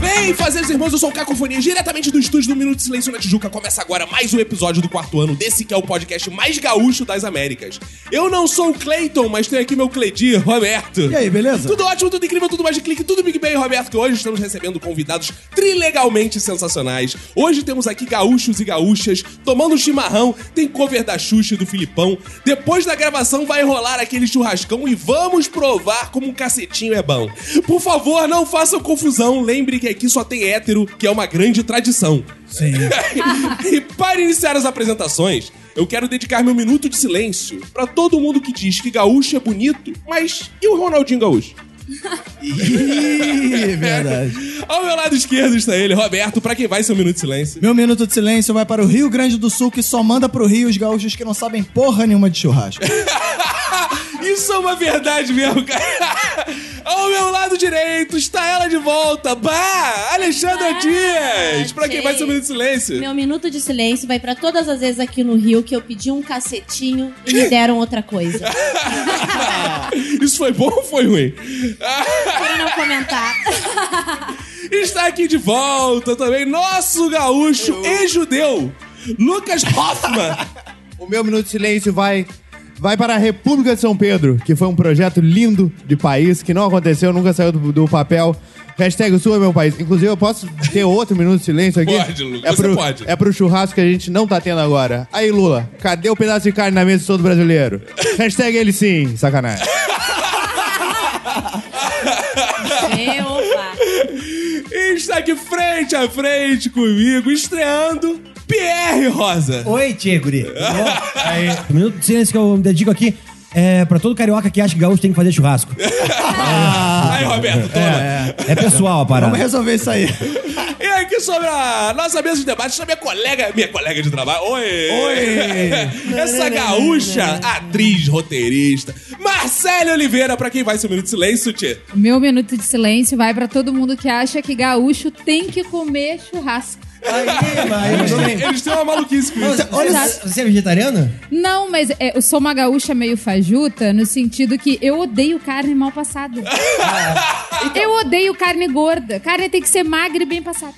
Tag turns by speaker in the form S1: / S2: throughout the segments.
S1: Bem, fazeres irmãos, eu sou o Cacofonia, diretamente do estúdio do Minuto de Silêncio na Tijuca. Começa agora mais um episódio do quarto ano desse que é o podcast mais gaúcho das Américas. Eu não sou o Cleiton, mas tenho aqui meu Cleidir, Roberto.
S2: E aí, beleza?
S1: Tudo ótimo, tudo incrível, tudo mais de clique, tudo Big Bang, Roberto, que hoje estamos recebendo convidados trilegalmente sensacionais. Hoje temos aqui gaúchos e gaúchas tomando chimarrão, tem cover da Xuxa e do Filipão. Depois da gravação vai rolar aquele churrascão e vamos provar como um cacetinho é bom. Por favor, não façam confusão, lembre que aqui só tem hétero, que é uma grande tradição.
S2: Sim.
S1: e para iniciar as apresentações, eu quero dedicar meu minuto de silêncio pra todo mundo que diz que gaúcho é bonito, mas e o Ronaldinho Gaúcho?
S2: Ih, verdade.
S1: Ao meu lado esquerdo está ele, Roberto, pra quem vai seu minuto de silêncio.
S2: Meu minuto de silêncio vai para o Rio Grande do Sul, que só manda pro Rio os gaúchos que não sabem porra nenhuma de churrasco.
S3: É,
S1: Isso é uma verdade mesmo, cara. Ao meu lado direito está ela de volta, Bah, Alexandra
S4: Ah,
S1: Dias, pra quem
S4: gente.
S1: vai seu minuto de silêncio.
S4: Meu minuto de silêncio vai pra todas as vezes aqui no Rio que eu pedi um cacetinho e me deram outra coisa.
S1: Isso foi bom ou foi ruim?
S4: Pra não comentar.
S1: Está aqui de volta também nosso gaúcho e judeu, Lucas Hoffman.
S5: O meu minuto de silêncio vai vai para a República de São Pedro, que foi um projeto lindo de país que não aconteceu, nunca saiu do, do papel. Hashtag o Sul é meu país. Inclusive, eu posso ter outro minuto de silêncio aqui?
S1: Pode, Lu,
S5: é
S1: você
S5: pro,
S1: pode.
S5: É pro churrasco que a gente não tá tendo agora. Aí, Lula, cadê o pedaço de carne na mesa de todo brasileiro? Hashtag ele sim, sacanagem.
S4: Meu, opa.
S1: Está aqui frente a frente comigo, estreando Pierre Rosa.
S3: Oi, tia, guri. Tudo bom? Aí, o minuto de silêncio que eu me dedico aqui é pra todo carioca que acha que gaúcho tem que fazer churrasco.
S1: Ah, Aí, Roberto, toma.
S3: É, é pessoal a parada.
S2: Vamos resolver isso aí.
S1: E aqui sobre a nossa mesa de debate está minha colega, minha colega de trabalho. Oi! Oi! Essa gaúcha, atriz, roteirista, Marcele Oliveira, pra quem vai ser o minuto de silêncio, tchê.
S6: Meu minuto de silêncio vai pra todo mundo que acha que gaúcho tem que comer churrasco.
S1: Eles têm uma maluquice com isso.
S3: Olha, você é vegetariano?
S6: Não, mas é, eu sou uma gaúcha meio fajuta no sentido que eu odeio carne mal passada. Eu odeio carne gorda. Carne tem que ser magra e bem passada.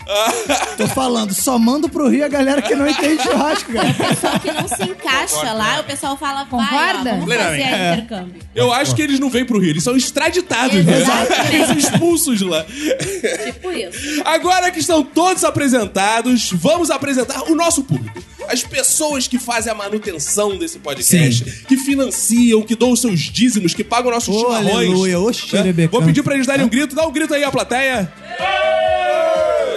S2: Tô falando, só mando pro Rio a galera que não entende churrasco, cara.
S4: Pessoal que não se encaixa lá,
S1: né?
S4: o pessoal fala, vai, ó,
S6: Concorda?
S4: vamos fazer
S1: Plenamente.
S4: aí intercâmbio.
S2: Tá
S1: Eu acho que eles não vêm pro Rio, eles são extraditados. né?
S4: Exatamente.
S1: Eles são expulsos de lá.
S4: Tipo isso.
S1: Agora que estão todos apresentados, vamos apresentar o nosso público. As pessoas que fazem a manutenção desse podcast, que financiam, que dão os seus dízimos, que pagam nossos
S2: Ô,
S1: chimarrões.
S2: aleluia, ô,
S1: Né?
S2: xerebecão.
S1: Vou pedir pra eles darem um grito. Dá um grito aí à plateia.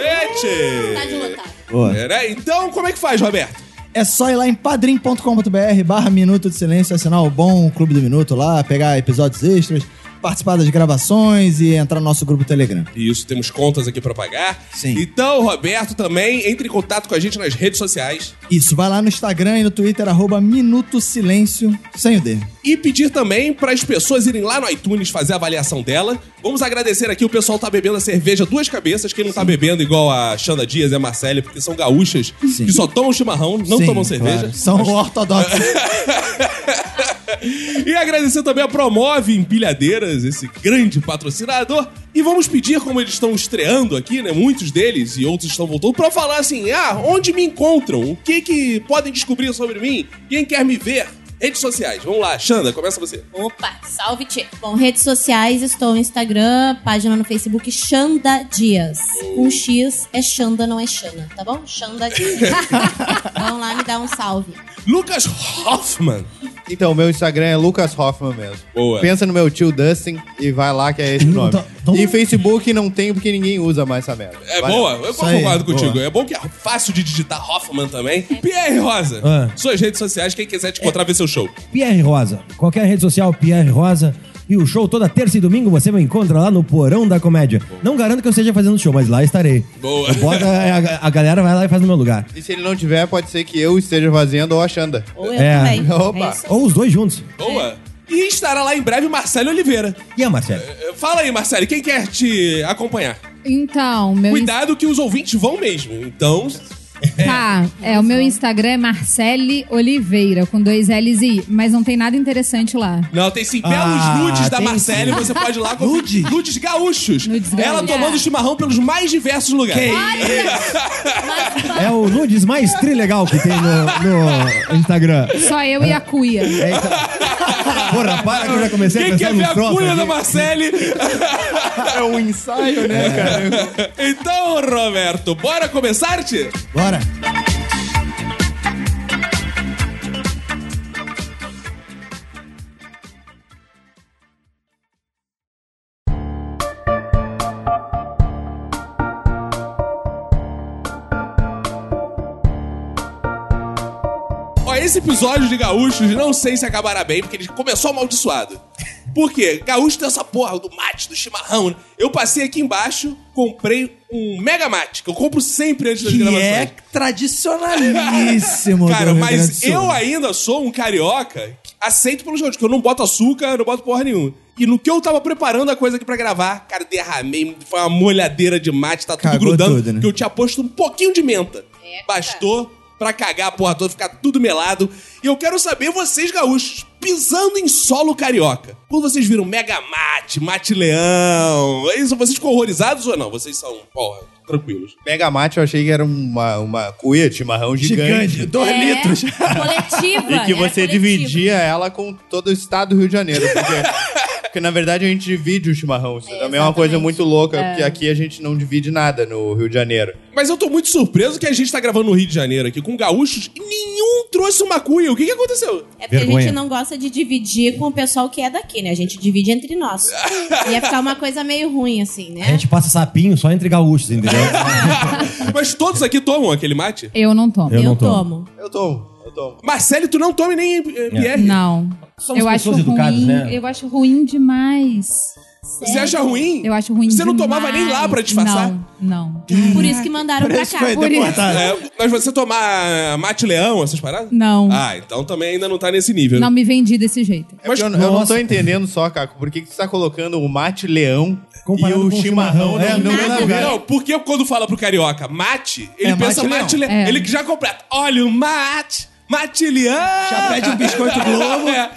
S1: Ete!
S4: Tá de lotado.
S1: É, né? Então, como é que faz, Roberto?
S2: É só ir lá em padrim.com.br barra Minuto de Silêncio, assinar o bom Clube do Minuto lá, pegar episódios extras, participar das gravações e entrar no nosso grupo Telegram.
S1: Isso, temos contas aqui pra pagar.
S2: Sim.
S1: Então, Roberto, também entre em contato com a gente nas redes sociais.
S2: Isso, vai lá no Instagram e no Twitter, arroba Minuto Silêncio, sem o D.
S1: E pedir também para as pessoas irem lá no iTunes fazer a avaliação dela. Vamos agradecer aqui, o pessoal tá bebendo a cerveja duas cabeças. Quem não tá bebendo igual a Xanda Dias e a Marcele, porque são gaúchas
S2: Sim.
S1: que só tomam chimarrão, não
S2: Sim, claro.
S1: tomam cerveja.
S2: São ortodoxos.
S1: E agradecer também a Promove Empilhadeiras, esse grande patrocinador. E vamos pedir, como eles estão estreando aqui, né? Muitos deles e outros estão voltando, pra falar assim: ah, onde me encontram? O que que podem descobrir sobre mim? Quem quer me ver? Redes sociais. Vamos lá, Xanda, começa você.
S4: Opa, salve, tchê. Bom, redes sociais, estou no Instagram, página no Facebook, Xanda Dias. Com X é Xanda, não é Xana, tá bom? Xanda Dias. Vão lá me dar um salve.
S1: Lucas Hoffman.
S5: Então, meu Instagram é Lucas Hoffman mesmo.
S1: Boa.
S5: Pensa no meu tio Dustin e vai lá que é esse o nome.
S2: Então- então-
S5: E Facebook não tem porque ninguém usa mais essa merda.
S1: É
S5: Vai lá.
S1: boa, eu
S2: Isso aí,
S1: concordo contigo.
S2: boa.
S1: É bom que é fácil de digitar Hoffman também. Pierre Rosa,
S3: Ah.
S1: suas redes sociais, quem quiser te encontrar, ver seu show.
S3: Pierre Rosa. Qualquer rede social, Pierre Rosa. E o show toda terça e domingo você me encontra lá no Porão da Comédia. Não garanto que eu esteja fazendo show, mas lá estarei.
S1: Boa.
S3: Eu boto, a, a galera vai lá e faz no meu lugar.
S5: E se ele não tiver, pode ser que eu esteja fazendo ou a Xanda.
S4: Ou eu
S3: É.
S4: também.
S5: Opa.
S4: É isso.
S3: Ou os dois juntos.
S1: Boa. E estará lá em breve Marcelo Oliveira.
S3: E a Marcelo?
S1: Eh, Fala aí, Marcelo, quem quer te acompanhar?
S6: Então,
S3: É
S6: meu
S1: Cuidado que os ouvintes vão mesmo. Então,
S6: Tá, é, o meu Instagram é Marcele Oliveira, com dois L's e I, mas não tem nada interessante lá.
S1: não, tem sim belos
S3: Ah,
S1: nudes da
S3: tem
S1: Marcele,
S3: sim.
S1: você pode ir lá com
S3: Nudes?
S1: nudes gaúchos.
S6: Nudes
S1: Ela
S6: gaúchos.
S1: tomando chimarrão pelos mais diversos lugares.
S3: É o nudes mais trilegal que tem no, no Instagram.
S6: Só eu e a cuia.
S3: É, então- Porra, para que eu já comecei a
S1: Quem
S3: pensar
S1: quer ver
S3: nos
S1: a
S3: troços
S1: cunha
S3: aqui.
S1: da Marcele?
S5: É um ensaio, né, cara?
S1: então, Roberto, bora começar-te?
S3: Bora.
S1: Ó, esse episódio de Gaúchos não sei se acabará bem, porque ele começou amaldiçoado. Por quê? Gaúcho tem essa porra do mate, do chimarrão. né? Eu passei aqui embaixo, comprei um mega mate, que eu compro sempre antes das
S2: Que
S1: gravações.
S2: é tradicionalíssimo. do
S1: Cara,
S2: Rio Grande do
S1: mas
S2: Sul.
S1: eu ainda sou um carioca que aceito pelos outros, que eu não boto açúcar, eu não boto porra nenhuma. E no que eu tava preparando a coisa aqui pra gravar, cara, derramei, foi uma molhadeira de mate, tá tudo
S2: Cagou
S1: grudando,
S2: tudo, né?
S1: que eu tinha posto um pouquinho de menta. Bastou pra cagar a porra toda, ficar tudo melado. E eu quero saber vocês, gaúchos, pisando em solo carioca, quando vocês viram mega mate, mate leão, é isso, vocês ficam horrorizados ou não? Vocês são, porra,
S4: É.
S1: tranquilos.
S5: Mega mate, eu achei que era uma, uma cuia de chimarrão gigante.
S3: Gigante.
S5: Dois litros.
S4: É, Coletiva.
S5: E que
S4: era
S5: você
S4: coletiva.
S5: dividia ela com todo o estado do Rio de Janeiro. Porque, porque, na verdade, a gente divide o chimarrão. Isso também é uma coisa muito louca,
S4: É.
S5: porque aqui a gente não divide nada no Rio de Janeiro.
S1: Mas eu tô muito surpreso que a gente tá gravando no Rio de Janeiro aqui com gaúchos e nenhum trouxe uma cuia. O que que aconteceu?
S4: É porque a
S3: Vergonha.
S4: gente não gosta de dividir com o pessoal que é daqui, né? A gente divide entre nós. Ia ficar uma coisa meio ruim, assim,
S3: A
S4: né?
S3: gente passa sapinho só entre gaúchos, entendeu?
S1: Mas todos aqui tomam aquele mate?
S6: Eu não tomo.
S3: Eu não
S4: tomo.
S5: Eu tomo, eu tomo.
S1: Marcelo, tu não tome nem
S3: É.
S1: eh, Pierre.
S6: Não.
S3: Somos
S6: eu acho
S3: pessoas educadas,
S6: ruim.
S3: né?
S6: Eu acho ruim demais.
S1: Você acha ruim?
S6: Eu acho ruim
S1: Você não
S6: demais.
S1: tomava nem lá pra disfarçar?
S6: Não, não.
S4: Por isso que mandaram pra cá.
S2: Foi
S6: Por isso.
S5: tá.
S2: deportado.
S1: É, mas você tomar mate leão, essas paradas?
S6: Não.
S1: Ah, então também ainda não tá nesse nível.
S6: Não
S1: né?
S6: me vendi desse jeito.
S5: É porque eu, eu não
S3: Nossa.
S5: tô entendendo só, Caco, por que, que tu tá colocando o mate leão
S3: Comparado
S5: e o
S3: com o
S5: chimarrão,
S3: chimarrão, é,
S5: no
S4: nada
S5: mesmo
S4: a
S5: lugar?
S4: ver.
S1: Não, porque quando fala pro carioca mate, ele
S2: É
S1: pensa
S2: mate
S1: mate leão.
S6: É.
S1: Ele que já completa. Olha o mate, mate leão.
S2: Já pede um biscoito globo.
S1: É.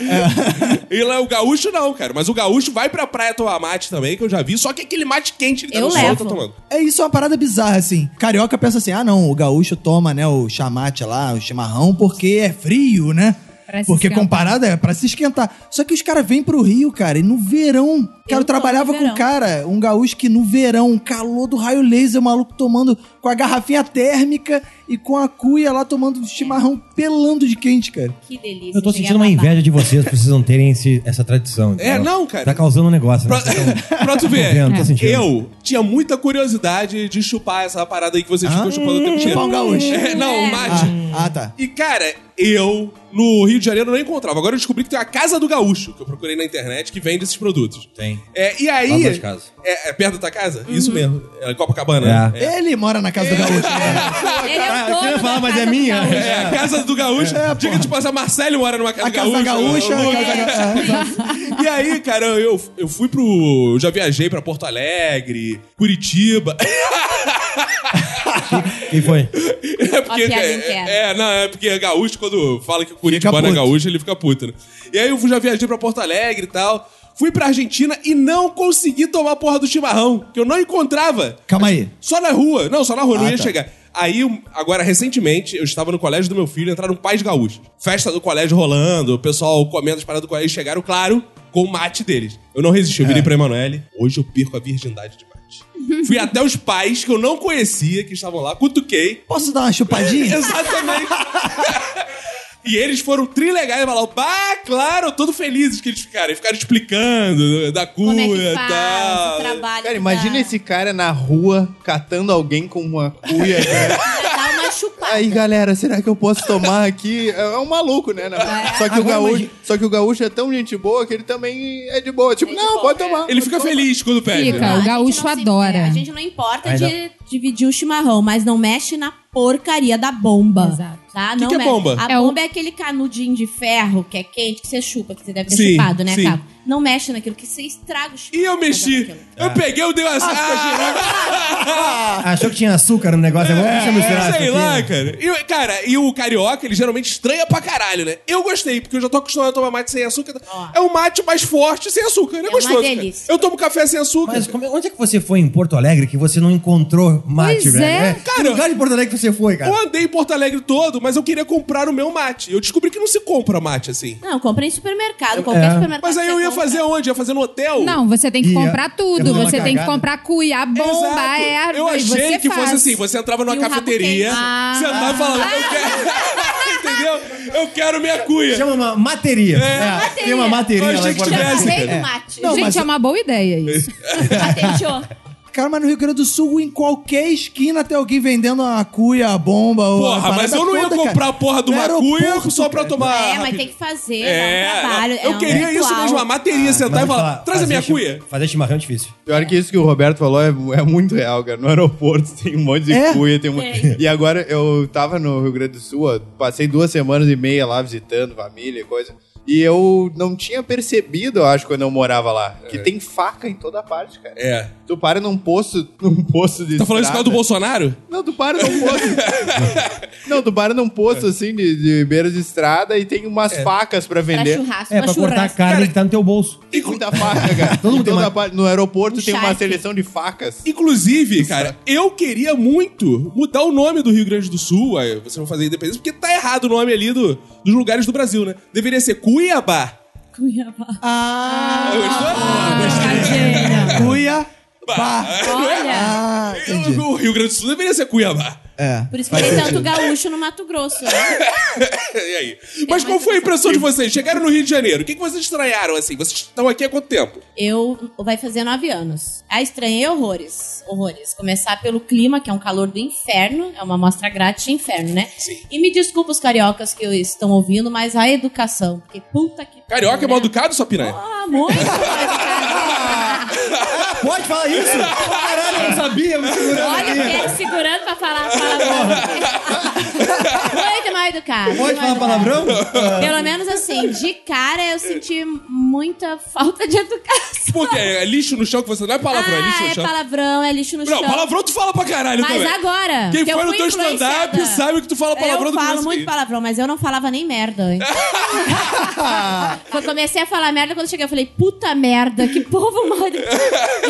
S1: E lá o gaúcho não, cara. Mas o gaúcho vai pra praia tomar mate também, que eu já vi. Só que aquele mate quente ele tá
S4: Eu
S1: no sol,
S4: levo.
S1: tá tomando.
S2: É isso, é uma parada bizarra, assim. Carioca pensa assim, ah, não, o gaúcho toma, né, o chamate lá, o chimarrão, porque é frio, né?
S6: Pra se
S2: porque
S6: esquentar.
S2: comparado é pra se esquentar. Só que os caras vêm pro Rio, cara, e no verão. Cara,
S4: tomo
S2: eu, trabalhava
S4: no
S2: com um
S4: verão.
S2: cara, um gaúcho que no verão, um calor do raio laser, o maluco tomando com a garrafinha térmica e com a cuia lá tomando chimarrão pelando de quente, cara.
S4: É. Que delícia.
S3: Eu tô
S4: cheguei
S3: sentindo
S4: a
S3: uma
S4: babar.
S3: inveja de vocês por vocês não terem esse- essa tradição. entendeu?
S1: É, não, cara.
S3: Tá causando um negócio.
S1: Pra,
S3: né? Vocês tão-
S1: pra tu ver,
S3: vendo, tô
S2: tá
S3: sentindo.
S1: eu tinha muita curiosidade de chupar essa parada aí que vocês ficam chupando o tempo inteiro.
S2: Chupar um gaúcho.
S1: É, não, o mate.
S2: Ah, ah, tá.
S1: E, cara, eu no Rio de Janeiro não encontrava. Agora eu descobri que tem a Casa do Gaúcho, que eu procurei na internet, que vende esses produtos.
S3: Tem.
S1: É, e
S3: Lá
S1: aí.
S3: duas casas.
S1: É, é perto da tua casa?
S2: Uhum.
S1: Isso mesmo. É Copacabana. né?
S2: Ele mora na casa do gaúcho. né?
S4: Ele é o
S3: É. eu
S4: dono
S3: ia falar,
S4: da
S3: mas
S4: casa
S3: é
S4: do
S3: minha.
S4: gaúcho.
S1: É, a Casa do Gaúcho.
S2: É,
S1: Diga que
S2: porra.
S1: te passar, Marcelo mora numa casa
S2: A casa da
S1: gaúcha.
S2: gaúcha.
S1: o Lucas-
S2: a casa da- é.
S1: E aí, cara, eu, eu fui pro. Eu já viajei pra Porto Alegre, Curitiba.
S3: Quem foi?
S1: É porque,
S4: Ó, piada
S1: é,
S4: interna.
S1: é, não, é porque gaúcho, quando fala que o Curitibano é
S2: puto.
S1: gaúcho, ele fica puto, né? E aí eu fui- já viajei pra Porto Alegre e tal. Fui pra Argentina e não consegui tomar a porra do chimarrão, que eu não encontrava.
S2: Calma aí.
S1: Só na rua. Não, só na rua, não
S2: Ah,
S1: ia
S2: tá.
S1: chegar. Aí, um- agora, recentemente, eu estava no colégio do meu filho, entraram pais gaúchos. Festa do colégio rolando, o pessoal comendo as paradas do colégio, chegaram, claro, com o mate deles. Eu não resisti,
S2: É.
S1: eu virei pra Emanuele. Hoje eu perco a virgindade de mate. Fui até os pais que eu não conhecia, que estavam lá, cutuquei.
S2: Posso dar uma chupadinha?
S1: Exatamente. E eles foram trilegais e falaram, bah, claro, todo felizes que eles ficaram. E ficaram explicando né, da cura
S4: Como é
S1: e
S4: que faz?
S1: tal.
S4: o trabalho.
S5: Cara,
S4: que
S5: imagina
S4: dá.
S5: esse cara na rua catando alguém com uma cuia. cara.
S4: Dá uma chupada.
S5: Aí, galera, será que eu posso tomar aqui? É é um maluco, né? na verdade. só, que o
S3: Agora
S5: gaúcho,
S3: imagina-
S5: só que o gaúcho é tão gente boa que ele também é de boa. Tipo, não, pode tomar.
S1: Ele fica feliz quando pede. né?
S6: Fica.
S4: A
S6: o
S4: gente
S6: gaúcho
S4: não se-
S6: adora.
S4: a gente não importa
S3: Ainda-
S4: de dividir o chimarrão, mas não mexe na porcaria da bomba.
S6: Exato.
S4: Tá?
S1: Que
S4: não
S1: que é
S4: mexe.
S1: bomba?
S4: A
S6: É o-
S4: bomba é aquele canudinho de ferro que é quente, que você chupa, que você deve ter
S1: Sim,
S4: chupado, né,
S1: sim.
S4: Capo? Não mexe naquilo, que você estraga o chimarrão.
S1: E eu mexi.
S4: fazendo aquilo.
S1: Eu peguei, eu dei uma. Ah,
S3: Ah, Achou que tinha açúcar no negócio, agora deixa eu misturar
S1: É, sei
S3: isso
S1: lá,
S3: aqui. né?
S1: cara. E, cara, e o carioca, ele geralmente estranha pra caralho, né? Eu gostei, porque eu já tô acostumado a tomar mate sem açúcar.
S4: Ó.
S1: É um mate mais forte sem açúcar. É,
S4: uma
S1: gostoso. cara.
S4: delícia.
S1: Eu tomo café sem açúcar.
S3: Mas como- onde é que você foi em Porto Alegre que você não encontrou mate,
S6: Pois
S3: velho?
S6: é.
S3: Que
S1: Cara,
S3: lugar de Porto Alegre que você foi, cara?
S1: Eu andei em Porto Alegre todo, mas eu queria comprar o meu mate. Eu descobri que não se compra mate assim.
S4: Não, comprei em supermercado, qualquer supermercado.
S1: Mas aí
S4: que
S1: eu
S4: você
S1: é. ia
S4: compra.
S1: fazer onde? Ia fazer no hotel?
S6: Não, você tem que
S3: Ia-
S6: comprar tudo.
S3: ia fazer uma
S6: Você tem que
S3: cagada.
S6: comprar cuia, bomba,
S1: Exato.
S6: erva.
S1: Eu
S6: e
S1: achei
S6: é você
S1: que
S6: faz.
S1: fosse assim: você entrava numa
S4: E um rabo
S1: cafeteria,
S4: quente.
S6: Ah.
S1: sentava e falava, eu quero. Entendeu? Eu quero minha cuia.
S3: Chama uma materia. É, Tem uma materia
S1: Eu
S3: lá
S1: achei
S3: em
S1: que
S3: Porto
S4: Já
S3: Alegre.
S4: usei
S3: É.
S4: do mate.
S2: Não,
S6: Gente,
S2: mas-
S6: é uma boa ideia isso.
S4: Atenteou.
S2: Cara, mas no Rio Grande do Sul, em qualquer esquina tem alguém vendendo a cuia, a bomba. ou a
S1: Porra, mas
S2: parada
S1: eu não ia
S2: toda, cara.
S1: comprar a porra de
S2: No
S1: uma cuia
S2: aeroporto,
S1: só pra
S2: cara.
S1: tomar.
S4: É, mas
S1: rapidinho.
S4: tem que fazer, é, um
S1: É,
S4: trabalho. é
S1: eu
S4: um
S1: queria isso
S4: ritual.
S1: mesmo, a materia sentar e
S3: Ah, Mas vou
S1: falar, traz a
S3: fazer
S1: minha
S3: chi-
S1: cuia.
S3: Fazer chimarrão é difícil.
S5: Pior que isso que o Roberto falou é, é muito real, cara. No aeroporto tem um monte de
S2: É?
S5: cuia, tem um... E agora eu tava no Rio Grande do Sul, ó, passei duas semanas e meia lá visitando família e coisa. E eu não tinha percebido, eu acho, quando eu morava lá, que tem faca em toda parte, cara.
S1: É.
S5: Tu para num posto, num posto de
S1: Tá falando isso por causa do
S5: estrada.
S1: Bolsonaro?
S5: Não, tu para num posto. não, tu para num
S3: É.
S5: posto assim de, de beira de estrada e tem umas facas pra
S4: Pra
S5: vender.
S4: churrasco,
S3: É,
S4: pra
S3: pra cortar a
S4: churrasco.
S3: carne que tá no teu bolso.
S5: Tem muita faca, cara.
S3: Todo mundo
S5: Em
S3: tem
S5: toda
S3: uma-
S5: parte- No aeroporto
S4: Um
S5: tem uma
S4: charque.
S5: seleção de facas.
S1: Inclusive, cara, eu queria muito mudar o nome do Rio Grande do Sul. Aí você vai fazer independência, porque tá errado o nome ali do- dos lugares do Brasil, né? Deveria ser Cuiabá.
S4: Cuiabá.
S2: Ah,
S1: Gostou?
S2: cuia, pá.
S4: Olha,
S2: Ah, entendi.
S1: O Rio Grande do Sul deveria ser Cuiabá.
S2: É.
S4: por isso que tem tanto gaúcho no Mato Grosso. né?
S1: E aí? Mas qual foi a impressão de vocês? Chegaram no Rio de Janeiro. O que, que vocês estranharam, assim? Vocês estão aqui há quanto tempo?
S4: Eu vai fazer nove anos. Ah, estranhei horrores. Horrores. Começar pelo clima, que é um calor do inferno. É uma amostra grátis de inferno, né?
S1: Sim.
S4: E me desculpa os cariocas que estão ouvindo, mas a educação. Porque puta que.
S1: Carioca é
S4: pariu,
S1: mal
S4: né?
S1: educado, sua piranha?
S4: Ah, muito mal educado.
S3: Pode falar isso? Caralho, eu não sabia, mas segurando
S4: Olha o
S3: aqui.
S4: Pierre segurando pra falar palavrão. Muito mal educado.
S3: Pode
S4: muito mal
S3: falar
S4: educado.
S3: palavrão?
S4: Pelo menos assim, de cara eu senti muita falta de educação.
S1: Por quê? É lixo no chão que você. Não é palavrão, é lixo
S4: ah,
S1: no
S4: é
S1: chão.
S4: palavrão, é lixo no
S1: Não,
S4: chão.
S1: palavrão tu fala pra caralho
S4: Mas
S1: também.
S4: agora.
S1: Quem
S4: que eu
S1: foi no
S4: fui
S1: teu stand-up
S4: influenciada.
S1: sabe que tu fala palavrão
S4: Eu
S1: do
S4: falo
S1: começo
S4: muito
S1: ao fim.
S4: palavrão, mas eu não falava nem merda. antes. eu comecei a falar merda quando cheguei, eu falei, puta merda, que povo mal.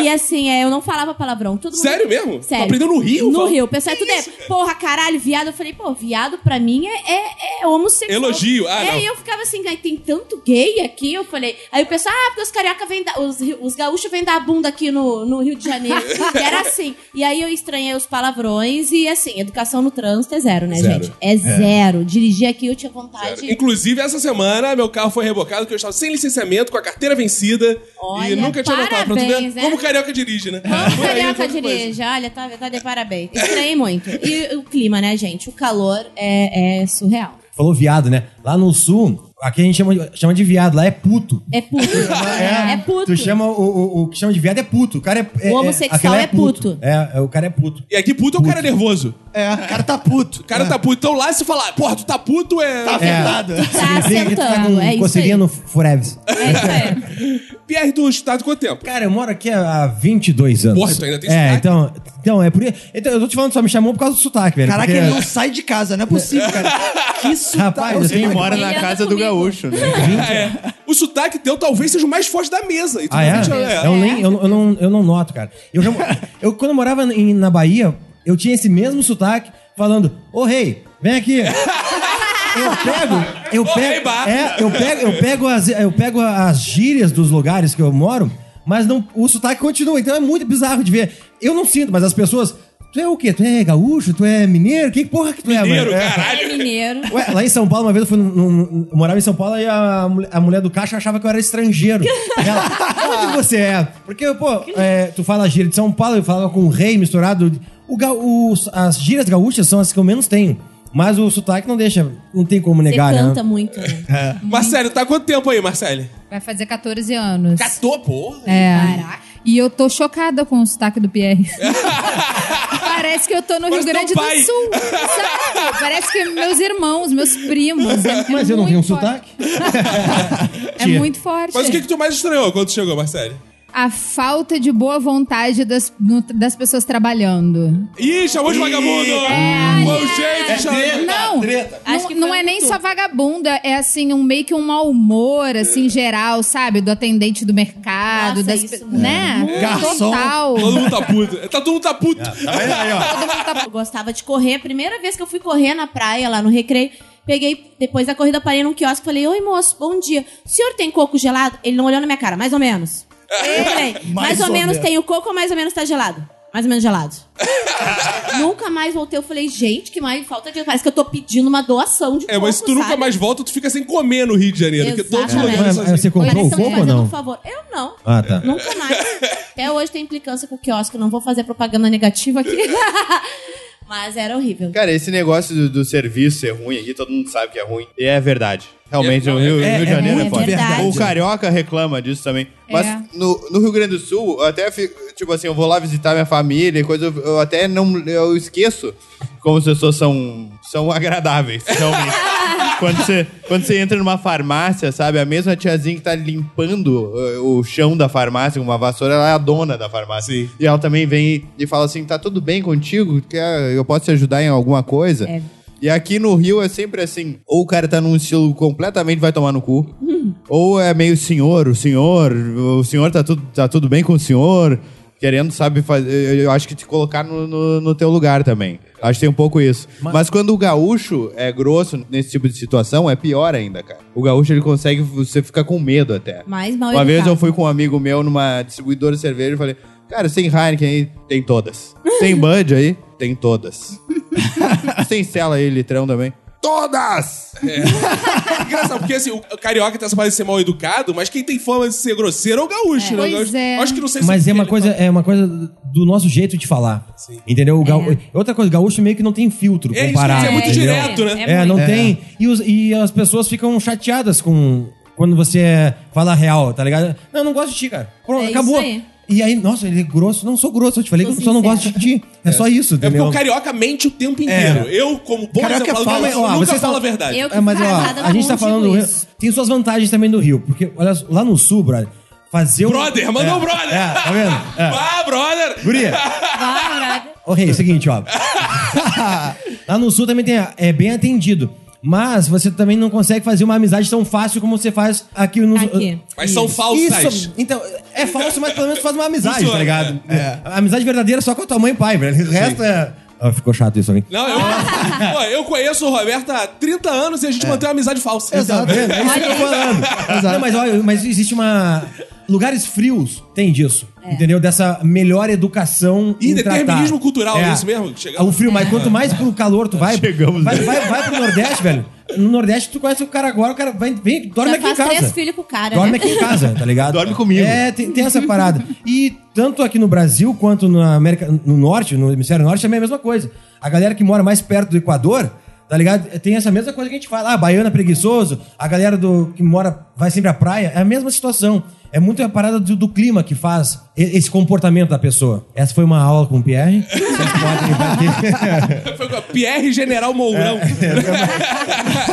S4: e assim, é, eu não falava palavrão. Todo mundo-
S1: Sério mesmo?
S4: Sério.
S1: Tu aprendeu no Rio?
S4: No
S1: fala-
S4: Rio. O pessoal é tudo é, porra, caralho, viado. Eu falei, pô, viado pra mim é, é, é homossexual.
S1: Elogio. Ah,
S4: é,
S1: não.
S4: e eu ficava assim, "Ai, tem tanto gay aqui. Eu falei, aí o pessoal, ah, porque os carioca vêm, da- os, ri- os gaúchos vêm dar a bunda aqui no, no Rio de Janeiro. e era assim. E aí eu estranhei os palavrões e assim, educação no trânsito é zero, né,
S1: Zero.
S4: gente? É zero. Dirigir aqui eu tinha vontade.
S1: Sério. Inclusive, essa semana, meu carro foi rebocado porque eu estava sem licenciamento, com a carteira vencida.
S4: Olha,
S1: e nunca tinha notado. Pra tu ver
S4: parabéns, né?
S1: como carioca dirige, né?
S4: Vamos
S1: Por aí,
S4: pegar
S1: tanta
S4: a
S1: coisa.
S4: dirige. Olha, tá, tá de parabéns. Estranhei muito. E o clima, né, gente? O calor é, é surreal.
S3: Falou viado, né? Lá no sul, aqui a gente chama de, chama de viado, lá é puto.
S4: É puto. É, puto.
S3: Tu chama o, o, o que chama de viado é puto. O cara é.
S4: O
S3: é- é-
S4: homossexual
S3: aquele
S4: é puto.
S3: É, é, o cara é puto. É.
S1: E aqui, puto é o cara nervoso.
S2: É, o cara tá puto.
S1: O cara tá puto. Então lá, se falar, porra, tu tá puto, é.
S2: Tá afetado.
S4: Tá
S3: Significa que tu tá
S4: sentando,
S3: com
S4: é isso aí.
S3: coceirinha no Fureves.
S4: É isso aí.
S1: Pierre do Estado, quanto tempo?
S3: Cara, eu moro aqui há 22 anos.
S1: Porra, tu ainda tem
S3: É,
S1: sotaque?
S3: então, então, é por isso. Então, eu tô te falando, só me chamou por causa do sotaque, velho.
S2: Caraca,
S3: porque-
S2: ele não sai de casa, não é possível, cara. Que isso,
S3: Rapaz, eu tenho-
S5: Mora na
S4: Ele anda
S5: casa do
S4: comigo.
S5: gaúcho, né?
S1: É. O sotaque teu talvez seja o mais forte da né? mesa. E tu tá
S3: Ah, é?
S1: não sente-
S3: Eu, nem, eu, não- eu não, eu não noto, cara. Eu, já- eu, quando eu morava em- na Bahia, eu tinha esse mesmo sotaque falando, ô rei, vem aqui. Eu pego, eu
S1: Ô, rei
S3: pego,
S1: Bá.
S3: é, eu pego, eu pego as, eu pego as gírias dos lugares que eu moro, mas não, o sotaque continua, então é muito bizarro de ver. Eu não sinto, mas as pessoas, tu é o quê? Tu é gaúcho? Tu é mineiro? Que porra que tu é,
S1: Mineiro,
S3: mano? É.
S1: caralho.
S4: É mineiro.
S3: Ué, lá em São Paulo, uma vez eu fui num, num- eu morava em São Paulo e a, mulher- a mulher do caixa achava que eu era estrangeiro. Ela, onde você é? Porque, pô, é, tu fala gíria de São Paulo, eu falava com o rei misturado. O, ga- os- as gírias gaúchas são as que eu menos tenho. Mas o sotaque não deixa, não tem como
S4: Você
S3: negar,
S4: canta
S3: né?
S4: muito. né?
S1: É. Marcelo, tá há quanto tempo aí, Marcelo?
S6: Vai fazer 14 anos.
S1: Catou, porra.
S6: É. E eu tô chocada com o sotaque do Pierre. Parece que eu tô no
S1: Parece
S6: Rio Grande
S1: teu
S6: do
S1: pai.
S6: Sul. Sabe? Parece que meus irmãos, meus primos. É- é
S3: Mas eu não vi um
S6: muito forte.
S3: sotaque.
S6: É
S3: Tia.
S6: muito forte.
S1: Mas o que, que tu mais estranhou quando chegou, Marcelo?
S6: A falta de boa vontade das, no- das pessoas trabalhando.
S1: Ih, chamou de vagabundo! Foi o jeito de chamar.
S6: Não,
S3: treta.
S4: Acho
S6: não,
S4: que
S6: não
S4: foi
S6: é nem
S4: tudo.
S6: só vagabunda, é assim, um meio que um mau humor, assim, geral, sabe? Do atendente do mercado,
S4: Nossa,
S6: das
S4: isso
S6: pe-
S4: mesmo.
S6: né?
S4: Hum,
S5: Garçom.
S6: Total.
S1: Todo mundo tá puto. Tá, todo mundo tá puto.
S3: É,
S4: Todo mundo tá- Eu gostava de correr. A primeira vez que eu fui correr na praia, lá no recreio, peguei, depois da corrida, parei num quiosque e falei, oi moço, bom dia. O senhor tem coco gelado? Ele não olhou na minha cara, mais ou menos. Eu falei, É, mais, ou, menos tem o coco ou mais ou menos tá gelado? Mais ou menos gelado. Nunca mais voltei. Eu falei, gente, que mais falta de. Parece que eu tô pedindo uma doação de
S1: É, mas se tu nunca
S4: sabe?
S1: mais volta, tu fica sem comer no Rio de Janeiro. Porque todos os
S4: Exatamente.
S1: lugares são assim.
S3: Você comprou
S4: Eles
S3: o
S4: estão me
S3: coco ou
S4: fazendo um
S3: não?
S4: favor. Eu não.
S3: Ah, tá.
S4: Nunca mais. Até hoje tem implicância com o quiosque. Não vou fazer propaganda negativa aqui. Mas era horrível.
S5: Cara, esse negócio do, do serviço ser ruim aqui, todo mundo sabe que é ruim. E é verdade. Realmente,
S1: É,
S5: o
S1: não,
S5: Rio,
S1: é-
S5: Rio de
S3: é
S5: Janeiro é,
S4: muito
S5: foda.
S4: verdade.
S5: O carioca reclama disso também. Mas
S6: É.
S5: no, no Rio Grande do Sul, eu até fico, tipo assim, eu vou lá visitar minha família e coisa, eu, eu até não eu esqueço como as pessoas são, são agradáveis, realmente. Quando você, quando você entra numa farmácia, sabe? A mesma tiazinha que tá limpando uh, o chão da farmácia com uma vassoura, ela é a dona da farmácia.
S1: Sim.
S5: E ela também vem e fala assim: tá tudo bem contigo? Quer- Eu posso te ajudar em alguma coisa?
S4: É.
S5: E aqui no Rio é sempre assim: ou o cara tá num estilo completamente vai tomar no cu, ou é meio senhor, o senhor, o senhor tá tudo, tá tudo bem com o senhor, querendo, sabe, fazer. Eu acho que te colocar no, no, no teu lugar também. Acho que tem um pouco isso. Mas, quando o gaúcho é grosso nesse tipo de situação, é pior ainda, cara. O gaúcho ele consegue, você fica com medo até.
S4: Mais mal
S5: Uma vez
S4: educado.
S5: eu fui com um amigo meu numa distribuidora de cerveja e falei, cara, você tem Heineken aí? Tem todas. Tem Bud aí? Tem todas. Você tem Stella aí, litrão também? Todas!
S1: Engraçado, porque assim, o carioca tem essa parada de ser mal educado, mas quem tem fama de ser grosseiro é o gaúcho, né? O
S6: Pois
S1: gaúcho-
S6: é.
S1: Acho que não sei se.
S3: Mas é uma
S1: ele- tá-
S3: coisa, é uma coisa do nosso jeito de falar. Entendeu? O gaú- Outra coisa, o gaúcho meio que não tem filtro
S1: É isso,
S3: comparado.
S1: é muito
S3: entendeu?
S1: direto, né?
S3: É, não tem. E, os- e as pessoas ficam chateadas com quando você fala real, tá ligado?
S1: É
S3: Não, eu não gosto de ti, cara. Pronto,
S4: É isso
S3: acabou.
S4: aí.
S3: E aí, nossa, ele é grosso. Não sou grosso, eu te falei
S4: Sou
S3: que eu só não
S4: sincero.
S3: gosto de ti. É, só isso,
S1: É porque
S3: entendeu?
S1: o carioca mente o tempo inteiro. Eu, como bom
S3: É. Carioca
S1: exemplo,
S3: fala-
S1: gaúcho,
S3: ó,
S1: nunca
S3: vocês
S1: fala a
S3: tão-
S1: verdade.
S4: Eu que
S3: É, mas ó,
S4: carregada na
S3: a gente
S4: mão
S3: tá
S4: digo
S3: falando do Rio.
S4: isso.
S3: Tem suas vantagens também do Rio. Porque, olha, só, lá no sul, brother, fazer o.
S1: Brother, mandou um brother.
S3: É, tá vendo? É.
S1: Vá, brother!
S3: Guria, Ô, Rei, é o seguinte, ó. Lá no sul também tem, é bem atendido. Mas você também não consegue fazer uma amizade tão fácil como você faz aqui nos.
S4: Aqui.
S1: Mas são falsas.
S3: Isso, então, é falso, mas pelo menos faz uma amizade,
S1: Funciona,
S3: tá ligado?
S1: é.
S3: A amizade verdadeira é só com a tua mãe e pai, velho. O resto é. Ah, ficou chato isso, hein?
S1: Não, eu, Pô, eu conheço o Roberto há 30 anos e a gente mantém uma amizade falsa.
S3: É.
S1: Então,
S3: Exato. É, é isso que eu tô falando. Não, mas, olha, mas existe uma. Lugares frios tem disso. Entendeu? Dessa melhor educação.
S1: Ih,
S3: em tratar.
S1: determinismo cultural, é isso mesmo? Chegamos.
S3: O frio, mas quanto mais pro calor tu vai.
S5: Chegamos
S3: vai,
S5: nele.
S3: vai, vai pro Nordeste, velho. No Nordeste, tu conhece o cara agora, o cara vai, vem, dorme
S4: Já
S3: aqui em
S4: faz
S3: casa.
S4: três filhos com o cara,
S3: Dorme
S4: né?
S3: aqui em casa, tá ligado?
S5: Dorme comigo.
S3: É, tem, tem essa parada. E tanto aqui no Brasil quanto na América, no Norte, no Hemisfério Norte, também é a mesma coisa. A galera que mora mais perto do Equador, tá ligado? Tem essa mesma coisa que a gente fala. Ah, baiano é preguiçoso. A galera do que mora, vai sempre à praia. É a mesma situação. É muito a parada do, do clima que faz e- esse comportamento da pessoa. Essa foi uma aula com o Pierre. Vocês podem bater.
S1: Foi com a Pierre General
S3: É,
S1: Mourão.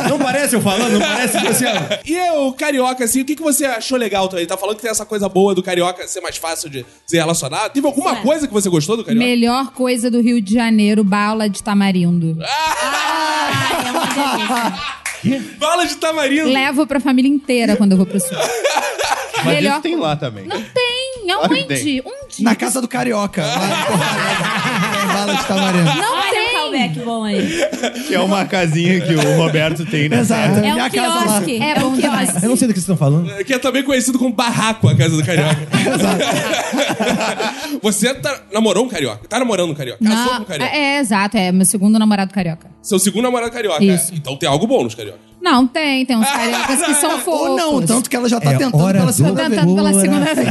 S3: Não parece eu falando, não parece que você...
S1: E o carioca, assim, o que, que você achou legal também? Tá falando que tem essa coisa boa do carioca ser mais fácil de se relacionar. Teve alguma
S4: É.
S1: coisa que você gostou do carioca?
S6: Melhor coisa do Rio de Janeiro, bala de tamarindo.
S4: Ah, é uma delícia.
S1: Bala de tamarindo.
S6: Levo pra família inteira quando eu vou pro sul.
S5: Mas isso tem lá também.
S6: Não tem!
S5: Claro que
S6: Aonde?
S5: tem.
S6: Onde? Ah,
S2: Na casa do carioca. lá em Porto Alegre. Bala
S3: tá
S2: de tamarindo.
S6: Não
S4: Olha um
S6: tem!
S4: callback bom aí.
S5: Que é uma casinha que o Roberto tem, né?
S2: Exato.
S4: É
S2: E
S4: um
S2: a casa lá.
S4: quiosque.
S6: É
S4: É um
S6: bom demais.
S4: quiosque.
S3: Eu não sei do que vocês estão falando.
S1: Que é também conhecido como barraco, a casa do carioca. você tá- namorou um carioca? Tá namorando um carioca? Casou com um carioca?
S6: é, é, exato, é meu segundo namorado carioca.
S1: Seu segundo namorado carioca.
S6: Isso.
S1: Então tem algo bom nos cariocas.
S6: Não, tem. Tem uns cariocas que são fofos.
S2: Ah, Ou não, tanto que ela já tá
S3: É
S2: tentando
S3: hora
S2: pela
S3: do-
S2: segunda vez.
S6: Tentando pela
S3: Boa.
S6: segunda vez.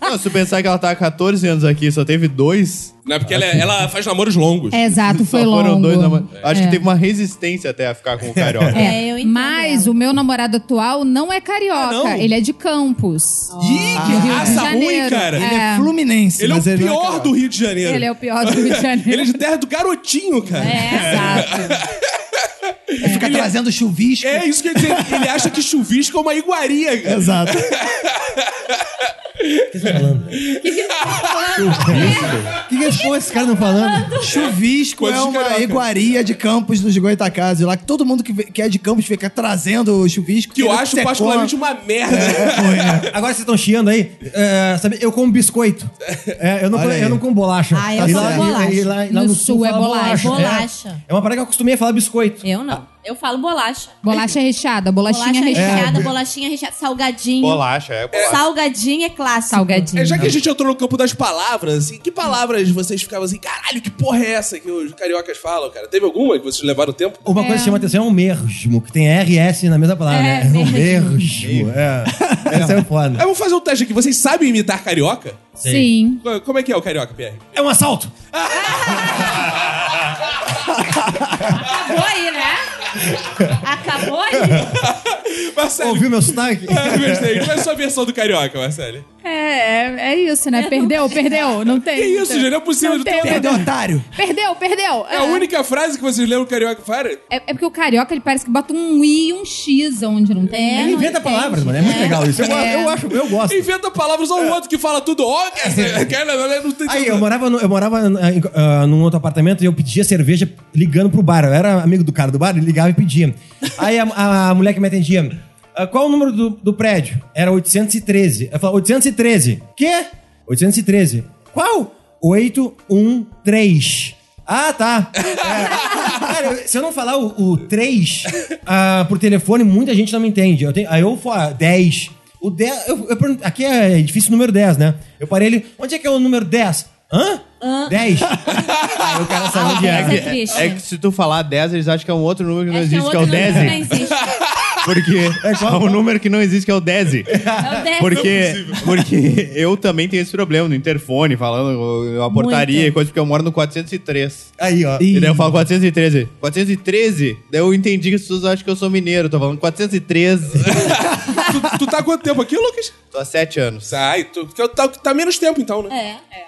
S5: Não, se pensar que ela tá há 14 anos aqui e só teve dois.
S1: Não é porque ela, ela faz namoros longos.
S6: É, Exato, foi
S5: só
S6: longo.
S5: foram dois namor- Acho
S6: É.
S5: que teve uma resistência até a ficar com o carioca.
S4: É, eu entendo
S6: Mas
S4: ela.
S6: o meu namorado atual não é carioca,
S1: Ah, não?
S6: ele é de Campos.
S1: Ih, que
S6: Rio de
S1: raça ruim,
S6: Janeiro.
S1: cara.
S2: Ele é
S6: É.
S2: fluminense.
S1: Ele é o
S2: mas não
S1: pior
S2: carioca.
S1: do Rio de Janeiro.
S6: Ele é o pior do Rio de Janeiro.
S1: Ele é de terra do garotinho, cara.
S6: É, exato.
S2: Ele fica trazendo chuvisco.
S1: É isso que eu ia dizer. Ele acha que chuvisco é uma iguaria, cara.
S2: Exato.
S3: O que, que eles esse cara não falando?
S2: é Chuvisco
S1: Coisa
S2: é
S1: de
S2: uma
S1: carioca.
S2: iguaria de campos dos Goitacazes lá, que todo mundo que, vê- que é de campos fica trazendo o chuvisco.
S1: Que eu
S2: ele
S1: acho
S2: secou.
S1: particularmente uma merda.
S3: Agora vocês estão chiando aí. é, sabe, eu como biscoito. É, eu, não
S2: Olha
S3: como,
S2: aí.
S3: eu não como bolacha.
S4: Ah, eu
S3: E
S4: como
S3: lá-
S4: bolacha.
S3: e- e lá- e lá
S6: No sul é
S3: fala
S6: bolacha.
S4: Bolacha.
S3: É. É uma parada que eu acostumei a falar biscoito.
S4: Eu não. Eu falo bolacha.
S6: Bolacha recheada, bolachinha
S4: Bolacha
S6: recheada.
S4: recheada, bolachinha recheada, salgadinho.
S5: Bolacha, é bolacha.
S4: Salgadinho é clássico.
S6: Salgadinho.
S1: É, já que a gente entrou no campo das palavras, assim, que palavras vocês ficavam assim, caralho, que porra é essa que os cariocas falam, cara? Teve alguma que vocês levaram tempo?
S3: Uma coisa que chama atenção é um mergmo, que tem RS na mesma palavra.
S6: É,
S3: É, um mergmo. É. Essa é foda.
S1: Aí vamos fazer um teste aqui. Vocês sabem imitar carioca?
S6: Sim.
S1: Co- Como é que é o carioca, Pierre?
S3: É um assalto.
S4: Acabou aí, né? Acabou aí.
S1: Marcelo,
S3: Ouviu meu sotaque?
S1: eu gostei. Qual é a sua versão do carioca, Marcelo?
S6: É, é, é isso, né? Perdeu, perdeu. Não tem.
S1: Que isso, gente? Não é possível.
S6: então. Não
S1: Tem-
S6: tem. um-
S2: Perdeu, otário.
S6: Perdeu, perdeu.
S1: É a única frase que vocês lembram que carioca fala?
S6: É, é porque o carioca, ele parece que bota um i e um x onde não tem.
S3: Ele
S6: não
S3: inventa
S6: entende.
S3: palavras, mano. É muito legal isso. Eu,
S6: É.
S3: eu acho, eu gosto. É.
S1: Inventa palavras ou outro que fala tudo ó, quer dizer, cara, não tem
S3: Aí, eu morava, no- eu morava ah, em- ah, num outro apartamento e eu pedia cerveja ligando pro bar. Eu era amigo do cara do bar, ele ligava e pedia. Aí a, a- a mulher que me atendia, "Ah, qual o número do, do prédio? Era 813. Eu falava, 813. Quê? 813. Qual? 813. Ah, tá. É. Cara, eu- se eu não falar o, o 3 ah, por telefone, muita gente não me entende. Eu tenho, aí eu falo 10. O 10 eu, eu pergunto- aqui é edifício número 10, né? Eu parei ele. Onde é que é o número 10? Hã? 10. aí o cara sabe onde
S6: Ah,
S3: é.
S6: mas
S5: É,
S6: é triste.
S5: que- é que se tu falar 10, eles acham que é um outro número que não
S4: Acho
S5: existe, que
S4: outro
S5: é o
S4: número
S5: 10.
S4: não existe.
S5: Porque é um número que não existe, que é o 10.
S4: É o 10.
S5: Porque, porque eu também tenho esse problema no interfone, falando a portaria e coisa, porque eu moro no 403.
S3: Aí, ó.
S5: E
S4: é
S5: daí eu falo 413. 413? Daí eu entendi que as pessoas acham que eu sou mineiro. Tô falando 413.
S1: tu, tu tá há quanto tempo aqui, Lucas?
S5: Tô há 7 anos.
S1: Sai, tu tá, tá, tá menos tempo então, né? É.
S4: É, é.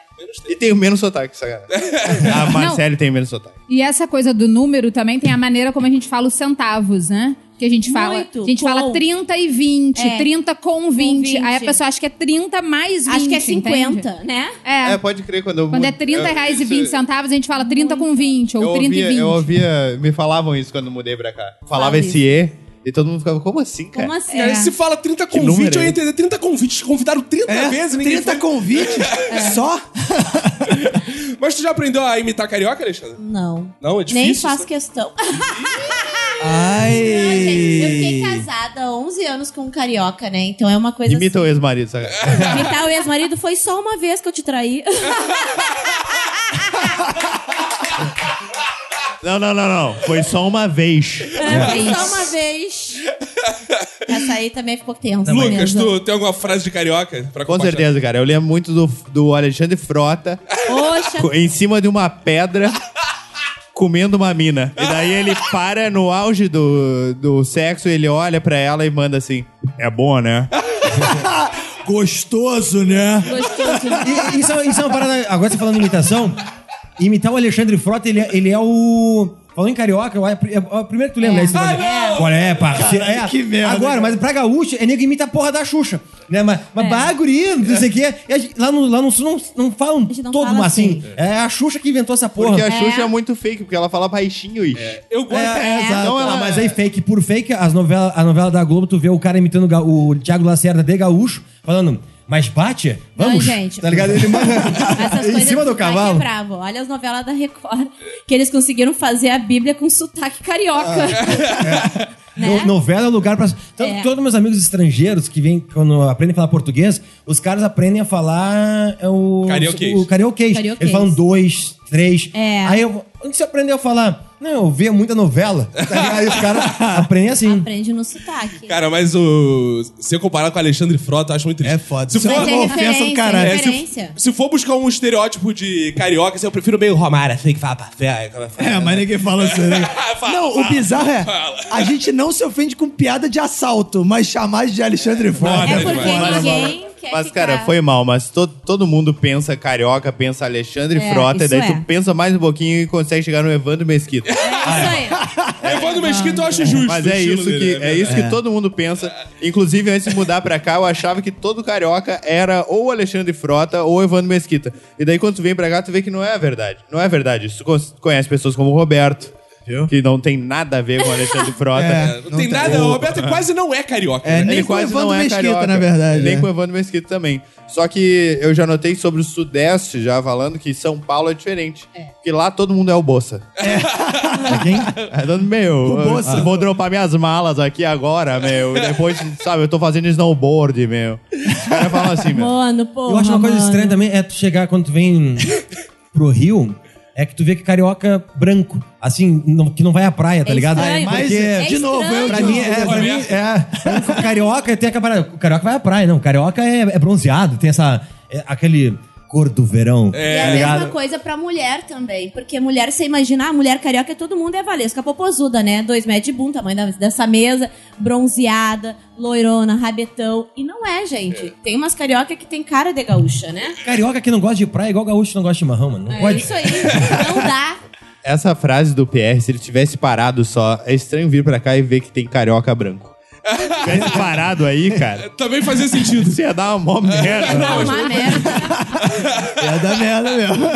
S5: E tenho menos sotaque, sacanagem. A Marcele Ah, tem menos sotaque.
S6: E essa coisa do número também tem a maneira como a gente fala os centavos, né? Que a gente fala.
S4: Muito,
S6: a gente
S4: com.
S6: fala 30 e 20,
S4: É.
S6: 30 com 20.
S4: 20.
S6: Aí a pessoa acha que é 30 mais 20.
S4: Acho que é
S6: entende?
S4: 50, né?
S6: É.
S5: É, pode crer, quando eu...
S6: Quando é
S5: mudei-
S6: 30
S5: eu-
S6: reais e
S5: isso-
S6: 20 centavos, a gente fala 30 com 20, ou
S5: Eu
S6: 30
S5: ouvia,
S6: e 20.
S5: eu ouvia... Me falavam isso quando eu mudei pra cá. Falava
S4: Fala
S5: esse E, e todo mundo ficava, como assim, cara?
S4: Como assim?
S1: Cara,
S6: É.
S1: se fala 30
S5: número
S1: convites, eu
S5: é
S1: ia entender 30 convites. Convidaram 30
S2: É,
S1: vezes, ninguém
S2: 30
S1: foi. É.
S2: convites só?
S1: Mas tu já aprendeu a imitar carioca, Alexandre?
S4: Não.
S1: Não, é difícil.
S4: Nem
S1: isso,
S4: faço
S1: né?
S4: questão. Não, gente, eu fiquei
S2: Ai.
S4: casada há 11 anos com um carioca, né? Então é uma coisa
S5: Imita o ex-marido, sabe?
S4: assim. Imitar o ex-marido foi só uma vez que eu te traí.
S5: Não, não, não, não. Foi só uma vez.
S4: Foi só uma vez. Essa aí também ficou né, tensa.
S1: Lucas,
S4: mesmo.
S1: tu tem alguma frase de carioca pra
S5: Com
S1: compartilhar?
S5: certeza, cara. Eu lembro muito do, do Alexandre Frota
S4: Poxa, tá
S5: co- em cima de uma pedra comendo uma mina. E daí ele para no auge do, do sexo, ele olha pra ela e manda assim: É boa, né?
S2: Gostoso, né?
S4: gostoso.
S3: E- isso, é- isso é uma parada. Agora você falando em imitação. Imitar o Alexandre Frota, ele, é- ele é o. Falando em carioca, eu- é o primeiro que tu lembra. É. Isso,
S1: Ah, não!
S3: Qual é, parceiro?
S2: Caralho,
S3: É.
S2: que merda,
S3: Agora,
S2: cara.
S3: mas pra gaúcho, é nego que imita a porra da Xuxa. Né? Mas, mas bah, guri, não sei o quê. E a gente- Lá no, lá no sul não, não falam
S4: gente não
S3: todo
S4: fala
S3: assim. É a Xuxa que inventou essa porra.
S5: Porque a Xuxa é. muito fake, porque ela fala baixinho isso.
S1: Eu gosto.
S3: É, exato.
S5: Então ela-
S3: Ah, mas aí fake por fake, as novela, a novela da Globo, tu vê o cara imitando o ga- o Thiago Lacerda de gaúcho, falando, mas bate, vamos.
S4: Não, gente.
S3: Tá ligado? Ele manda
S4: Essas
S3: em
S4: coisas
S3: cima do
S4: sotaque É
S3: cavalo.
S4: bravo. Olha as novelas da Record, que eles conseguiram fazer a Bíblia com sotaque carioca.
S3: No- novela é o lugar pra. Tanto
S4: né? É.
S3: que todos meus amigos estrangeiros que vêm, quando aprendem a falar português, os caras aprendem a falar é, o.
S1: Carioquês.
S3: O carioquês.
S4: Carioquês.
S3: Eles falam dois, três.
S4: É.
S3: Aí eu. Onde você aprendeu a falar? Não, eu via muita novela. Aí os caras aprendem assim.
S4: Aprende no sotaque.
S1: Cara, mas o. Ser comparado com Alexandre Frota, eu acho muito triste.
S5: É foda.
S1: Se
S5: Isso
S1: for,
S5: é
S4: Mas é
S5: uma ofensa do
S4: referência,
S5: caralho.
S4: é
S1: É,
S4: referência.
S1: se for buscar um estereótipo de carioca, assim, eu prefiro meio Romário, assim, que fala pra fé.
S2: É, mas ninguém fala assim, né?
S1: Fala,
S2: não,
S1: fala,
S2: o bizarro é,
S1: fala.
S2: a gente não se ofende com piada de assalto, mas chamar de Alexandre Frota.
S4: É
S1: Foda né,
S4: porque
S1: demais.
S4: ninguém quer
S5: Mas,
S4: ficar...
S5: cara, foi mal. Mas to, todo mundo pensa carioca, pensa Alexandre
S6: É,
S5: Frota. E
S6: isso
S5: daí
S6: é.
S5: tu pensa mais um pouquinho e consegue chegar no Evandro Mesquita.
S4: É, Isso aí.
S1: É, Evandro Mesquita eu acho justo.
S5: Mas
S1: o
S5: é
S1: estilo
S5: isso, que,
S1: dele, né?
S5: é isso que todo mundo pensa. Inclusive, antes de mudar pra cá, eu achava que todo carioca era ou Alexandre Frota ou Evandro Mesquita. E daí, quando tu vem pra cá, tu vê que não é verdade. Não é verdade. isso. Tu con- conhece pessoas como o Roberto, que não tem nada a ver com o Alexandre Frota.
S2: É.
S1: Não, tem
S2: Não
S1: nada, o Roberto quase não é carioca.
S2: É,
S1: né?
S2: nem
S5: Ele
S2: com o
S5: quase
S2: Evandro
S5: não é
S2: Mesquita,
S5: carioca.
S2: na verdade,
S5: Nem
S2: é.
S5: com o Evandro Mesquita também. Só que eu já notei sobre o Sudeste, já falando, que São Paulo é diferente. Porque lá todo mundo é o Bolsa. É. Quem? meu,
S2: O Bolsa.
S5: eu vou dropar minhas malas aqui agora, meu. E depois, sabe, eu tô fazendo snowboard, meu. Os caras falam assim, meu.
S4: Mano, porra,
S3: Eu acho uma coisa
S4: mano.
S3: estranha também é tu chegar quando tu vem pro Rio, é que tu vê que carioca branco, assim, não- que não vai à praia, tá
S4: É
S3: ligado?
S4: estranho.
S3: Porque
S4: É
S2: de novo, eu
S4: estranho.
S3: pra mim é, pra mim
S1: Roberto.
S3: é. carioca tem aquela parada, o carioca vai à praia, não, carioca é, é bronzeado, tem essa é aquele cor do verão.
S1: É.
S4: E a
S3: tá
S4: mesma
S3: ligado?
S4: coisa pra mulher também. Porque mulher, você imagina, a mulher carioca, todo mundo é a Valesca Popozuda, né? Dois metros de bunda, tamanho da- dessa mesa, bronzeada, loirona, rabetão. E não é, gente. Tem umas carioca que tem cara de gaúcha, né?
S3: Carioca que não gosta de praia é igual gaúcho que não gosta de chimarrão, mano. Não
S4: É
S3: pode.
S4: isso aí. Não dá.
S5: Essa frase do PR, se ele tivesse parado só, é estranho vir pra cá e ver que tem carioca branco. Se tivesse parado aí, cara,
S1: Também fazia sentido.
S5: isso ia dar uma mó merda.
S4: Dá uma merda.
S2: É da merda mesmo.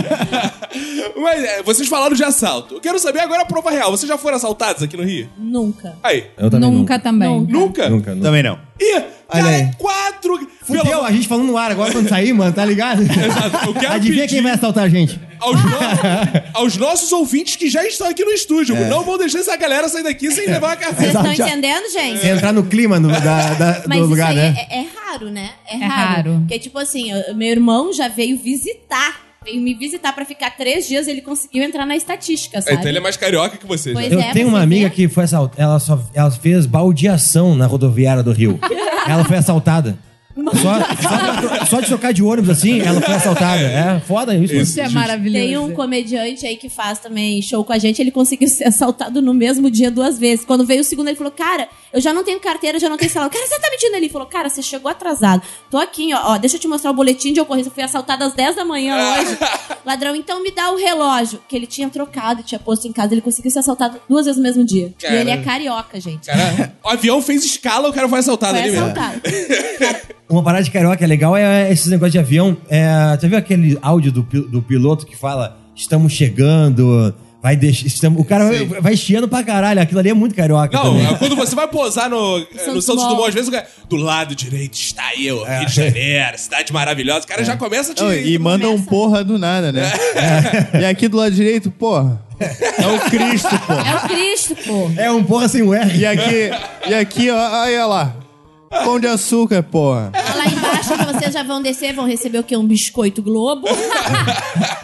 S1: Mas é, vocês falaram de assalto. Eu quero saber agora a prova real. Vocês já foram assaltados aqui no Rio?
S4: Nunca.
S1: Aí.
S3: Eu também
S6: Nunca também.
S1: Nunca?
S3: Nunca, nunca.
S5: Também não.
S1: Ih, cara,
S2: aí.
S1: é quatro.
S3: Fudeu,
S1: Pelo-
S3: a gente falando no ar agora quando sair, mano, tá ligado?
S1: Exato. Eu quero
S3: Adivinha
S1: pedir
S3: quem vai assaltar a gente?
S1: Aos, no- aos nossos ouvintes que já estão aqui no estúdio. Não vão deixar essa galera sair daqui sem levar uma
S4: Vocês
S1: carteira.
S4: estão
S2: já-
S4: entendendo, gente?
S3: É Entrar no clima no- da- da-
S4: Mas
S3: do
S4: isso
S3: lugar,
S4: aí
S3: né?
S4: é, é raro, né? É,
S6: raro.
S4: Porque, tipo assim, eu- meu irmão já veio visitar. Veio me visitar pra ficar três dias, ele conseguiu entrar na estatística,
S1: É,
S4: sabe?
S1: Então ele é mais carioca que vocês.
S4: Pois
S1: né?
S3: Eu
S4: é,
S3: tenho
S4: você
S3: uma
S4: vê?
S3: amiga que foi assalt... ela só ela fez baldeação na rodoviária do Rio. ela foi assaltada. Só, só- só de trocar de ônibus assim, ela foi assaltada. É foda isso. mano.
S6: Isso é maravilhoso.
S4: Tem um comediante aí que faz também show com a gente, ele conseguiu ser assaltado no mesmo dia duas vezes. Quando veio o segundo, ele falou: Cara, eu já não tenho carteira, já não tenho celular. Cara, você tá mentindo ali? Ele falou: Cara, você chegou atrasado. Tô aqui, ó, ó, deixa eu te mostrar o boletim de ocorrência. Eu fui assaltado às 10 da manhã hoje. Ladrão, então me dá o relógio que ele tinha trocado, tinha posto em casa. Ele conseguiu ser assaltado duas vezes no mesmo dia.
S1: Cara.
S4: E ele é carioca, gente.
S1: Cara, o avião fez escala, o cara foi assaltado
S4: Foi
S1: ali mesmo.
S4: assaltado.
S3: Uma parada de carioca legal é esses negócios de avião. É, já viu aquele áudio do, pi- do piloto que fala: estamos chegando, vai deixar. Estamos... O cara vai, vai chiando pra caralho. Aquilo ali é muito carioca.
S1: Não,
S3: também.
S1: é quando você vai posar no, eh, no
S4: Santos
S1: Santos
S4: Dumont.
S1: Dumont, às vezes o cara. Do lado direito está eu, Rio de Janeiro, cidade maravilhosa. O cara já começa É. a te.
S5: É. Não, e manda um porra do nada, né? E aqui do lado direito, porra. É o Cristo,
S4: É
S5: porra.
S4: o Cristo, pô.
S3: É um porra sem o R.
S5: E aqui, e aqui, ó, aí, ó lá. Pão de açúcar, porra.
S4: Lá embaixo que vocês já vão descer, vão receber o quê? Um biscoito globo.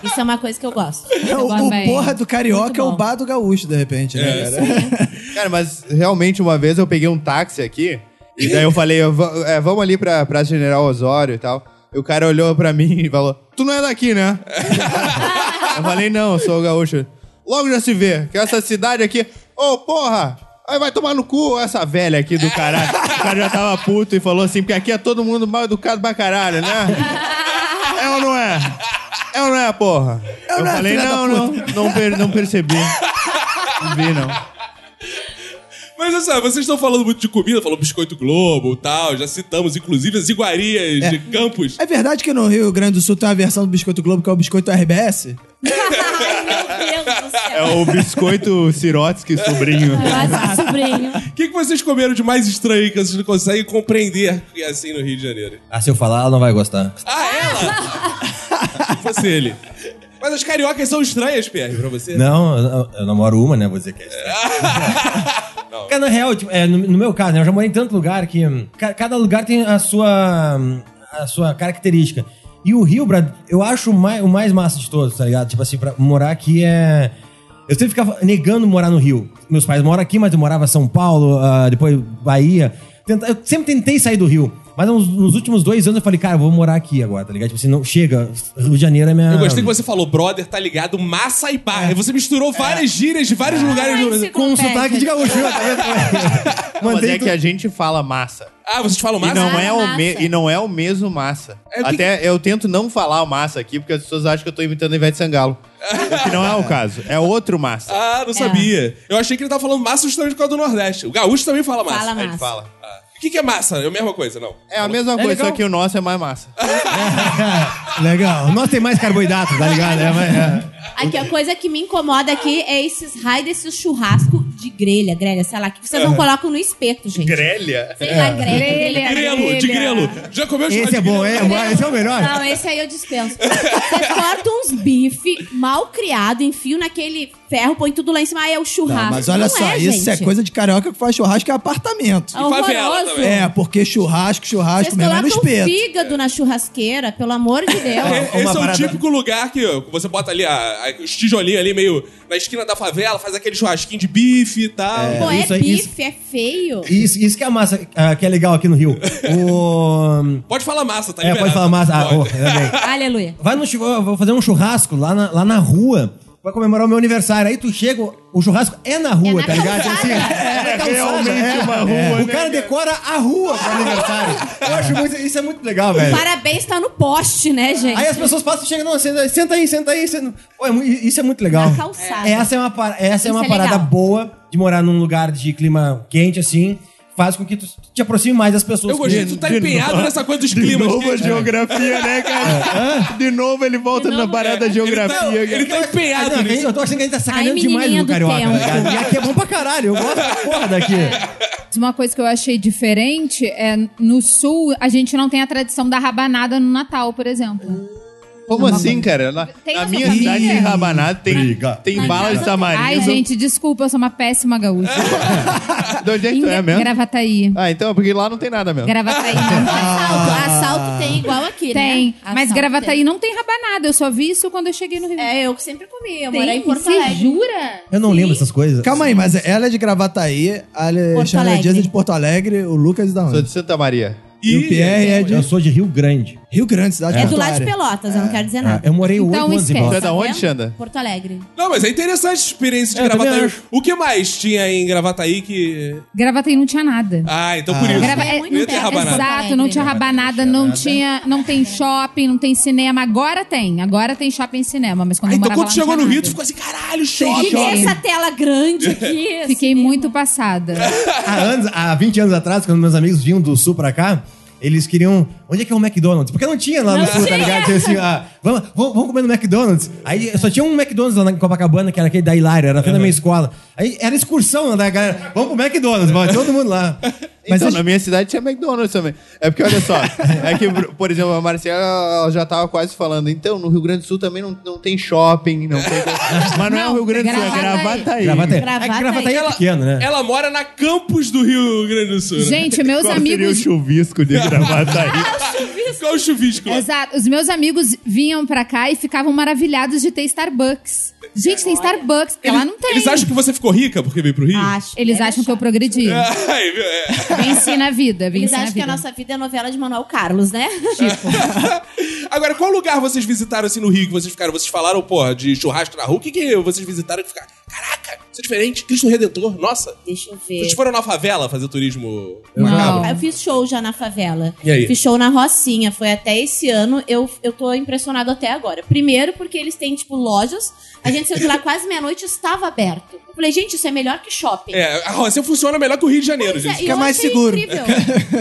S4: Isso é uma coisa que eu gosto.
S2: É, O, o
S6: bem.
S2: porra do carioca
S4: Muito
S2: é o
S4: Tá bom.
S2: bar do gaúcho, de repente, né, cara?
S5: É. Cara, mas realmente uma vez eu peguei um táxi aqui. E daí eu falei, eu va- é, vamos ali pra Praça General Osório e tal. E o cara olhou pra mim e falou, tu não é daqui, né? eu falei, não, eu sou gaúcho. Logo já se vê, que essa cidade aqui... Ô, porra! Aí vai tomar no cu essa velha aqui do caralho. O cara já tava puto e falou assim, porque aqui é todo mundo mal educado pra caralho, né? É ou não é? É ou não é, porra? Eu,
S2: não é,
S5: falei,
S2: filha da
S5: não, não, não, per- não percebi. Não vi, não.
S1: Mas olha só, vocês estão falando muito de comida, falou Biscoito Globo e tal, já citamos, inclusive, as iguarias de Campos.
S2: É verdade que no Rio Grande do Sul tem uma versão do Biscoito Globo que é o Biscoito RBS?
S4: Ai, meu Deus do
S5: É
S4: céu.
S5: o biscoito Sirotsky, sobrinho.
S4: Quase sobrinho.
S1: O que, que vocês comeram de mais estranho aí que vocês não conseguem compreender que é assim no Rio de Janeiro?
S3: Ah, se eu falar, ela não vai gostar.
S1: Ah, ela! Se fosse ele. Tipo assim, Mas as cariocas são estranhas, Pierre, pra você?
S3: Não, eu- eu namoro uma, né? Vou dizer que é estranho. Cara, na real, tipo, é, no, no meu caso, né, eu já morei em tanto lugar que hum, ca- cada lugar tem a sua, hum, a sua característica. E o Rio, Brad, eu acho o mais, o mais massa de todos, tá ligado? Tipo assim, pra morar aqui é. Eu sempre ficava negando morar no Rio. Meus pais moram aqui, mas eu morava em São Paulo, ah, depois Bahia. Tenta- eu sempre tentei sair do Rio. Mas nos, nos últimos dois anos eu falei, cara, eu vou morar aqui agora, tá ligado? Tipo assim, não, chega. Rio de Janeiro é minha.
S1: Eu gostei que você falou, brother, tá ligado? Massa e
S4: É.
S1: barra. Você misturou várias gírias de
S4: Ah,
S1: vários lugares do
S4: Ai,
S1: Brasil.
S4: se-
S3: Com um sotaque de gaúcho.
S5: Mas é
S3: Mantém
S5: que a gente fala massa.
S1: Ah, vocês falam
S5: E
S1: massa?
S5: não, é o
S4: massa.
S5: me- e não é o mesmo massa.
S1: É, o que
S5: Até eu tento não falar o massa aqui, porque as pessoas acham que eu tô imitando a Ivete Sangalo. o que não é o caso. É outro massa.
S1: Ah, não sabia. Eu achei que ele tava falando massa justamente por causa do Nordeste. O gaúcho também fala massa.
S4: Fala
S5: a gente
S4: massa.
S5: fala.
S1: Ah. O que, que é massa? É a mesma coisa, não.
S5: É a mesma coisa,
S3: legal.
S5: só que o nosso é mais massa.
S3: Legal. Nós tem mais carboidrato, tá ligado? É, mas- é.
S4: Aqui, a coisa que me incomoda aqui é esses raios desses churrasco de grelha, grelha, sei lá, que vocês não colocam no espeto, gente.
S5: Grelha? É.
S4: Sei lá, grelha. grelha.
S1: Grelo, de grelo. Já comeu
S3: Esse
S1: churrasco
S3: é
S1: de
S3: bom,
S1: grelo?
S3: é, bom, esse é o melhor.
S4: Não, esse aí eu dispenso. Você corta uns bife mal criado, enfio naquele ferro, põe tudo lá em cima, aí é o churrasco.
S2: Não, mas olha
S4: Não
S2: só,
S4: é,
S2: isso é
S4: gente.
S2: coisa de carioca que faz churrasco é apartamento.
S4: É horroroso.
S1: favela também.
S2: É, porque churrasco,
S4: Vocês
S2: churrasco mesmo é no
S4: colocam um
S2: espeto.
S4: fígado na churrasqueira, pelo amor de Deus.
S1: É, Esse é o
S3: parada-
S1: típico lugar que ó, você bota ali a- a- os tijolinhos ali meio na esquina da favela, faz aquele churrasquinho de bife e tal.
S4: Pô, é
S3: isso aí,
S4: bife, é feio.
S3: Isso, isso que é a massa ah, que é legal aqui no Rio. O...
S1: Pode falar massa, tá
S3: É,
S1: liberado.
S3: pode falar massa. Ah, oh,
S1: Pode.
S3: também.
S4: Aleluia.
S3: Vai no chu- ó, vou fazer um churrasco lá na, lá na rua. Vai comemorar o meu aniversário. Aí tu chega, o churrasco é na rua,
S4: na
S3: tá ligado? Tipo assim,
S4: calçada.
S3: é, na calçada, é. É.
S1: né,
S3: O cara decora a rua pro aniversário. Eu acho muito, isso é muito legal, velho.
S4: Parabéns, tá no poste, né, gente?
S3: Aí as pessoas passam e chegam, não, senta, aí, senta aí, senta aí. senta- Pô, é mu- isso é muito legal.
S4: Na calçada.
S3: É, essa é uma, par- essa é
S4: Isso
S3: uma
S4: é
S3: parada
S4: legal.
S3: boa de morar num lugar de clima quente, assim, faz com que tu te aproxime mais das pessoas.
S1: Eu gostei, tu tá empenhado nessa coisa dos
S5: De
S1: climas.
S5: novo a
S1: que-
S5: geografia, né, cara? De novo ele volta
S4: De novo,
S5: na parada da
S1: Não,
S5: geografia.
S1: tá- ele tá empenhado
S3: Ah, não,
S1: nisso.
S3: Eu tô achando que a gente tá sacaneando
S4: Ai,
S3: demais
S4: menininha
S3: do
S4: do
S3: carioca,
S4: tempo.
S3: tá ligado? E aqui é bom pra caralho, eu gosto da porra daqui.
S6: Uma coisa que eu achei diferente é no sul a gente não tem a tradição da rabanada no Natal, por exemplo.
S5: Como assim, cara? Na,
S6: Tem
S5: na
S6: essa
S5: minha
S6: família?
S5: cidade em Rabanada tem, tem bala de tamarindo.
S6: Ai, gente, desculpa, eu sou uma péssima gaúcha.
S5: De onde é que tu é
S6: Em
S5: mesmo?
S6: Gravataí.
S5: Ah, então é porque lá não tem nada mesmo.
S6: Gravataí.
S4: Assalto, assalto
S1: Ah.
S4: tem igual aqui, né?
S6: Tem, mas
S4: Assalto
S6: Gravataí não tem rabanada. Eu só vi isso quando eu cheguei no Rio.
S4: tem. É, eu sempre comi, eu
S6: Tem?
S4: morei em Porto
S6: Você
S4: Alegre.
S6: jura?
S3: Eu não lembro essas coisas.
S2: Calma aí, mas ela é de Gravataí, a Alexandra
S4: Alegre.
S2: Dias é de Porto Alegre, o Lucas é da
S5: Sou
S2: onde?
S5: de Santa Maria.
S2: E o Pierre é de
S3: Eu sou de Rio Grande.
S2: Rio Grande, cidade
S4: É do
S2: portuária.
S4: lado de Pelotas, eu não quero dizer nada.
S3: É, Eu morei oito
S6: Então
S3: anos em
S6: esquece.
S5: Tu
S3: Boston.
S5: é da onde,
S4: vendo?
S5: Xanda?
S4: Porto Alegre.
S1: Não, mas é interessante essa experiência de
S3: É, eu também
S1: Gravataí.
S3: acho.
S1: O que mais tinha em Gravataí que...
S6: Gravataí não tinha nada.
S1: Ah, então por isso.
S6: Grava-
S4: é
S6: é-
S4: muito
S1: Não ia ter
S4: perto.
S1: rabanada.
S6: Exato, não tinha rabanada, não tinha, não tem shopping, não tem cinema. Agora tem, agora tem shopping e cinema, mas quando
S1: Ah,
S6: eu
S1: então
S6: morava
S1: quando
S6: lá,
S1: chegou
S6: não
S1: no
S6: tinha
S1: Rio, tu
S6: nada.
S1: ficou assim, caralho,
S4: Que
S1: choque.
S6: Shopping.
S4: essa tela grande aqui?
S6: Fiquei muito passada.
S3: Há, anos, há 20 anos atrás, quando meus amigos vinham do sul pra cá, eles queriam. Onde é que é o McDonald's? Porque não tinha lá no sul, tá ligado? Tinha assim, ah, vamos, vamos, vamos comer no McDonald's. Aí só tinha um McDonald's lá na Copacabana, que era aquele da Hilária, era na frente da minha escola. Aí era excursão da galera. Vamos pro McDonald's, vai todo mundo lá. Mas
S5: Então,
S3: hoje-
S5: na minha cidade tinha McDonald's também. É porque, olha só, é que, por- por exemplo, a Marcela ela já tava quase falando, então, no Rio Grande do Sul também não, não tem shopping, não tem... Mas não, é o
S6: Não,
S5: Rio Grande do Sul, é
S6: Gravataí.
S5: Gravataí.
S3: Gravataí.
S4: Gravataí.
S3: É que Gravataí é
S1: Ela-
S3: pequeno, né?
S1: Ela mora na campus do Rio Grande do Sul, né?
S6: Gente, meus
S5: Qual seria o
S6: amigos.
S5: chuvisco de Gravataí?
S1: Qual É o chuvisco? lá?
S6: Exato, os meus amigos vinham pra cá e ficavam maravilhados de ter Starbucks. Gente, tem Starbucks, porque lá não tem.
S1: Eles acham que você ficou rica porque veio pro Rio?
S4: Acho.
S6: Eles
S4: É,
S6: acham que eu progredi.
S1: Ai, meu, é.
S6: Venci na vida, venci
S4: Eles
S6: na
S4: acham que
S6: vida.
S4: a nossa vida é novela de Manuel Carlos, né?
S1: Agora, qual lugar vocês visitaram assim no Rio que vocês ficaram? Vocês falaram, porra, de churrasco na rua? O que, que vocês visitaram que ficaram? Caraca, isso é diferente. Cristo Redentor, nossa.
S4: Deixa eu ver.
S1: Vocês foram na favela fazer turismo?
S3: É
S6: Não.
S4: Eu fiz show já na favela.
S1: E aí?
S4: Fiz show na Rocinha. Foi até esse ano. Eu, eu tô impressionado até agora. Primeiro, porque eles têm, tipo, lojas. A gente saiu de lá quase meia-noite e estava aberto. Eu falei, gente, isso é melhor que shopping.
S1: É, a Rocinha funciona melhor que o Rio de Janeiro,
S4: Pois é,
S1: gente.
S4: eu
S2: mais
S4: achei
S2: seguro.
S4: incrível.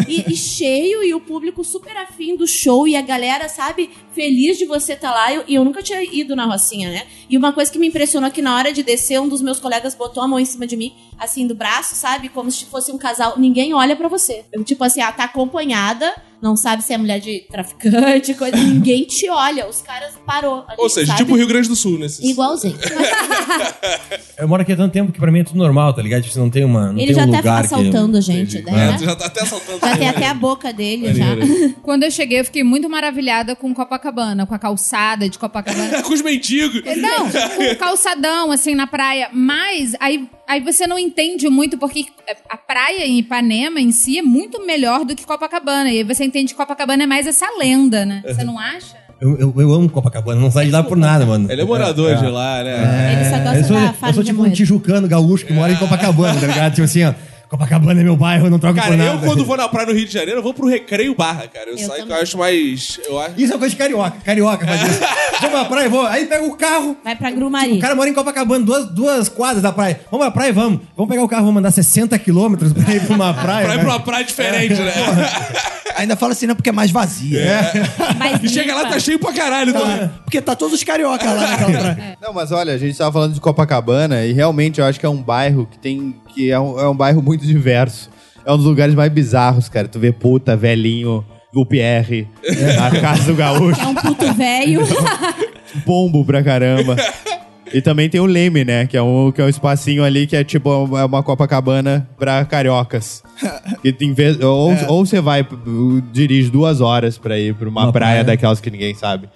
S4: E, e cheio, e o público super afim do show, e a galera, sabe, feliz de você estar lá. Eu- E eu, nunca tinha ido na Rocinha, né? E uma coisa que me impressionou é que na hora de descer, um dos meus colegas botou a mão em cima de mim, assim, do braço, sabe? Como se fosse um casal. Ninguém olha pra você. Eu, tipo assim, ah, tá acompanhada. não sabe se é mulher de traficante, coisa. Ninguém te olha. Os caras parou. ali,
S1: Ou seja,
S4: sabe?
S1: tipo o Rio Grande do Sul, nesses.
S4: Igualzinho.
S3: Eu moro aqui há tanto tempo que pra mim é tudo normal, tá ligado? Tipo, você não tem uma. Não
S4: Ele
S3: tem
S4: já
S3: um
S4: até
S3: lugar
S4: fica assaltando a gente,
S1: Entendi.
S4: né?
S1: É, tu já tá até assaltando.
S4: Já tem até a boca dele, já.
S6: Quando eu cheguei, eu fiquei muito maravilhada com Copacabana, com a calçada de Copacabana.
S1: Com os mendigos.
S4: É,
S6: Não, com o calçadão, assim, na praia. Mas aí, aí você não entende muito, porque a praia em Ipanema em si é muito melhor do que Copacabana. E aí você entende que Copacabana é mais essa lenda, né? Você não acha?
S3: que Eu, eu, eu amo Copacabana, não saio de lá por nada, mano. É.
S1: Ele é morador de lá, né?
S4: Ele só gosta
S3: eu sou,
S4: da
S3: eu
S4: farinha
S3: sou
S4: de
S3: tipo um
S4: moeda.
S3: tijucano gaúcho que
S1: É.
S3: mora em Copacabana, tá ligado? Tipo assim, ó. Copacabana é meu bairro, eu não troco
S1: Cara,
S3: por nada.
S1: eu quando vou na praia no Rio de Janeiro, eu vou pro Recreio Barra, cara.
S4: Eu
S1: Eu, saio que eu
S4: também.
S1: acho mais. Eu acho.
S3: Isso é coisa de carioca. Carioca faz isso. Vou pra praia, vou. Aí pega o carro. Tipo,
S4: Vai pra Grumari.
S3: O cara mora em Copacabana, duas, duas quadras da praia. Vamos pra praia, vamos. Vamos pegar o carro, vamos mandar 60 quilômetros pra ir pra uma praia.
S2: é
S1: Pra ir
S3: né?
S1: pra uma praia diferente, né?
S2: Ainda fala assim, não, porque é mais vazia.
S4: Mas
S1: E chega lá,
S4: limpa.
S1: tá cheio pra caralho também.
S2: Porque tá todos os cariocas lá naquela praia.
S5: Não, mas olha, a gente tava falando de Copacabana e realmente eu acho que é um bairro que tem. que é um, é um bairro muito diverso. É um dos lugares mais bizarros, cara. Tu vê puta, velhinho, o Pierre, a casa do gaúcho,
S4: É um puto velho.
S5: pombo pra caramba. E também tem o Leme, né? Que é um, que é um espacinho ali que é tipo é uma Copacabana pra cariocas. Que tem vez- ou, ou você vai, dirige duas horas pra ir pra uma,
S3: Uma
S5: praia,
S3: praia.
S5: daquelas que ninguém sabe.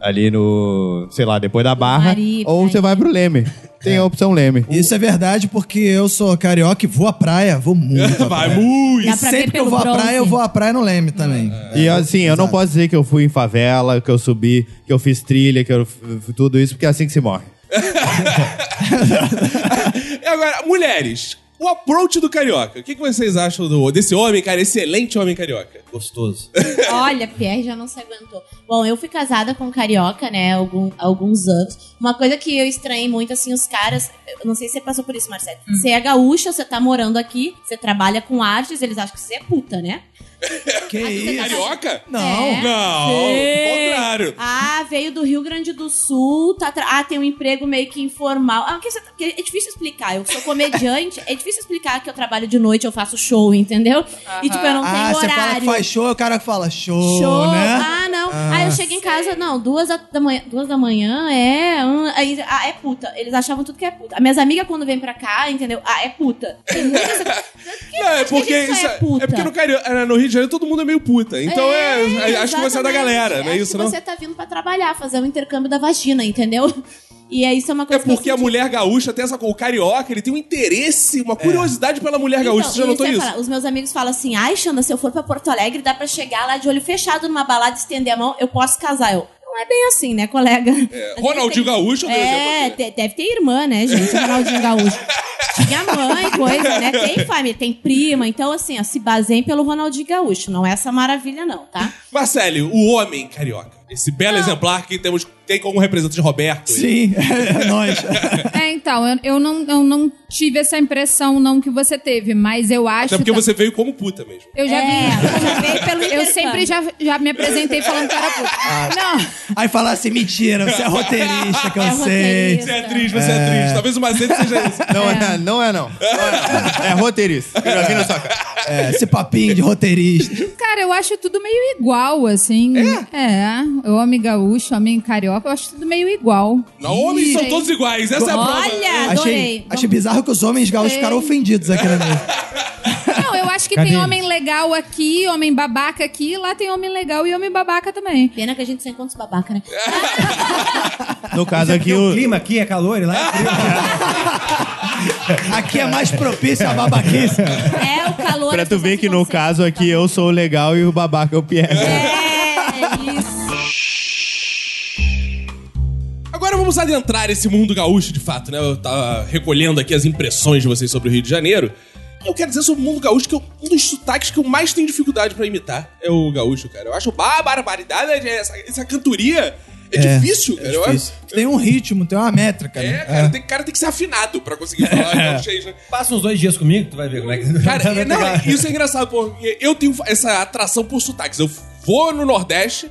S5: Ali no, sei lá, depois da Barra.
S4: Mari,
S5: ou você
S4: praia.
S5: vai pro Leme. Tem a opção Leme.
S2: Isso é verdade, porque eu sou carioca e vou à praia, vou muito. à
S1: Vai
S2: praia.
S1: muito.
S4: Dá
S2: E
S4: pra ver
S2: sempre que eu
S4: pelo
S2: vou à
S4: bronze.
S2: praia, eu vou à praia no Leme também.
S5: E assim, eu não
S2: Exato.
S5: posso dizer que eu fui em favela, que eu subi, que eu fiz trilha, que eu f- tudo isso, porque é assim que se morre.
S1: E agora, mulheres. O approach do carioca. O que, que vocês acham do, desse homem, cara? Excelente homem carioca.
S3: Gostoso.
S4: Olha, Pierre já não se aguentou. Bom, eu fui casada com um carioca, né, algum, alguns anos. Uma coisa que eu estranhei muito, assim, os caras. Eu não sei se você passou por isso, Marcelo. Você é gaúcha, você tá morando aqui, você trabalha com artes, eles acham que você é puta, né?
S2: Que
S4: tá
S2: isso?
S1: Carioca?
S2: Não.
S4: É.
S1: Não, ao contrário.
S4: Ah, veio do Rio Grande do Sul, tá tra- ah, tem um emprego meio que informal. Ah, que você tá- que é difícil explicar. Eu sou comediante, é difícil explicar que eu trabalho de noite, eu faço show, entendeu? E tipo, eu não
S2: Ah,
S4: tenho
S2: você fala
S4: horário.
S2: que faz show, o cara fala show,
S4: Show.
S2: né?
S4: Ah, não. aí eu chego em casa, não, duas da- da manhã, duas da manhã é. hum, aí, ah, é puta. Eles achavam tudo que é puta. As minhas amigas, quando vêm pra cá, entendeu? Ah, é puta. Tem muita essa coisa. Por que
S1: Não, é
S4: acha que a
S1: porque,
S4: gente só
S1: isso
S4: é puta.
S1: é porque no, Carioca, é, no Rio de Janeiro todo mundo é meio puta. Então é, é- acho que você é da
S4: exatamente.
S1: galera, não é
S4: Acho
S1: isso,
S4: que
S1: não?
S4: Você tá vindo pra trabalhar, fazer um intercâmbio da vagina, entendeu? E é isso é uma
S1: É
S4: coisa que eu
S1: porque a
S4: senti.
S1: mulher gaúcha tem essa. O carioca, ele tem um interesse,
S2: É.
S1: uma curiosidade pela mulher gaúcha.
S4: Então,
S1: É, Você já
S4: e
S1: notou
S4: eu ia
S1: isso?
S4: falar, os meus amigos falam assim: ai, Xanda, se eu for pra Porto Alegre, dá pra chegar lá de olho fechado numa balada, estender a mão, eu posso casar. Eu, não é bem assim, né, colega? Às
S1: É,
S4: vezes tem-
S1: Ronaldinho Gaúcho, eu dei
S4: É,
S1: exemplo
S4: te- deve ter irmã, né, gente? Ronaldinho Gaúcho. Tinha mãe, coisa, né? Tem família, tem prima. Então, assim, ó, se baseiem pelo Ronaldinho Gaúcho. Não é essa maravilha, não, tá?
S1: Marcelo, o homem carioca. Esse
S4: Ah.
S1: belo exemplar que temos, tem como representante Roberto.
S2: Sim, é nós.
S6: É, então, eu, eu não, eu não tive essa impressão, não, que você teve, mas eu acho.
S1: Até porque
S6: tam-
S1: você veio como puta mesmo.
S6: Eu já vi.
S4: É, já veio pelo
S6: Eu sempre já, já me apresentei falando que era puta.
S1: Ah.
S6: Não,
S2: Aí fala assim, mentira, você é roteirista, que eu
S4: É
S2: sei.
S4: roteirista.
S1: Você é atriz, você é, atriz. Talvez o macete seja isso.
S5: Não é, não é, não. Não É, não. é roteirista. Eu já vi na sua cara.
S2: É, esse papinho de roteirista.
S6: cara, eu acho tudo meio igual, assim. É? É. Homem gaúcho, homem carioca, eu acho tudo meio igual.
S1: Não, homens são
S6: Sim.
S1: todos iguais. Essa é a prova.
S4: Olha, adorei.
S2: Achei, achei bizarro que os homens gaúchos ficaram ofendidos aqui na mesa.
S6: Não, eu acho que
S3: Cadê
S6: tem
S3: eles?
S6: homem legal aqui, homem babaca aqui, lá tem homem legal e homem babaca também.
S4: Pena que a gente sem contos babaca, né?
S1: É.
S5: No caso aqui,
S3: Porque o
S5: o,
S3: clima aqui é calor e lá é frio.
S2: Aqui é mais propício à babaquice.
S4: É o calor.
S5: pra
S4: as
S5: tu
S4: pessoas
S5: ver
S4: se
S5: que no
S4: concentram.
S5: caso aqui eu sou o legal e o babaca é o Pierre.
S4: É, isso.
S1: Agora vamos adentrar esse mundo gaúcho de fato, né? Eu tava recolhendo aqui as impressões de vocês sobre o Rio de Janeiro. Eu quero dizer sobre o mundo gaúcho que eu- um dos sotaques que eu mais tenho dificuldade pra imitar é o gaúcho, cara. Eu acho ba- barbaridade, né? essa, essa cantoria é, difícil, cara. Eu acho-
S2: Tem um ritmo, tem uma métrica, né?
S1: É, cara, tem, cara tem que ser afinado pra conseguir falar gaúchês, né?
S3: Passa uns dois dias comigo, tu vai ver como é que.
S1: Cara, e- não, isso é engraçado, pô. Eu tenho essa atração por sotaques. Eu vou no Nordeste,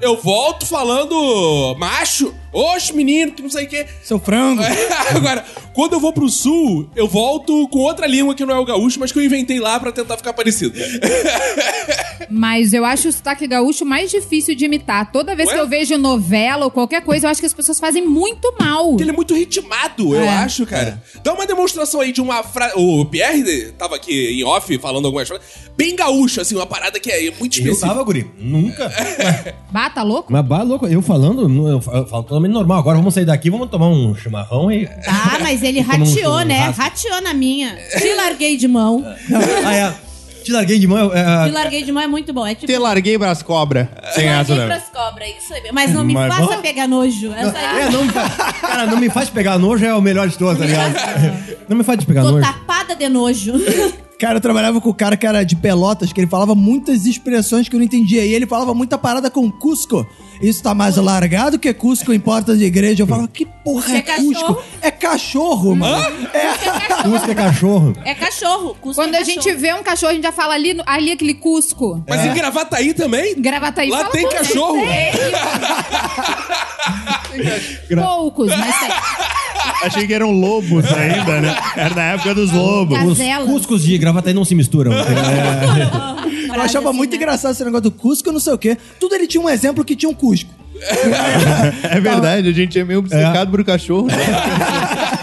S1: eu volto falando macho, oxe, menino, que não sei o quê.
S2: Seu frango.
S1: Agora, Quando eu vou pro sul, eu volto com outra língua que não é o gaúcho, mas que eu inventei lá pra tentar ficar parecido.
S6: Mas eu acho o sotaque gaúcho mais difícil de imitar. Toda vez
S1: Ué?
S6: que eu vejo novela ou qualquer coisa, eu acho que as pessoas fazem muito mal.
S1: Porque ele é muito ritmado, eu
S6: É.
S1: acho, cara. Dá uma demonstração aí de uma frase. O Pierre tava aqui em off falando algumas frases. Bem gaúcho, assim, uma parada que é muito
S3: Eu
S1: específica.
S3: tava, guri. Nunca.
S6: Bata tá louco?
S3: Mas, bah, louco, eu falando, eu falo totalmente normal. Agora vamos sair daqui, vamos tomar um chimarrão e...
S4: Tá, mas ele
S3: Tomou um
S4: rateou, né?
S3: churrasco.
S4: Rateou na minha. Te larguei de mão.
S3: ah, é. Te larguei de mão. é, é,
S4: Te larguei de mão é muito bom. É tipo.
S5: Te larguei pras cobras. Sem essa,
S4: larguei
S5: né?
S4: pras cobras, é isso aí. Mas não me
S3: Mas
S4: faça
S3: vamos-
S4: pegar nojo. Essa aí.
S3: É, não me faz, cara, não me faz pegar nojo, é o melhor de todos, tá ligado? Não me faz de pegar
S4: Tô
S3: nojo.
S4: tapada de nojo.
S2: Cara, eu trabalhava com o cara que era de Pelotas, que ele falava muitas expressões que eu não entendia. E ele falava muita parada com Cusco. Isso tá mais largado que Cusco em portas de igreja. Eu falava, que porra é,
S4: É
S2: Cusco?
S4: cachorro. Hum.
S2: É cachorro, mano.
S3: Cusca é cachorro.
S4: É cachorro. Cusco
S6: Quando
S4: é
S6: a gente
S4: cachorro.
S6: vê um cachorro, a gente já fala ali, no- ali aquele cusco.
S3: É.
S1: Mas em Gravataí também?
S6: Gravata aí
S1: Lá
S6: fala
S1: tem
S6: muito.
S1: cachorro.
S6: Poucos, mas tem.
S5: Achei que eram lobos ainda, né? Era na época dos lobos.
S6: Tá
S3: Os
S6: Gazela.
S3: cuscos de gravata não se misturam. É,
S4: Frase
S2: Eu achava
S4: assim,
S2: muito
S4: né?
S2: engraçado esse negócio do Cusco, não sei o quê. Tudo ele tinha um exemplo que tinha um Cusco.
S5: É verdade, a gente é meio obcecado por cachorro. né?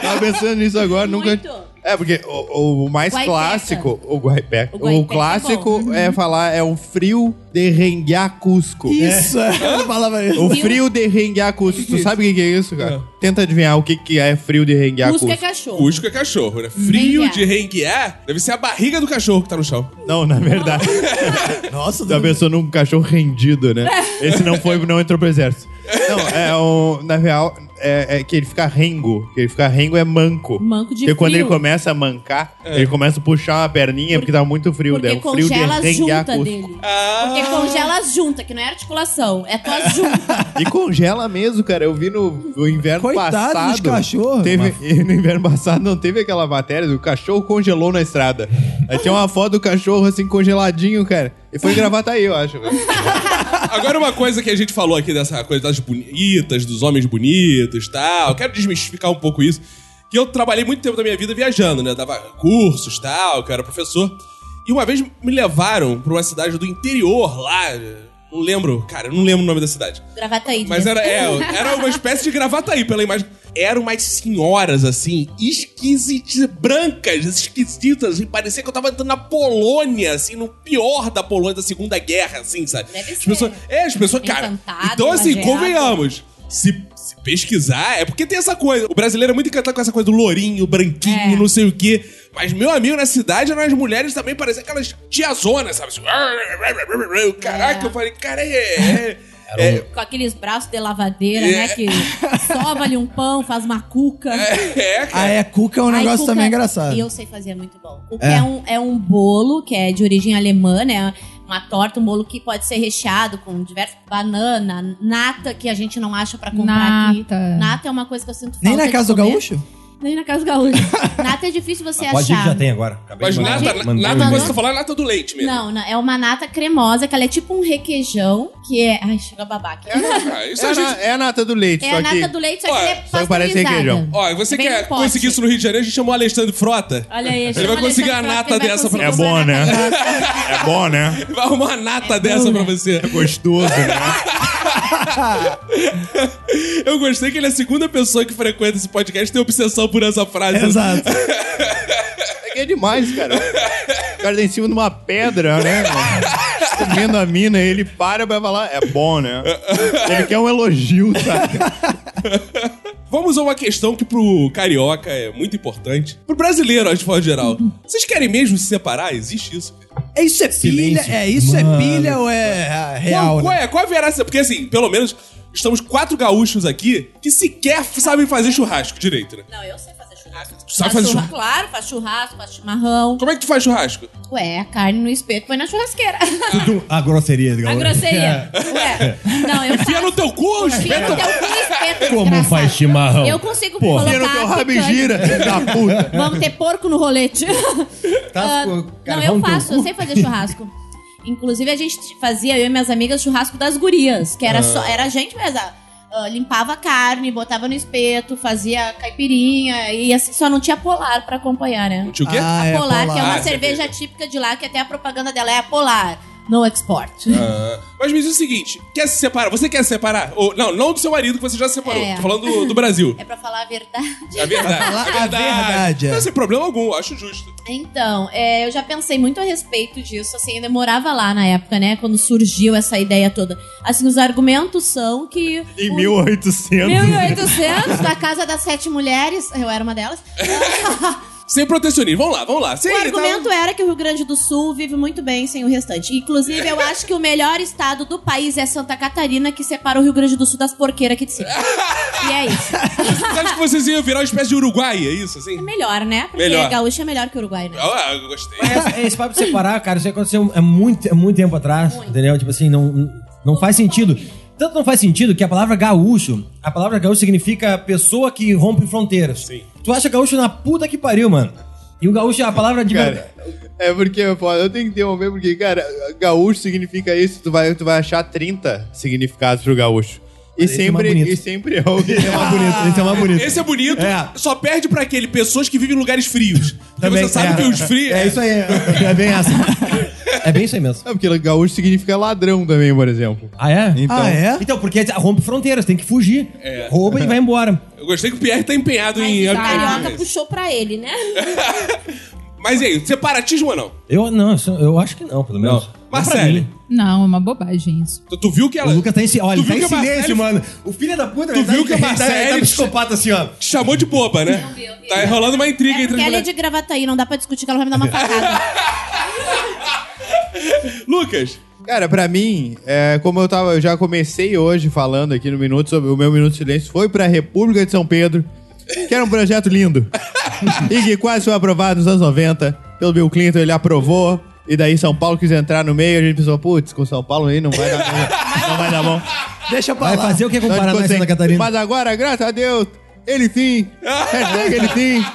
S5: Tava pensando nisso agora, nunca.
S4: Muito.
S5: É, porque o, o mais
S4: Guaipeca.
S5: clássico, o guaipeca,
S4: O
S5: o,
S4: guaipeca é
S5: clássico
S4: bom.
S5: é, falar, é o frio de renguear Cusco.
S2: Isso, é. eu falava isso.
S5: O frio de renguear Cusco. Tu sabe o que, que é isso, cara? Tenta adivinhar o que, que é frio de renguear Cusco.
S4: Cusco é cachorro.
S1: Cusco é cachorro, né? Frio
S6: Renguear.
S1: de renguear deve ser a barriga do cachorro que tá no chão.
S5: Não, na verdade.
S2: Nossa,
S5: Tá pensando num cachorro rendido, né?
S4: É.
S5: Esse não foi, não entrou pro exército. Não, é um, na real, é, é que ele fica rengo. Que ele fica rengo é manco.
S4: Manco de
S5: Porque quando
S4: frio.
S5: ele começa a mancar,
S2: É.
S5: ele começa a puxar uma perninha porque, tá muito frio.
S4: Porque
S5: daí o frio
S4: congela as
S5: renguear
S4: juntas
S5: cusco.
S4: dele.
S1: Ah,
S4: Porque congela as juntas, que não é articulação, é tuas juntas.
S5: E congela mesmo, cara. Eu vi no, no inverno
S2: Coitado dos
S5: passado.
S2: cachorros.
S5: Teve, e No inverno passado não teve aquela matéria do cachorro congelou na estrada. Aí tinha uma foto do cachorro assim congeladinho, cara. E foi gravar tá aí, eu acho. velho.
S1: agora uma coisa que a gente falou aqui dessa coisa das bonitas, dos homens bonitos e tal. Eu quero desmistificar um pouco isso. Que eu trabalhei muito tempo da minha vida viajando, né? Dava cursos e tal, que eu era professor. E uma vez me levaram pra uma cidade do interior lá. Não lembro, cara, eu não lembro o nome da cidade.
S4: Gravata aí.
S1: Mas era, é, era uma espécie de gravataí pela imagem. Eram umas senhoras, assim, esquisitas, brancas, esquisitas. E parecia que eu tava entrando na Polônia, assim, no pior da Polônia da Segunda Guerra, assim, sabe?
S4: Deve
S1: as
S4: ser.
S1: pessoas, é, as pessoas, cara.
S4: Encantado,
S1: Então, assim,
S4: lajeado.
S1: convenhamos. Se, se pesquisar, é porque tem essa coisa. O brasileiro é muito encantado com essa coisa do lourinho, branquinho,
S6: É.
S1: não sei o quê. Mas, meu amigo, na cidade, eram as mulheres também pareciam aquelas tiazonas, sabe? Assim, Caraca,
S4: É.
S1: eu falei, cara, é- é
S4: É. Com aqueles braços de lavadeira, né? Que sova-lhe um pão, faz uma cuca.
S1: É,
S2: Ah,
S1: cara.
S2: é, cuca é um
S4: Ai,
S2: negócio
S4: cuca-
S2: também engraçado.
S4: E eu sei fazer, é muito bom. O que é. um, é um bolo que é de origem alemã, né? Uma torta, um bolo que pode ser recheado com diversas banana, nata, que a gente não acha pra comprar aqui.
S6: Nata.
S4: Nata é uma coisa que eu sinto falta
S2: Nem na
S4: de
S2: casa do
S4: comer.
S2: gaúcho?
S4: Nem na casa do gaúcho. nata é difícil você
S3: pode ir que
S4: achar.
S3: já tem agora. Acabei
S1: Mas
S3: de mandar-
S1: nata,
S3: mandei
S1: nata,
S3: um
S1: coisa
S3: e-mail.
S1: que você falou é nata do leite mesmo.
S4: Não, não, é uma nata cremosa, que ela é tipo um requeijão, que é. Ai, chega a babar aqui.
S1: Ah, isso
S5: É,
S1: a
S5: a na-
S1: gente.
S5: é a nata do leite,
S4: É
S5: só
S4: a
S5: que.
S4: nata do leite, só que
S1: Ó,
S4: ela é
S5: só que parece requeijão.
S4: pasteurizada.
S1: Ó, você
S4: Vem
S1: quer
S4: no pote.
S1: conseguir isso no Rio de Janeiro, a gente chamou o Alexandre Frota.
S4: Olha aí,
S1: Ele vai conseguir a nata dessa pra
S5: É bom, né? É bom, né? É
S1: Vai arrumar uma nata
S4: É
S1: dessa
S4: né?
S1: pra você.
S5: Gostoso, né?
S1: Eu gostei que ele é a segunda pessoa que frequenta esse podcast tem obsessão por essa frase.
S2: Exato.
S5: É que é demais, cara. O cara tá em cima de uma pedra, né? Comendo a mina, ele para pra falar, é bom, né? Ele quer um elogio, sabe?
S1: Vamos a uma questão que pro carioca é muito importante. Pro brasileiro, de forma geral. Vocês querem mesmo se separar? Existe isso?
S2: É Isso é pilha?
S3: Silêncio.
S2: É isso é
S3: Mano.
S2: pilha ou é ah, real,
S1: qual,
S2: né?
S1: qual é? Qual a veracidade? Porque assim, pelo menos estamos quatro gaúchos aqui que sequer sabem fazer churrasco direito, né?
S4: Não, eu sei fazer churrasco.
S1: Tu sabe fazer churrasco?
S4: Claro, faz churrasco, faz chimarrão.
S1: Como é que tu faz churrasco?
S4: Ué, a carne no espeto põe na churrasqueira.
S3: Tudo a grosseria. É.
S4: a
S3: galera.
S4: grosseria. Ué. Não, eu
S1: Enfia no teu cu,
S4: Enfia
S1: espeta
S4: no teu cu espeto.
S3: Como
S4: desgraçado.
S3: faz chimarrão?
S4: Eu consigo
S3: Pô.
S4: colocar...
S5: Tira o teu rabo e
S4: picanha.
S5: gira, filho da puta.
S4: Vamos ter porco no rolete.
S3: Tá,
S4: Ah,
S3: pô,
S4: não,
S3: cara,
S4: eu
S3: vamos ter
S4: faço,
S3: um
S4: eu
S3: cu.
S4: sei fazer churrasco. Inclusive, a gente fazia, eu e minhas amigas, churrasco das gurias, que era só. Era a gente mesmo. ah, ah, limpava a carne, botava no espeto, fazia caipirinha e assim, só não tinha polar pra acompanhar, né?
S1: Não tinha o quê?
S2: Ah,
S4: a
S2: é,
S4: Polar, que é
S1: Polar.
S4: uma
S1: Ah,
S4: cerveja típica de lá, que até a propaganda dela é a Polar, no export.
S1: Ah, mas me diz o seguinte: quer se separar? Você quer se separar? Ou, não, não do seu marido, que você já se separou.
S4: É.
S1: Tô falando do, do Brasil.
S4: É pra falar a verdade.
S1: É verdade.
S2: falar
S1: é
S2: a verdade, é.
S1: Não sem problema algum, acho justo.
S4: Então, é, eu já pensei muito a respeito disso, assim, ainda morava lá na época, né, quando surgiu essa ideia toda. Assim, os argumentos são que...
S5: Em
S4: o-
S5: 1800.
S4: 1800, na casa das sete mulheres, eu era uma delas.
S1: Sem protecionismo. Vamos lá, vamos lá. Sim,
S4: o
S1: tá-
S4: argumento era que o Rio Grande do Sul vive muito bem sem o restante. Inclusive, eu acho que o melhor estado do país é Santa Catarina, que separa o Rio Grande do Sul das porqueiras aqui de cima. e é isso.
S1: Você acha que vocês iam virar uma espécie de Uruguai, é isso?
S4: É
S1: Assim?
S4: melhor, né? Porque
S1: Melhor.
S4: gaúcho é melhor que uruguai, né?
S1: Ah, eu gostei.
S3: É, Esse, esse papo de separar, cara, isso aconteceu há muito, há muito tempo atrás, entendeu? Tipo assim, não, não faz sentido. Tanto não faz sentido que a palavra gaúcho, a palavra gaúcho significa pessoa que rompe fronteiras.
S1: Sim.
S3: Tu acha gaúcho na puta que pariu, mano. E o gaúcho é a palavra de.
S5: Cara, é porque eu, falo, eu tenho que interromper, porque, cara, gaúcho significa isso. Tu vai, tu vai achar 30 significados pro gaúcho. E
S3: Esse é mais
S5: sempre,
S3: bonito.
S5: e sempre é o que
S3: Esse é mais bonito, esse é mais bonito.
S1: Esse é bonito,
S3: É.
S1: só perde pra aquele pessoas que vivem em lugares frios. Porque
S3: Também,
S1: você sabe
S3: é.
S1: que os frios.
S3: É isso aí, é, é bem essa. É bem isso aí mesmo.
S5: É porque gaúcho significa ladrão também, por exemplo.
S3: Ah, é?
S5: Então,
S2: Ah, é?
S3: Então, porque rompe fronteiras, tem que fugir.
S7: É.
S3: Rouba e vai embora.
S1: Eu gostei que o Pierre tá empenhado
S4: Mas
S1: em.
S4: o
S1: em-
S4: carioca puxou pra ele, né?
S1: Mas e aí, separatismo ou não?
S3: Eu não, isso- eu acho que não, pelo menos. Não pra
S1: Marcele.
S3: mim.
S6: Não, é uma bobagem isso.
S1: Tu, tu viu que ela.
S3: O Lucas tá em si- olha,
S1: Tu
S3: ele tá
S1: viu
S3: em
S1: que a
S3: silêncio,
S1: Marcele-
S3: mano. O filho da puta,
S1: Tu
S3: tá-
S1: viu que a
S3: tá-
S1: Marcele-
S3: Tá, tá psicopata assim, ó.
S1: Te chamou de boba, né?
S4: vi.
S1: Tá rolando uma intriga
S4: É
S1: entre
S4: porque
S1: as
S4: ela é
S1: mulheres.
S4: de gravataí, não dá pra discutir que ela vai me dar uma facada.
S1: Lucas,
S5: Cara, pra mim, é, como eu tava, eu já comecei hoje falando aqui no Minuto sobre o meu Minuto de Silêncio, foi pra República de São Pedro, que era um projeto lindo. e que quase foi aprovado nos anos 90 pelo Bill Clinton, ele aprovou. E daí São Paulo quis entrar no meio, a gente pensou, putz, com São Paulo aí não vai dar, não vai dar bom.
S2: Deixa pra
S3: Vai
S2: lá.
S3: fazer o que com
S5: Então,
S3: Paraná
S5: ficou
S3: e
S5: sem.
S3: Santa Catarina?
S5: Mas agora, graças a Deus, ele sim. Hashtag ele sim.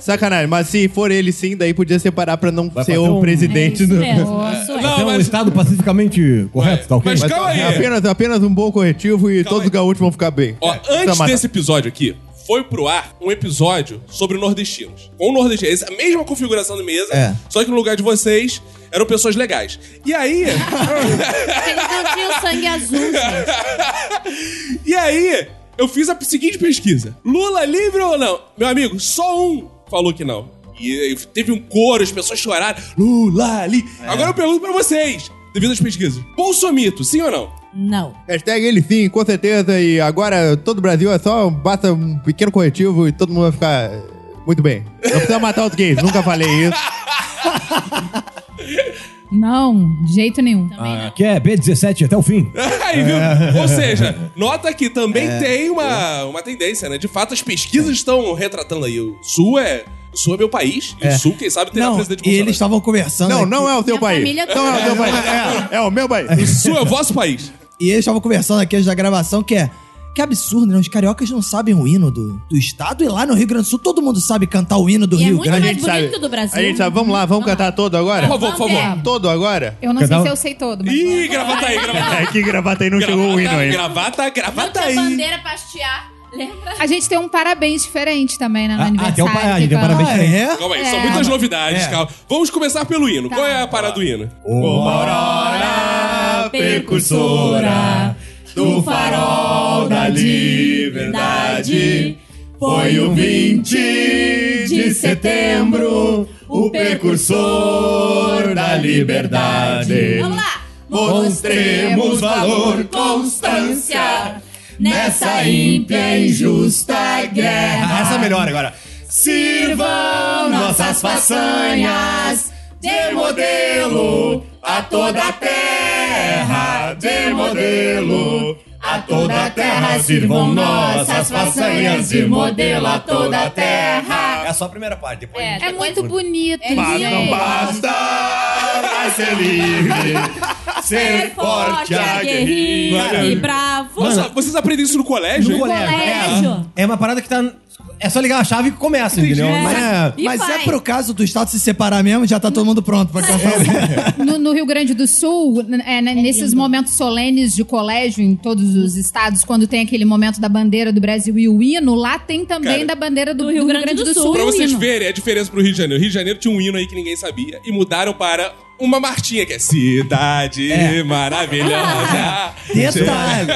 S5: Sacanagem, mas se for ele sim, daí podia separar pra não ser
S3: fazer
S5: o
S3: um-
S5: presidente
S4: É isso
S5: do. um
S4: mesmo.
S1: Não,
S3: Então,
S1: mas-
S3: o Estado pacificamente correto, tá ok?
S1: mas
S5: Mas é
S1: calma aí.
S5: Apenas, apenas um bom corretivo e todos
S1: aí.
S5: os gaúchos vão ficar bem.
S1: ó,
S5: É, tá
S1: antes
S5: matado.
S1: desse episódio aqui, foi pro ar um episódio sobre nordestinos. Com nordestinos, a mesma configuração de mesa,
S3: É.
S1: só que no lugar de vocês eram pessoas legais. E aí.
S4: Porque eles não tinham um sangue azul, gente.
S1: e aí, eu fiz a seguinte pesquisa: Lula livre ou não? Meu amigo, só um falou que não. E eh, teve um coro, as pessoas choraram. Lula ali. Agora eu pergunto pra vocês, devido às pesquisas: Bolsomito, sim ou não?
S4: Não.
S5: Hashtag ele sim, com certeza. E agora todo o Brasil é só basta um pequeno corretivo e todo mundo vai ficar eh, muito bem. Não precisa matar os gays, nunca falei isso.
S6: Não, de jeito nenhum.
S3: Ah, que é B17 até o fim.
S1: Aí,
S5: É.
S3: É.
S1: viu? Ou seja, nota que também tem uma, uma tendência, né? De fato, as pesquisas estão retratando aí. O Sul é. O Sul é meu país. E o Sul, quem sabe, terá
S2: Não,
S1: presidente
S2: e
S1: Bolsonaro.
S2: eles estavam conversando.
S5: Não,
S2: aqui-
S5: não é o teu
S4: Minha
S5: país.
S4: família
S5: Não é o teu
S4: toda.
S5: país. É, é o meu
S1: O
S5: país.
S1: Sul é o vosso país.
S2: E eles estavam conversando aqui antes da gravação que é. Que absurdo, né? Os cariocas não sabem o hino do, do estado e lá no Rio Grande do Sul todo mundo sabe cantar o hino do
S4: E é
S2: Rio
S4: muito
S2: Grande.
S4: mais bonito que o do Brasil. né?
S5: A gente sabe, vamos lá, vamos cantar todo agora?
S1: Por favor, por favor.
S4: Vamos
S5: Todo agora?
S6: Eu não
S3: Quer dar
S6: sei
S3: um-
S6: se eu sei todo, mas...
S1: Ih, gravata aí, gravata aí.
S5: É que gravata aí não chegou o hino
S1: Gravata,
S5: ainda.
S1: gravata,
S4: Não
S3: tá
S1: gravata
S4: tinha
S1: aí.
S4: bandeira pastear, lembra?
S6: A gente tem um parabéns diferente também, né, no
S3: Ah, ah, tem um
S6: aniversário.
S3: pa- ah,
S6: que
S3: tem um
S6: canta.
S3: parabéns.
S2: Ah, é?
S1: Calma aí, são muitas novidades, calma. Vamos começar pelo hino. Qual é a parada do hino?
S3: Uma
S5: aurora
S4: precursora do farol da liberdade.
S5: Foi o 20 de setembro, o precursor da liberdade.
S4: Vamos lá!
S5: Mostremos valor,
S4: constância nessa ímpia e injusta guerra.
S3: Essa é melhor agora.
S5: sirvam
S4: Nossas façanhas de modelo
S5: a toda a terra, de modelo a toda a terra, sirvam nossas façanhas de modelo a toda a terra.
S3: É só a primeira parte, depois.
S4: É,
S6: É muito bonito.
S4: É
S5: Mas
S4: lindo.
S5: não basta pra ser livre,
S3: É,
S5: ser forte, aguerrido.
S4: e bravo.
S1: Nossa, vocês aprendem isso no colégio?
S3: No
S1: hein?
S3: colégio.
S4: colégio.
S3: É, é uma parada que tá É só ligar a chave e começa, entendeu?
S6: jeito.
S3: Não é-
S6: E
S2: Mas
S6: vai.
S2: é pro caso do Estado se separar mesmo, já tá todo mundo pronto pra comprar.
S6: No, no Rio Grande do Sul, n- é, né, nesses momentos solenes de colégio em todos os estados, quando tem aquele momento da bandeira do Brasil e o hino, lá tem também
S1: Cara,
S6: da bandeira do, Rio, Grande, do, Sul.
S1: Pra
S6: o
S1: vocês
S6: hino.
S1: verem a diferença pro Rio de Janeiro. Rio de Janeiro tinha um hino aí que ninguém sabia e mudaram para uma martinha que é Cidade Maravilhosa.
S2: É. Detalhe.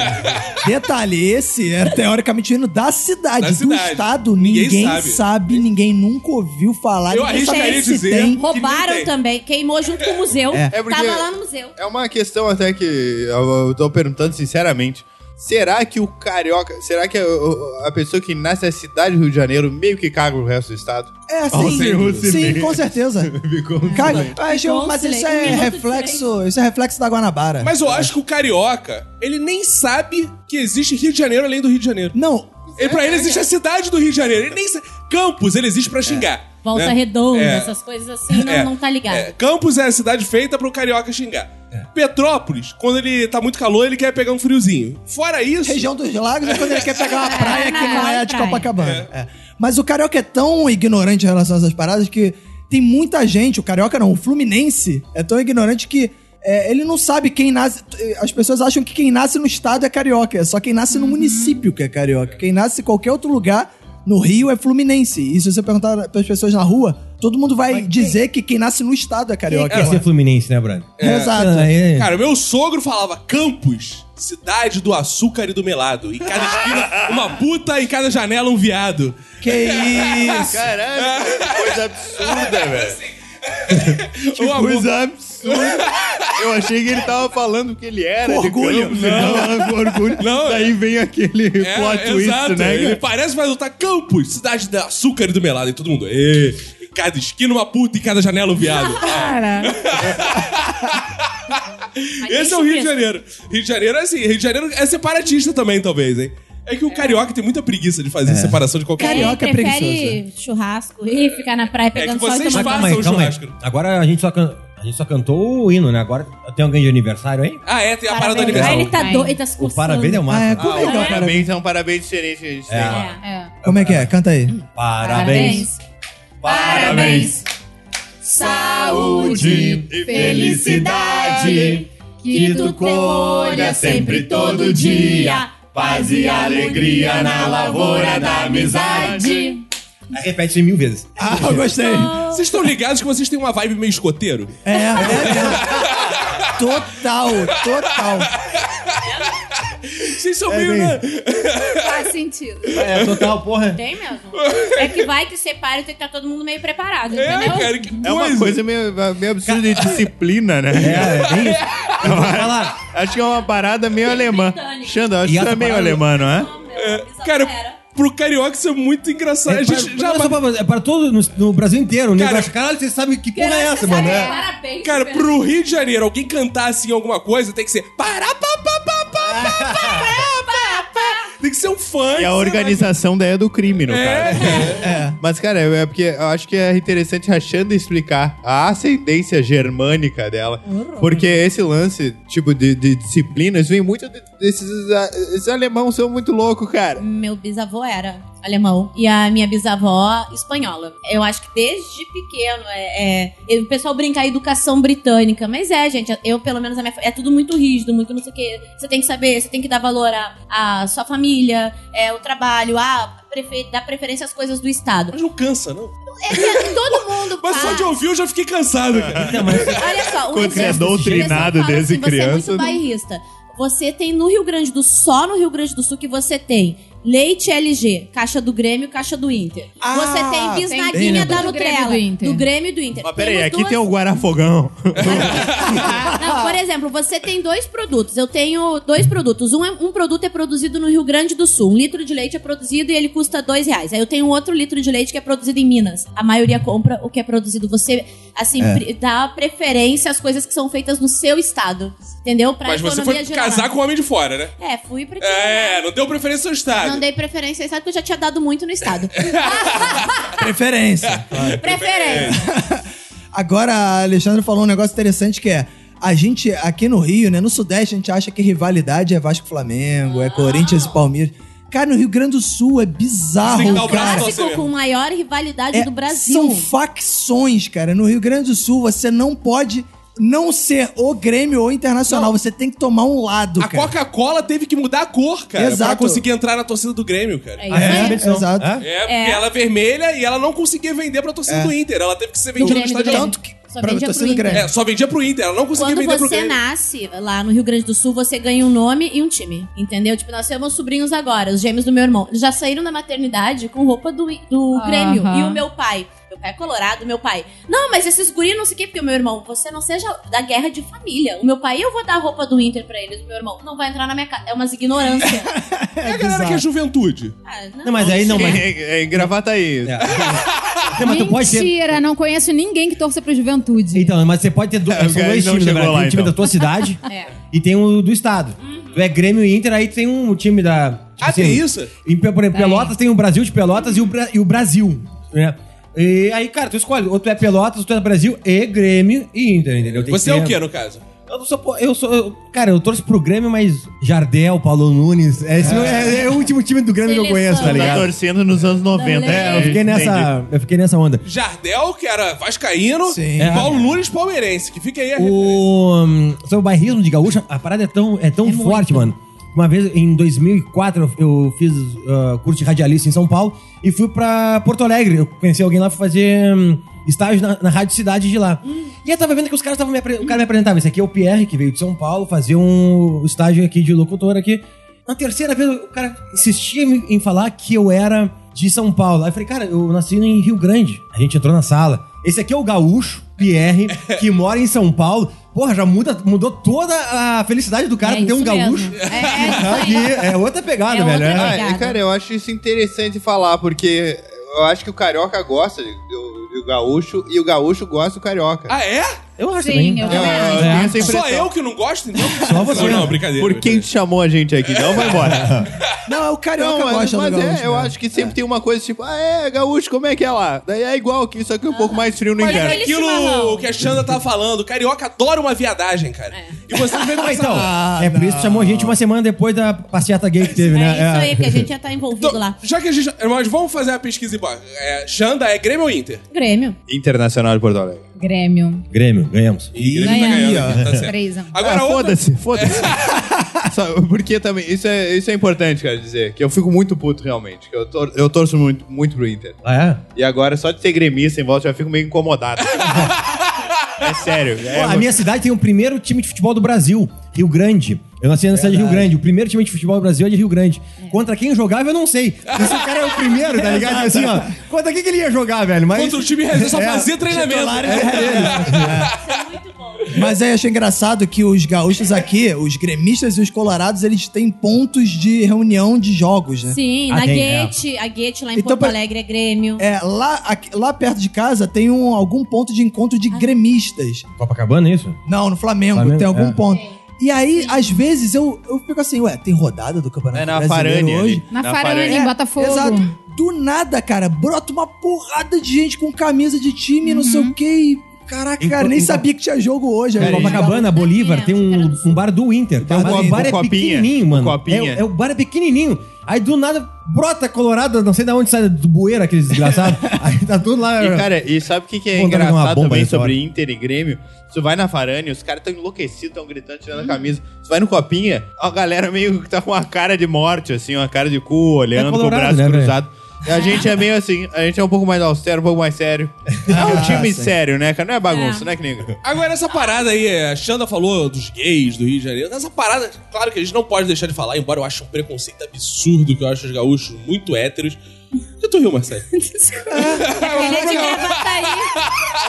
S2: Detalhe, esse é teoricamente o hino da cidade,
S1: Da
S2: do
S1: cidade.
S2: estado.
S1: Ninguém
S2: Ninguém,
S1: sabe.
S2: sabe. ninguém nunca ouviu falar.
S1: Eu
S2: ninguém
S1: arriscaria
S2: sabe se
S1: dizer-
S2: tem.
S4: Roubaram
S1: tem.
S4: também. Queimou junto com o museu.
S2: É.
S5: É porque-
S4: Tava lá no museu.
S5: É uma questão até que eu eu tô perguntando sinceramente. Será que o carioca. Será que a, a pessoa que nasce na cidade do Rio de Janeiro meio que caga o resto do estado?
S2: É, sim.
S5: Ó, sem o
S2: sim,
S5: silêncio.
S2: com certeza.
S5: Ficou.
S2: Cara, mas, eu-
S4: Ficou um
S2: mas isso
S4: silêncio. Um
S2: é
S4: minuto de
S2: reflexo. Isso é reflexo da Guanabara.
S1: Mas eu acho que o carioca, ele nem sabe que existe Rio de Janeiro além do Rio de Janeiro.
S2: Não,
S1: E pra ele existe a cidade do Rio de Janeiro. Ele nem sabe. Campos, ele
S2: É.
S1: existe pra xingar.
S4: Volta
S1: né?
S4: redonda,
S1: É.
S4: essas coisas assim, não,
S1: É.
S4: não tá ligado.
S1: É, Campos é a cidade feita pro carioca xingar.
S2: É.
S1: Petrópolis, quando ele tá muito calor, ele quer pegar um friozinho. Fora isso.
S2: região dos lagos é quando ele quer pegar uma praia que não é a de
S4: praia.
S2: Copacabana. É. Mas o carioca é tão ignorante em relação a essas paradas que tem muita gente, o carioca não, o fluminense é tão ignorante que é, ele não sabe quem nasce. As pessoas acham que quem nasce no estado é carioca, é só quem nasce
S4: Uhum.
S2: no município que é carioca. Quem nasce em qualquer outro lugar no Rio é fluminense. E se você perguntar para as pessoas na rua, todo mundo vai dizer que quem nasce no estado é carioca.
S3: Quer ser fluminense, né, Bruno?
S2: Exato.
S3: Ah, é.
S1: Cara, meu sogro falava Campos, cidade do açúcar e do melado. Em cada esquina, uma puta, em cada janela, um viado.
S2: Que isso?
S5: Caralho, que coisa absurda, velho.
S1: Ô, amor,
S5: Coisa absurda. Eu achei que ele tava falando que ele era.
S2: Com orgulho.
S5: De Campos, né? ele tava falando com orgulho.
S1: Não,
S5: Daí vem aquele
S1: É,
S5: plot twist,
S1: exato,
S5: né?
S1: Ele
S5: cara?
S1: parece vai lutar Campos, cidade do açúcar e do melado. E todo mundo, "Ê, em cada esquina, uma puta, em cada janela, um viado.
S6: Cara,
S1: Esse é o Rio de Janeiro. Rio de Janeiro é assim, Rio de Janeiro é separatista também, talvez, hein? É que o carioca tem muita preguiça de
S5: É.
S1: fazer separação de qualquer
S2: Carioca. é
S4: prefere churrasco e ficar na praia pegando
S1: É que vocês
S4: sol e
S3: Mas
S4: tomando
S3: calma aí,
S1: Faça o
S3: calma aí.
S1: churrasco.
S3: Agora a gente, só can- a gente só cantou o hino, né? Agora tem alguém de aniversário aí?
S1: Ah, é, tem a parada do
S4: Parabéns. Ah,
S1: aniversário.
S4: ele tá doido, ele tá se
S3: O
S4: cursando.
S3: parabéns é o
S2: Ah, é,
S3: máximo.
S2: como é que é o parabéns?
S5: Parabéns, é um parabéns diferente que a gente tem.
S3: É.
S6: é.
S2: Como é que é? Canta aí.
S3: Parabéns.
S6: Parabéns.
S5: Saúde e felicidade,
S6: que tu
S5: colha sempre todo dia, paz e alegria na lavoura da amizade.
S3: Aí Repete mil vezes.
S2: Ah, eu gostei.
S1: Vocês estão ligados que vocês têm uma vibe meio escoteiro?
S2: É, é mesmo. Total, total.
S1: Vocês são meio. né?
S6: Faz sentido.
S3: É, total, porra.
S4: Tem mesmo. É que vai que separa e tem que estar todo mundo meio preparado,
S1: É,
S4: entendeu?
S1: cara, que
S5: É uma coisa meio, meio absurda de disciplina,
S3: É,
S5: né?
S3: é bem isso. Eu vou falar.
S5: Acho que é uma parada meio alemã.
S4: britânico.
S5: Xanda, acho
S3: E
S5: que tu
S3: essa
S5: é meio
S3: parada-
S5: alemã, não é?
S4: Não, meu, isso
S1: Cara,
S4: não era.
S1: pro carioca isso é muito engraçado. A
S3: É,
S1: gente
S3: para,
S1: já.
S3: não é só pra- é para todo no, no Brasil inteiro. O nego
S1: Cara-
S3: acha, caralho, vocês sabem que porra é essa,
S4: Sabe,
S3: mano? É.
S4: Parabéns.
S1: Cara,
S4: pelo-
S1: pro Rio de Janeiro, alguém cantar assim alguma coisa tem que ser. Pará, pá, pá, pá, pá, pá, pá, pá, pá. Tem que ser um fã.
S5: E a organização daí é do crime, no
S1: É,
S5: caso. Mas, cara, é porque eu acho que é interessante a Xanda explicar a ascendência germânica dela. Porque esse lance, tipo, de, de disciplinas, vem muito de- desses... a- Esses alemãos são muito loucos, cara.
S4: Meu bisavô era alemão e a minha bisavó espanhola. Eu acho que desde pequeno é, é- o pessoal brinca a educação britânica, mas é, gente, eu pelo menos a minha fa- é tudo muito rígido, muito não sei o quê. Você tem que saber, você tem que dar valor à à sua família, é, o trabalho, a prefe- dar preferência às coisas do estado.
S1: Mas não cansa, não.
S4: É que todo mundo
S1: Mas só
S4: faz.
S1: de ouvir eu já fiquei cansado, cara.
S4: Ah. Olha só, um o
S5: Quando você é
S4: universo-
S5: doutrinado
S4: o pessoal fala
S5: desde
S4: assim, você
S5: criança, né?
S4: é
S5: não-
S4: muito bairrista. Você tem no Rio Grande do só no Rio Grande do Sul que você tem leite LG, caixa do Grêmio, caixa do Inter.
S2: Ah,
S4: você tem
S6: bem
S4: bisnaguinha
S6: lembrado.
S4: da
S6: Do Grêmio
S4: Nutrela,
S6: e do Inter.
S4: do Grêmio e do Inter.
S5: Mas peraí,
S4: Temos
S5: aqui
S4: duas-
S5: tem o Guarafogão.
S4: Não, por exemplo, você tem dois produtos. Eu tenho dois produtos. Um, é- um produto é produzido no Rio Grande do Sul. Um litro de leite é produzido e ele custa dois reais. Aí eu tenho outro litro de leite que é produzido em Minas. A maioria compra o que é produzido. Você, assim,
S2: É.
S4: pre- dá preferência às coisas que são feitas no seu estado. Entendeu? Pra
S1: Mas você foi
S4: economia geral.
S1: casar com um homem É. de fora, né?
S4: É, fui pra...
S1: É, não deu preferência ao Estado.
S4: Não dei preferência ao estado, porque eu já tinha dado muito no estado.
S2: Preferência.
S4: preferência.
S2: Agora, a Alexandra falou um negócio interessante que é. A gente, aqui no Rio, né? No Sudeste, a gente acha que rivalidade é Vasco e Flamengo, é Corinthians e Palmeiras. Cara, no Rio Grande do Sul é bizarro,
S1: Sim, dá o braço
S2: cara.
S1: pra você
S4: Clássico com
S1: mesmo.
S4: maior rivalidade
S2: É,
S4: do Brasil.
S2: São facções, cara. No Rio Grande do Sul, você não pode não ser o Grêmio ou Internacional. Você tem que tomar um lado,
S1: A
S2: cara.
S1: Coca-Cola teve que mudar a cor, cara, pra
S2: Exato.
S1: conseguir entar na torcida do Grêmio, cara.
S4: É
S1: É.
S4: isso aí.
S3: Sabe disso, não?
S2: exato.
S3: É?
S1: porque ela é vermelha e ela não conseguia vender pra torcida do Inter. Ela teve que ser vendida
S4: Grêmio,
S1: no estádio.
S4: do Grêmio.
S2: Tanto que...
S4: Só
S2: pra
S4: vendia
S2: torcida
S4: pro
S2: do Grêmio.
S1: É, só vendia pro Inter. Ela não conseguia
S4: Quando
S1: vender pro
S4: você é
S1: Grêmio.
S4: nasce lá no Rio Grande do Sul, você ganha um nome e um time, entendeu? Tipo, nós somos sobrinhos agora, os gêmeos do meu irmão. Eles já saíram da maternidade com roupa do, do
S6: Aham.
S4: Grêmio. E o meu pai, meu pai é colorado, meu pai. Não, mas esses guri não sei o quê, porque o meu irmão, você não seja da guerra de família. O meu pai, eu vou dar a roupa do Inter pra eles, o meu irmão. Não vai entrar na minha casa. É umas ignorâncias.
S1: É a galera que é juventude.
S4: Ah,
S3: Não, mas aí não, mas...
S5: É, é, gravata aí.
S3: É. Não, mas tu pode ter...
S6: Mentira, não conheço ninguém que torça pra juventude.
S3: Então, mas você pode ter dois,
S5: É,
S3: são
S5: o
S3: dois
S5: Gary não
S3: times, na
S5: chegou
S3: verdade.
S5: lá,
S3: Tem um time
S5: então.
S3: da tua cidade
S6: É.
S3: e tem um do estado. Tu é Grêmio e Inter, aí tem um time da... tipo
S1: Ah, tem
S3: assim,
S1: isso?
S3: Em, Pe- por exemplo, Pelotas tem o Brasil de Pelotas e o, Bra- e o Brasil,
S5: É,
S3: né? E aí, cara, tu escolhe. Ou tu é Pelotas, ou tu é Brasil e Grêmio e Inter, entendeu? Tem que
S1: Você é o
S3: ter-
S1: quê, no caso?
S3: Eu não sou... po- Eu sou eu- cara, eu torço pro Grêmio, mas Jardel, Paulo Nunes... É, esse meu- é- é o último time do Grêmio que eu
S4: Seleção.
S3: conheço, tá
S5: Tá
S3: ligado?
S5: torcendo nos anos 90.
S4: É, eu
S3: Eu fiquei
S5: Entendi.
S3: nessa, eu fiquei nessa onda.
S1: Jardel, que era vascaíno.
S2: Sim.
S5: É.
S1: E Paulo Nunes, palmeirense. Que fica aí a
S3: É. O, hum, sobre o bairrismo de gaúcha, a parada é tão, é tão forte, mano. Uma vez, em 2004, eu- eu fiz ah, curso de radialista em São Paulo e fui pra Porto Alegre. Eu conheci alguém lá pra fazer hum, estágio na, na Rádio Cidade de lá. E eu tava vendo que os caras estavam me apre- O cara me apresentava. Esse aqui é o Pierre, que veio de São Paulo fazer um estágio aqui de locutor aqui. Na terceira vez, o cara insistia em em falar que eu era de São Paulo. Aí eu falei, cara, eu nasci em Rio Grande. A gente entrou na sala. Esse aqui é o gaúcho, Pierre, que mora em São Paulo. Porra, já muda, mudou toda a felicidade do cara
S4: É
S3: por ter um
S4: isso
S3: gaúcho.
S4: mesmo. É, é isso aí.
S3: Aqui, é outra pegada,
S4: É
S3: velho.
S4: outra
S3: É.
S4: pegada.
S5: Ah, e, cara, eu acho isso interessante falar, porque eu acho que o carioca gosta do, do gaúcho e o gaúcho gosta do carioca.
S1: Ah, é?
S3: Eu acho
S6: Sim,
S3: também.
S6: eu
S5: Eu- É, eu
S6: também acho.
S5: tenho essa
S1: Só
S5: impressão.
S1: eu que não gosto, então?
S3: Só você.
S1: Não, não, brincadeira.
S5: Por quem
S1: brincadeira.
S5: te chamou a gente aqui? Não, vai embora.
S2: Não, é o Carioca
S5: Não, mas,
S2: gosta
S5: mas
S2: do
S5: é,
S2: Gaúcho.
S5: eu
S2: né?
S5: acho que sempre tem uma coisa tipo, ah, é, gaúcho, como é que é lá? Daí é igual aqui, só que um pouco mais frio no
S1: Mas é
S5: inverno.
S4: Ah. aquele
S1: aquilo
S4: chimarrão. É.
S1: que a Xanda tava falando. Carioca adora uma viadagem, cara. E você vem com
S3: Ah,
S1: essa...
S3: então, é por isso que chamou a gente uma semana depois da passeata gay que teve,
S4: É
S3: né?
S4: isso aí, que a gente já tá envolvido
S1: Então,
S4: lá.
S1: já que a gente. Mas vamos fazer a pesquisa embora. É, Xanda é Grêmio ou Inter?
S4: Grêmio.
S5: Internacional de Porto Alegre.
S6: Grêmio.
S3: Grêmio, né? ganhamos.
S1: Ih,
S6: Ganhamos.
S1: tá certo.
S6: Três a um.
S1: Agora,
S5: ah,
S1: outra,
S5: foda-se, foda-se.
S3: É.
S5: Só- Porque também, isso é, isso é importante, quero dizer, que eu fico muito puto realmente, que eu, tor- eu torço muito, muito pro Inter.
S3: Ah, é?
S5: E agora, só de ser gremista em volta, eu já fico meio incomodado. é sério.
S3: Pô,
S5: É,
S3: a minha cidade tem o primeiro time de futebol do Brasil, Rio Grande. Eu nasci na cidade de Rio Grande. O primeiro time de futebol do Brasil é de Rio Grande. Contra quem eu jogava, eu não sei. Porque se o cara é o primeiro, tá ligado? Tipo assim, ó. Contra quem que ele ia jogar, velho? Mas...
S1: contra o time reserva, só
S3: É.
S1: fazia treinamento. É.
S2: Mas aí eu achei engraçado que os gaúchos aqui, os gremistas e os colorados, eles têm pontos de reunião de jogos, né?
S4: Sim,
S3: Ah,
S4: na
S3: tem,
S4: Guete. A Guete lá em
S2: Então,
S4: Porto
S2: pra-
S4: Alegre é Grêmio.
S2: É, lá, aqui- lá perto de casa tem um, algum ponto de encontro
S6: Ah.
S2: de gremistas.
S3: Copacabana, é isso?
S2: Não, no Flamengo,
S3: Flamengo,
S2: tem algum
S3: é.
S2: ponto. E aí, às vezes, eu, eu fico assim, ué, tem rodada do Campeonato
S5: é na
S2: Brasileiro
S5: Farane
S2: hoje? É,
S5: ali.
S6: Na Farane, em Botafogo.
S2: Exato. Do nada, cara, brota uma porrada de gente com camisa de time, não
S6: Uhum.
S2: sei o quê. E, caraca,
S3: Em-
S2: cara, nem
S3: em-
S2: sabia que tinha jogo hoje.
S3: Cara,
S2: Aí,
S3: é Copacabana, Bolívar, tem um, um bar do Inter.
S2: Bar do
S3: Mas o
S2: Inter,
S3: bar é
S5: Copinha. Um
S3: pequenininho, mano.
S5: Copinha.
S3: É, é, o bar é pequenininho. Aí do nada brota colorado, não sei de onde sai do bueiro aquele desgraçado. Aí tá tudo lá.
S5: E, cara, e sabe o que, que é
S3: Vou dar uma
S5: engraçado
S3: bomba
S5: também
S3: nessa
S5: sobre
S3: hora.
S5: Inter e Grêmio? Tu vai na Farane, os caras tão enlouquecidos, tão gritando, tirando a camisa. Tu vai no Copinha, a galera meio que tá com uma cara de morte, assim, uma cara de cu, olhando
S3: colorado,
S5: com o braço
S3: né, velho?
S5: cruzado. E a gente é meio assim, a gente é um pouco mais austero, um pouco mais sério. É
S3: Ah,
S5: um time sério, né, cara? Não é bagunça, né, Kniga?
S1: Agora, essa parada aí, é, a Xanda falou dos gays do Rio de Janeiro. Essa parada, claro que a gente não pode deixar de falar, embora eu ache um preconceito absurdo que eu acho os gaúchos muito héteros. Por que tu riu, Marcelo?
S4: Ele é de Gravataí.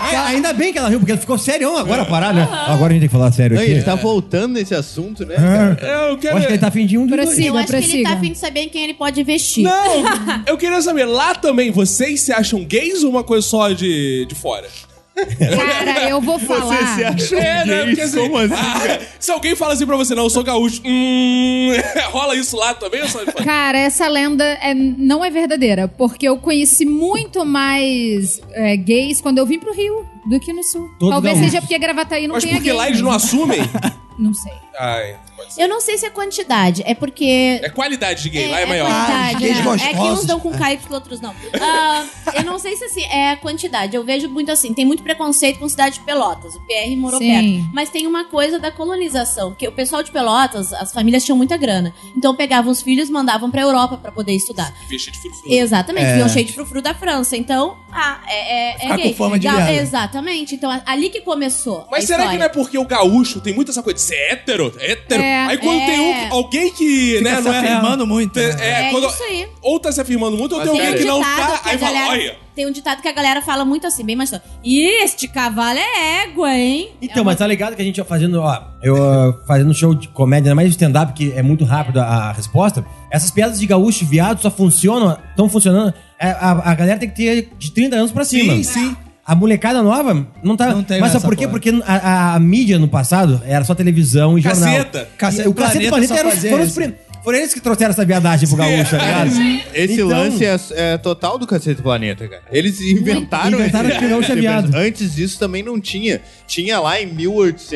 S3: Ah, Ainda bem que ela riu, porque ela ficou sério agora a parada. né? Agora a gente tem que falar sério
S5: É. Não, e
S3: aqui.
S5: ele tá voltando nesse assunto, né?
S3: Ah,
S1: Eu
S3: eu acho que ele tá fingindo um de dois.
S6: Prossiga.
S4: Eu acho que ele
S6: prossiga.
S4: tá afim de saber quem ele pode vestir.
S1: Não! Eu queria saber, lá também, vocês se acham gays ou uma coisa só de, de fora?
S6: Cara, eu vou falar.
S5: Você se acha
S1: É, né?
S5: gay?
S1: Porque assim-
S5: Como assim?
S2: ah,
S1: Se alguém fala assim pra você, não, eu sou gaúcho. Hum, rola isso lá também ou só de fora?
S6: Cara, essa lenda é- não é verdadeira, porque eu conheci muito mais é, gays quando eu vim pro Rio do que no Sul.
S3: Todos
S6: Talvez
S3: gaúchos.
S6: seja porque Gravataí não
S1: Mas
S6: tenha
S1: porque
S6: gay.
S1: lá eles não assumem?
S6: Não sei.
S1: Ai. pode ser.
S4: Eu não sei se é quantidade, é porque.
S1: É qualidade de gay, lá é maior.
S4: quantidade,
S2: Ah, os
S4: né?
S2: gays
S4: É que uns
S2: gostosos.
S4: dão com K e outros não. Ah, eu não sei se assim, é quantidade. Eu vejo muito assim, tem muito preconceito com cidade de Pelotas. O PR morou
S6: Sim.
S4: perto. Mas tem uma coisa da colonização, porque o pessoal de Pelotas, as famílias tinham muita grana. Então pegavam os filhos, mandavam pra Europa pra poder estudar.
S1: Vestido de frufru.
S4: Exatamente, vinham cheio de frufru da França. Então, ah, é, é, é
S2: É. Ficar com
S4: gay.
S2: fama de
S4: Ga-
S2: viado.
S4: Exatamente. Então, a- ali que começou.
S1: Mas
S4: a
S1: será que
S4: história.
S1: não é porque o gaúcho tem muito essa coisa de ser hétero? Hétero.
S6: É,
S1: aí quando
S6: é.
S1: tem um, alguém que, né,
S2: Fica se
S1: não é.
S2: afirmando muito.
S1: É,
S2: né? é
S4: É
S1: quando-
S4: isso aí.
S1: Ou tá se afirmando muito, ou
S8: Mas
S1: tem alguém
S8: pera
S1: que
S8: aí.
S1: não
S4: um ditado
S1: tá.
S4: que a
S1: Aí fala,
S4: galera-
S1: olha.
S4: Tem um ditado que a galera fala muito assim, bem mais tarde. E este cavalo é égua, hein?
S3: Então, mas tá ligado que a gente ia fazendo, ó, eu ó, fazendo show de comédia, ainda mais de stand-up, que é muito rápido a, a resposta. Essas piadas de gaúcho e viado só funcionam, estão funcionando. é, A, a galera tem que ter de 30 anos pra cima. É.
S2: Sim, sim.
S3: A molecada nova não tá.
S2: Não tem
S3: mas
S2: essa
S3: sabe por quê?
S2: porra.
S3: Porque a, a- a mídia no passado era só televisão e
S1: Caceta.
S3: jornal.
S2: Caceta,
S3: E
S2: o Planeta só
S3: era os-
S2: fazia
S3: foram, os
S2: isso.
S3: prim- foram eles que trouxeram essa viadagem pro gaúcho, tá ligado?
S5: É. Esse
S3: Então-
S5: lance é, é total do Cacete Planeta, cara. Eles inventaram...
S3: Inventaram que virou o chaveado.
S5: Antes disso também não tinha. Tinha lá em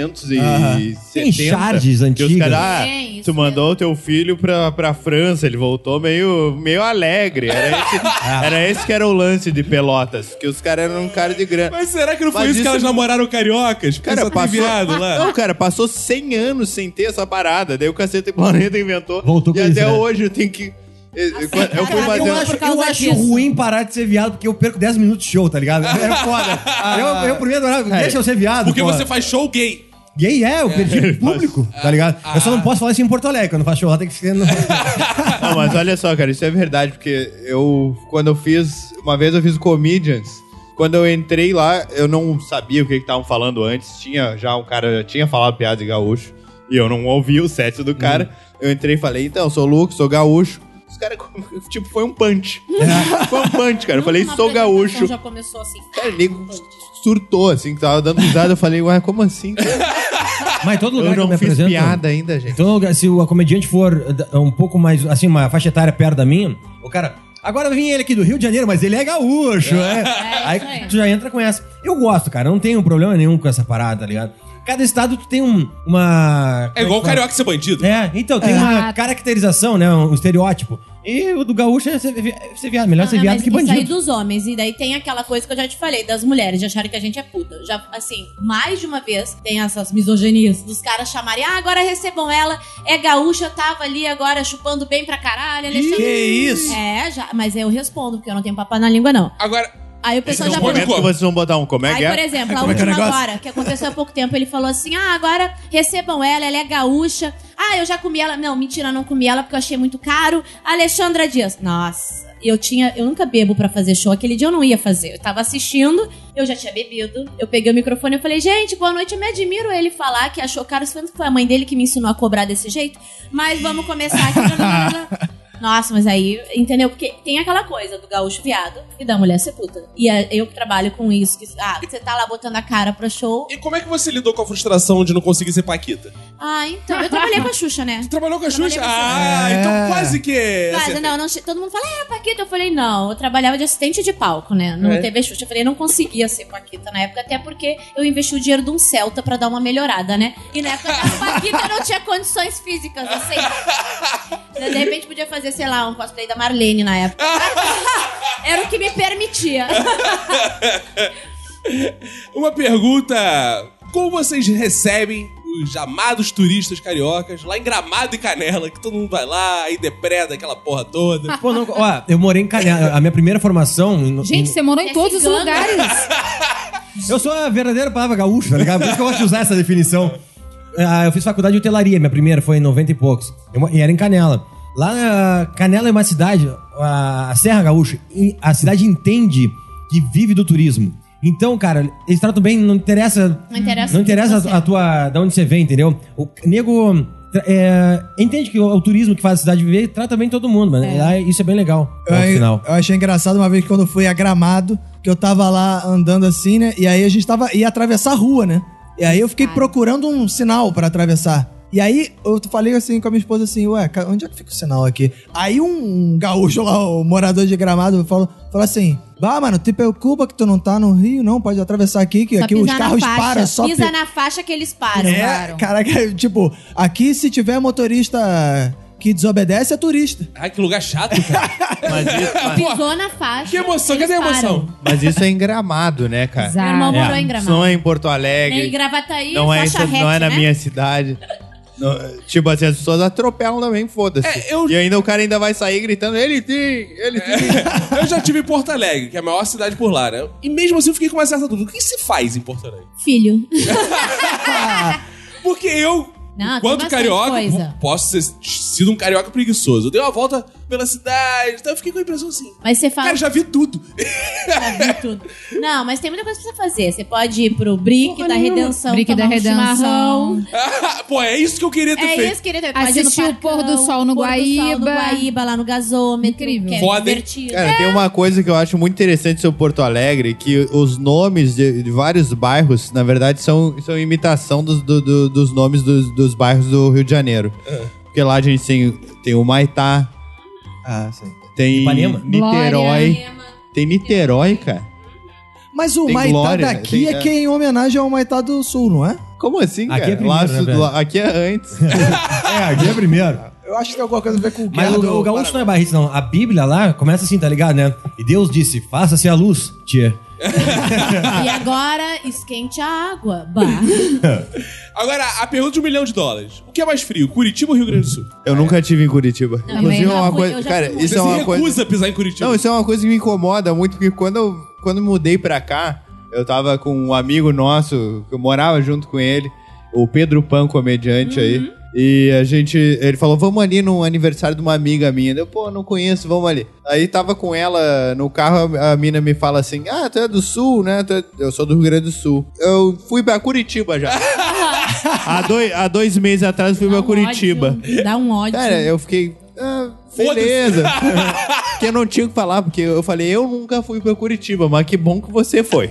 S5: 1870.
S3: Aham. Tem charges
S5: Que os
S3: antigas.
S5: caras, ah,
S4: É, isso
S5: tu mandou o teu filho pra, pra França, ele voltou meio, meio alegre. Era esse, era esse que era o lance de Pelotas, que os caras eram um cara de grana.
S1: Mas será que não foi
S5: Mas
S1: isso, que
S5: isso-
S1: elas namoraram cariocas? Porque
S5: Cara,
S1: só tem
S5: passou...
S1: viado lá.
S5: Não, cara, passou 100 anos sem ter essa parada. Daí o Cacete Planeta inventou.
S3: Voltou
S5: e
S3: com
S5: até
S3: isso, né?
S5: hoje eu tenho que... eh, Eu, eu- eu fui
S4: cara,
S5: fazer...
S3: Assim, Eu acho,
S4: Por causa
S3: eu acho
S4: disso.
S3: ruim parar de ser viado, porque eu perco 10 minutos de show, tá ligado? É foda. eu, eu primeiro adorava, deixa eu ser viado.
S1: Porque
S3: porra.
S1: você faz show gay.
S3: Gay é, o perfil público, tá ligado? eu só não posso falar isso em Porto Alegre, quando faço show lá tem que ser. no-
S5: Não, mas olha só, cara, isso é verdade, porque eu, quando eu fiz, uma vez eu fiz o Comedians, quando eu entrei lá, eu não sabia o que que estavam falando antes, tinha já um cara, já tinha falado piada de gaúcho, e eu não ouvi o set do cara,
S3: Hum.
S5: eu entrei e falei, então, sou louco, sou gaúcho, os caras, tipo, foi um punch,
S3: É.
S5: foi um punch, cara, eu falei,
S4: Uma
S5: sou
S4: apresentação
S5: gaúcho,
S4: Já começou assim.
S5: cara, o nego surtou, assim, que tava dando risada, eu falei, ué, como assim? cara?
S3: Mas em todo lugar
S5: Eu
S3: que eu
S5: não
S3: me
S5: fiz
S3: apresento.
S5: piada ainda, gente.
S3: Então, se o comediante for eh, da- um pouco mais, assim, uma faixa etária perto da minha, o cara. Agora vem ele aqui do Rio de Janeiro, mas ele é gaúcho, é. Aí
S4: isso aí.
S3: tu já entra com essa. Eu gosto, cara, eu não tenho problema nenhum com essa parada, tá ligado? Cada estado tu tem um, uma.
S1: É igual o carioca ser bandido.
S3: É, então, tem uma
S6: Exato.
S3: caracterização, né? Um estereótipo. E o do gaúcho é ser, vi- ser viado. Melhor
S4: Não,
S3: ser
S4: é,
S3: viado
S4: mas
S3: que
S4: isso aí
S3: bandido.
S4: dos homens. E daí tem aquela coisa que eu já te falei, das mulheres de acharem que a gente é puta. Já, assim, mais de uma vez tem essas misoginias dos caras chamarem, ah, agora recebam ela, é gaúcha, tava ali agora chupando bem pra caralho. Alexandre.
S2: Que isso?
S4: É, já, mas eu respondo, porque eu não tenho papo na língua, não.
S1: Agora,
S4: Aí o pessoal
S1: Esse
S4: já
S1: é um bom
S4: pergunta.
S5: Como é que vocês vão botar um? Como é que
S4: Aí,
S5: é?
S4: por exemplo, a
S2: Como é que é o
S4: última
S2: negócio?
S4: agora, que aconteceu há pouco tempo, ele falou assim: ah, agora recebam ela, ela é gaúcha. Ah, eu já comi ela. Não, mentira, eu não comi ela porque eu achei muito caro. Alexandra Dias. Nossa, eu tinha. Eu nunca bebo pra fazer show. Aquele dia eu não ia fazer. Eu tava assistindo, eu já tinha bebido. Eu peguei o microfone e falei, gente, boa noite. Eu me admiro ele falar que achou caro. Isso foi a mãe dele que me ensinou a cobrar desse jeito. Mas vamos começar aqui. Nossa, mas aí, entendeu? Porque tem aquela coisa do gaúcho viado e da mulher ser puta. E é, eu que trabalho com isso. Que, ah, você tá lá botando a cara pro show.
S1: e como é que você lidou com a frustração de não conseguir ser Paquita?
S4: Ah, então. Eu trabalhei com a Xuxa, né?
S1: Você trabalhou com a
S4: Trabalhei
S1: Xuxa?
S4: com a Xuxa.
S1: Ah, então quase que. é
S4: Mas,
S1: certo.
S4: não, não, che- todo mundo fala, é, Paquita. Eu falei, não, eu trabalhava de assistente de palco, né? No
S1: É.
S4: TV Xuxa. Eu falei, eu não conseguia ser Paquita na época, até porque eu investi o dinheiro de um Celta pra dar uma melhorada, né? E na época, a Paquita não tinha condições físicas, assim. De repente podia fazer, sei lá, um cosplay da Marlene na época. Era o que me permitia.
S1: Uma pergunta: como vocês recebem os amados turistas cariocas lá em Gramado e Canela, que todo mundo vai lá e depreda aquela porra toda?
S3: Pô, não, ó, eu morei em Canela. A minha primeira formação. em-
S6: Gente, você morou
S4: É
S6: em todos os
S4: cigano.
S6: lugares.
S3: Eu sou a verdadeira palavra gaúcho, tá ligado? Por isso que eu gosto de usar essa definição. Ah, eu fiz faculdade de hotelaria, minha primeira, foi em 90 e poucos. Eu mo- e era em Canela. Lá, ah, Canela é uma cidade, a a Serra Gaúcha, e a cidade entende que vive do turismo. Então, cara, eles tratam bem, não interessa.
S4: Não interessa
S3: Não
S4: o que
S3: interessa
S4: você
S3: a, a tua. da onde você vem, entendeu? O c- nego. tra- é, entende que o, o turismo que faz a cidade viver trata bem todo mundo, mano. Lá, isso é bem legal.
S2: Eu,
S3: no final.
S2: eu achei engraçado uma vez quando eu fui a Gramado, que eu tava lá andando assim, né? E aí a gente tava, ia atravessar a rua, né? E aí eu fiquei
S4: Tá.
S2: procurando um sinal pra atravessar. E aí eu falei assim com a minha esposa assim, ué, um ca- onde é que fica o sinal aqui? Aí um gaúcho lá, o morador de Gramado, falou, falou assim, Bah, mano, te preocupa que tu não tá no Rio, não. Pode atravessar aqui, que
S4: Só
S2: aqui
S4: pisar
S2: os
S4: na
S2: carros
S4: faixa.
S2: param. Só
S4: Pisa
S2: pi-
S4: na faixa que eles param.
S2: É, caraca, tipo, aqui se tiver motorista que desobedece, é turista.
S1: Ai, que lugar chato, cara.
S5: Mas isso, mas-
S1: Pô,
S4: Pisou na faixa.
S1: que emoção,
S4: eles
S1: cadê a emoção?
S4: param.
S5: mas isso é em Gramado, né, cara?
S6: Exato.
S4: Meu irmão
S5: É.
S4: morou em
S5: Isso Não
S4: Gramado.
S5: é em Porto Alegre.
S4: Em Gravataí,
S5: não é, em
S4: faixa
S5: São- não
S4: rec,
S5: é na
S4: né?
S5: minha cidade. Não, tipo assim, as pessoas atropelam também, foda-se.
S1: É, eu-
S5: E ainda o cara ainda vai sair gritando, ele tem, ele tem.
S1: Eu já tive em Porto Alegre, que é a maior cidade por lá, né? E mesmo assim eu fiquei com uma certa dúvida. O que se faz em Porto Alegre?
S4: Filho.
S1: Porque eu,
S4: Não, tem
S1: enquanto
S4: bastante
S1: carioca,
S4: coisa.
S1: posso ter sido um carioca preguiçoso. Eu dei uma volta pela cidade, então eu fiquei com a impressão assim.
S4: Mas você fala
S1: Cara, já vi tudo.
S4: pra ver tudo. Não, mas tem muita coisa pra você fazer. Você pode ir pro Brick da Redenção,
S6: Brick
S4: tomar
S6: da Redenção.
S4: um chimarrão.
S1: Pô, é isso que eu queria ter
S4: É
S1: feito.
S4: isso, querida. Pode ir no
S6: Assistir o pôr
S4: Parcão,
S6: do sol no
S4: pôr do sol no
S6: Guaíba.
S4: Guaíba, lá no gasômetro.
S6: Incrível.
S4: Que é
S1: Foda, hein?
S4: divertido.
S5: Cara, tem uma coisa que eu acho muito interessante sobre Porto Alegre, que os nomes de, de vários bairros, na verdade, são, são imitação dos, do- do- dos nomes dos, dos bairros do Rio de Janeiro. Porque lá a gente tem, tem o Maitá,
S3: Ah, sim.
S5: tem
S3: Ipanema?
S5: Niterói.
S6: Glória.
S5: Tem Niterói, cara.
S2: Mas o
S5: Tem
S2: Maitá
S5: glória, né?
S2: daqui
S5: tem-
S2: é que é em homenagem ao Maitá do Sul, não é?
S5: Como assim,
S3: Aqui
S5: cara?
S3: é primeiro,
S5: Lá-
S3: né, velho?
S5: lá- aqui é antes.
S3: É, aqui é primeiro.
S2: Eu acho que tem alguma coisa a ver com o
S3: Mas
S2: Guerra
S3: o,
S2: do
S3: o gaúcho não é barrista, não. A Bíblia lá começa assim, tá ligado, né? E Deus disse, faça-se a luz, tia.
S4: E agora, esquente a água. um Bah.
S1: Agora, a pergunta de um milhão de dólares. O que é mais frio, Curitiba ou Rio Grande do Sul?
S5: Eu nunca tive em Curitiba.
S4: Não,
S5: Inclusive,
S6: eu
S5: é
S6: já
S5: uma
S4: fui-
S5: coisa.
S4: eu já
S5: Cara,
S4: fui
S5: isso
S1: Você
S5: é
S1: se
S5: uma
S1: recusa
S5: coisa.
S1: a pisar em Curitiba.
S5: Não, isso é uma coisa que me incomoda muito, porque quando eu, quando eu mudei pra cá, eu tava com um amigo nosso, que eu morava junto com ele, o Pedro Pan, comediante
S4: Uhum.
S5: aí. E a gente. Ele falou, vamos ali no aniversário de uma amiga minha. Eu, pô, não conheço, vamos ali. Aí tava com ela no carro, a, a mina me fala assim: Ah, tu é do sul, né? Tu é- Eu sou do Rio Grande do Sul. Eu fui pra Curitiba já. há, dois, há dois meses atrás eu fui pra Curitiba.
S4: um Ódio. Dá um ódio.
S5: Cara, eu fiquei. Ah,
S1: Foda-se.
S5: beleza. Porque eu não tinha o que falar, porque eu falei, eu nunca fui pra Curitiba, mas que bom que você foi.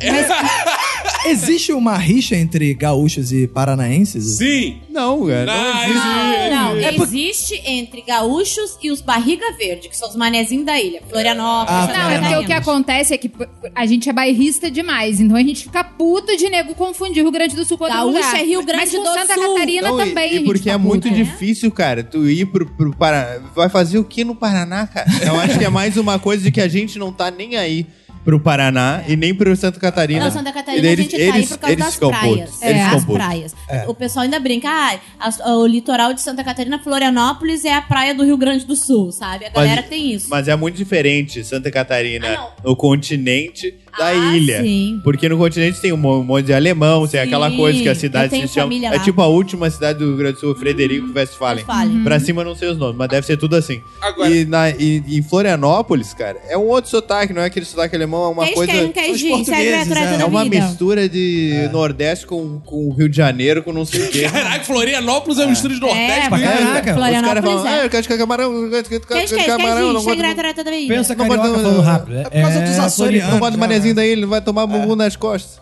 S2: Existe uma rixa entre gaúchos e paranaenses?
S1: Sim.
S5: Não, cara.
S1: Não,
S5: Não, existe.
S4: Não, não.
S2: É por-
S4: Existe entre gaúchos e os barriga verde, que são os manezinhos da ilha. Florianópolis.
S2: Ah,
S4: Santa
S5: tá.
S6: Não, é
S4: Catarina.
S6: porque o que acontece é que p- a gente é bairrista demais, então a gente fica puto de nego confundir Rio Grande do Sul com outro
S4: Gaúcha
S6: lugar.
S4: é Rio Grande
S6: Mas com
S4: do
S6: Santa
S4: Sul.
S6: Catarina
S5: Não, e-
S6: também.
S5: e,
S6: a gente
S5: porque
S4: tá
S6: fica
S5: é
S6: puto.
S5: muito difícil, cara, tu ir pro, pro Paraná. Vai fazer o que no Paraná, cara? Eu acho que é mais uma coisa de que a gente não tá nem aí pro Paraná e nem pro Santa Catarina.
S4: Não, Santa
S5: E
S4: Catarina
S5: daí
S4: a gente tá aí por causa
S5: eles
S4: das
S5: ficam
S4: praias. É,
S5: putos, Eles ficam
S4: as
S5: putos. É.
S4: praias. O pessoal ainda brinca, ah, as- o litoral de Santa Catarina, Florianópolis é a praia do Rio Grande do Sul, sabe? A galera tem isso.
S5: Mas é muito diferente Santa Catarina,
S4: Ah,
S5: o continente da
S4: Ah,
S5: ilha.
S4: sim.
S5: Porque no continente tem um mon- monte de alemão, tem
S4: Sim,
S5: aquela coisa que a
S4: eu
S5: cidade
S4: tenho
S5: se chama.
S4: família
S5: É
S4: lá. Hum,
S5: tipo a última cidade do Rio Grande do Sul, Frederico Westphalen.
S4: Westphalen. Uhum.
S5: Pra cima eu não sei os nomes, mas deve ser tudo assim.
S1: Agora-
S5: E, na- e- em Florianópolis, cara, é um outro sotaque, não é aquele sotaque alemão, é uma
S4: Quem
S5: coisa.
S4: quer, quer
S2: os
S4: gente, segue
S2: portugueses,
S4: atrás
S1: né?
S2: é.
S4: da
S5: É uma
S4: vida.
S5: mistura de
S3: É.
S5: Nordeste com, com o Rio de Janeiro, com não sei o quê.
S1: Caraca, Florianópolis é uma mistura de Nordeste.
S3: pra
S1: com-
S3: caralho. Caraca,
S5: Os caras
S4: Florianópolis
S5: falam, ah,
S4: é.
S5: eu quero de camarão, eu quero de
S4: Quem quer, quer
S5: camarão, não
S4: gente,
S5: gosto
S4: segue
S5: de
S4: atrás da vida.
S3: Pensa
S5: Não, mas
S3: carioca
S5: não,
S3: falando
S5: não.
S3: rápido. É né?
S2: por causa dos É. açorianos.
S5: Não bota o manezinho daí, ele vai tomar bumbum nas costas.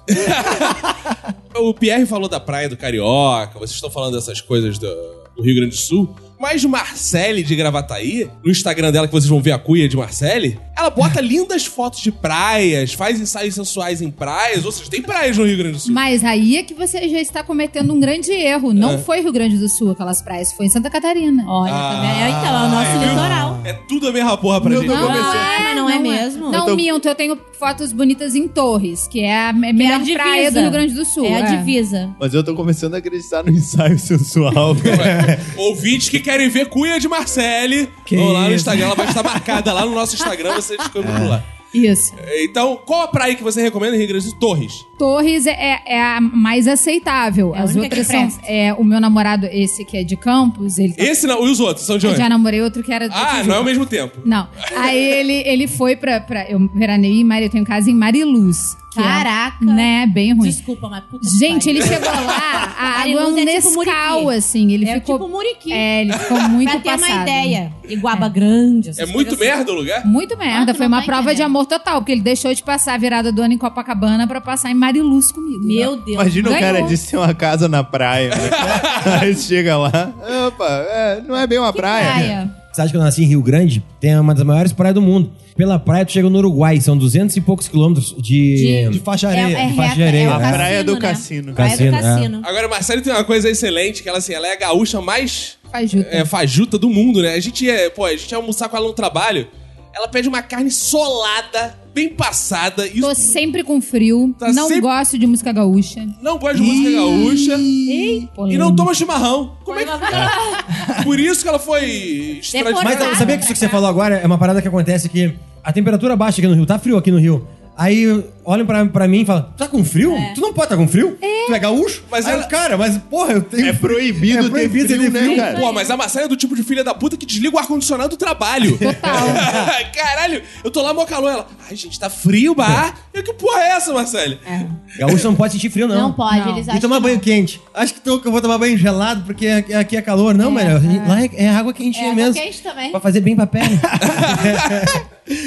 S1: O Pierre falou da praia do Carioca, vocês estão falando dessas coisas do, do Rio Grande do Sul. Mas Marcele de Gravataí, no Instagram dela que vocês vão ver a cuia de Marcele, ela bota lindas fotos de praias, faz ensaios sensuais em praias, ou seja, tem praias no Rio Grande do Sul.
S6: Mas aí é que você já está cometendo um grande erro. Não foi Rio Grande do Sul aquelas praias, foi em Santa Catarina.
S4: Olha, tá vendo? É, então, é o nosso litoral.
S1: Ah, É tudo a mesma porra pra
S5: Meu
S1: gente.
S5: Deus,
S4: Não,
S5: Eu comecei.
S4: é, mas não é mesmo.
S6: Não,
S5: Eu tô-
S6: minto, eu tenho fotos bonitas em Torres, que é a me-
S4: é a
S6: melhor
S4: divisa.
S6: praia do Rio Grande do Sul.
S4: É a divisa.
S5: Mas eu tô começando a acreditar no ensaio sensual.
S1: Ouvintes que querem ver cuia de Marcele,
S2: Que
S1: vão lá no
S2: isso. É.
S1: Instagram, ela vai estar marcada lá no nosso Instagram, você descobre tudo lá.
S6: Isso.
S1: Então, qual a praia que você recomenda no Rio Grande do Sul? Torres.
S6: Torres é, é a mais aceitável.
S4: É a
S6: As
S4: única que
S6: outras são.
S4: presta.
S6: É, o meu namorado, esse que é de Campos, ele. tá-
S1: Esse não, e os outros? São de
S6: Eu
S1: onde?
S6: já namorei outro que era. da
S1: Ah,
S6: Tijuca.
S1: não é ao mesmo tempo.
S6: Não. Aí ele, ele foi pra, pra. Eu veranei em Mari, eu tenho casa em Mariluz. que é,
S4: Caraca.
S6: né? Bem ruim.
S4: Desculpa, mas puta que
S6: Gente,
S4: pariu.
S6: ele chegou lá, a água é um
S4: Mariluz é tipo
S6: Nescau,
S4: Muriqui.
S6: assim. Ele
S4: É
S6: ficou.
S4: tipo muriqui.
S6: é, ele ficou muito
S4: pra ter
S6: passado.
S4: uma ideia. Iguaba grande.
S1: É
S4: essas
S1: muito
S4: coisas assim.
S1: merda o lugar?
S6: Muito merda,
S4: Ah, tu
S6: foi
S4: não
S6: uma
S4: tá
S6: prova de
S4: entendendo.
S6: amor total, porque ele deixou de passar a virada do ano em Copacabana pra passar em Mariluz comigo.
S4: Meu Deus.
S5: Imagina o
S6: Ganhou.
S5: cara disse ter uma casa na praia. né? Aí chega lá. Opa, é, não é bem uma praia.
S6: praia.
S3: cidade que eu nasci em Rio Grande, tem uma das maiores praias do mundo. Pela praia, tu chega no Uruguai, são 200 e poucos quilômetros de. É,
S2: De faixa areia.
S3: de faixa de areia.
S6: o
S3: A
S9: praia do
S6: né?
S9: cassino.
S4: Praia do
S3: Cassino, é.
S4: cassino.
S1: Agora, Marcelo tem uma coisa excelente, que ela, assim, ela é a gaúcha mais
S6: Fajuta.
S1: é, fajuta do mundo, né? A gente é, pô, a gente ia almoçar com ela no trabalho, ela pede uma carne solada, bem passada, isso
S6: Tô sempre com frio,
S1: Tá
S6: não
S1: sempre-
S6: gosto de música gaúcha.
S1: não gosta de música gaúcha e não toma chimarrão. Como é que... Por isso que ela foi extradida.
S3: Mas tá, sabia que isso que você falou agora é uma parada que acontece que a temperatura baixa aqui no Rio, tá frio aqui no Rio. Aí olham pra, pra mim e falam, tá com frio? Tu não pode estar tá com frio? Tu é gaúcho?
S1: Mas
S3: Aí
S1: ela-
S3: eu, cara, mas porra, eu tenho...
S9: É proibido,
S3: É proibido
S9: ter
S3: ter
S9: frio,
S3: frio.
S9: né, cara?
S1: Pô, mas a Marcela é do tipo de filha da puta que desliga o ar-condicionado do trabalho. Total. Caralho, eu tô lá mó calor. Ela, ai, gente, tá frio, bah. Eu, que porra é essa, Marcelo?
S3: Gaúcho não pode sentir frio, não.
S4: Não pode,
S6: Não.
S4: eles acham.
S3: E tomar
S4: que
S3: banho
S4: não.
S3: quente. Acho que, tô, que eu vou tomar banho gelado, porque aqui aqui é calor. Não, melhor. Lá é, é água quentinha
S4: É água
S3: mesmo.
S4: quente também.
S3: Pra fazer bem pra pele.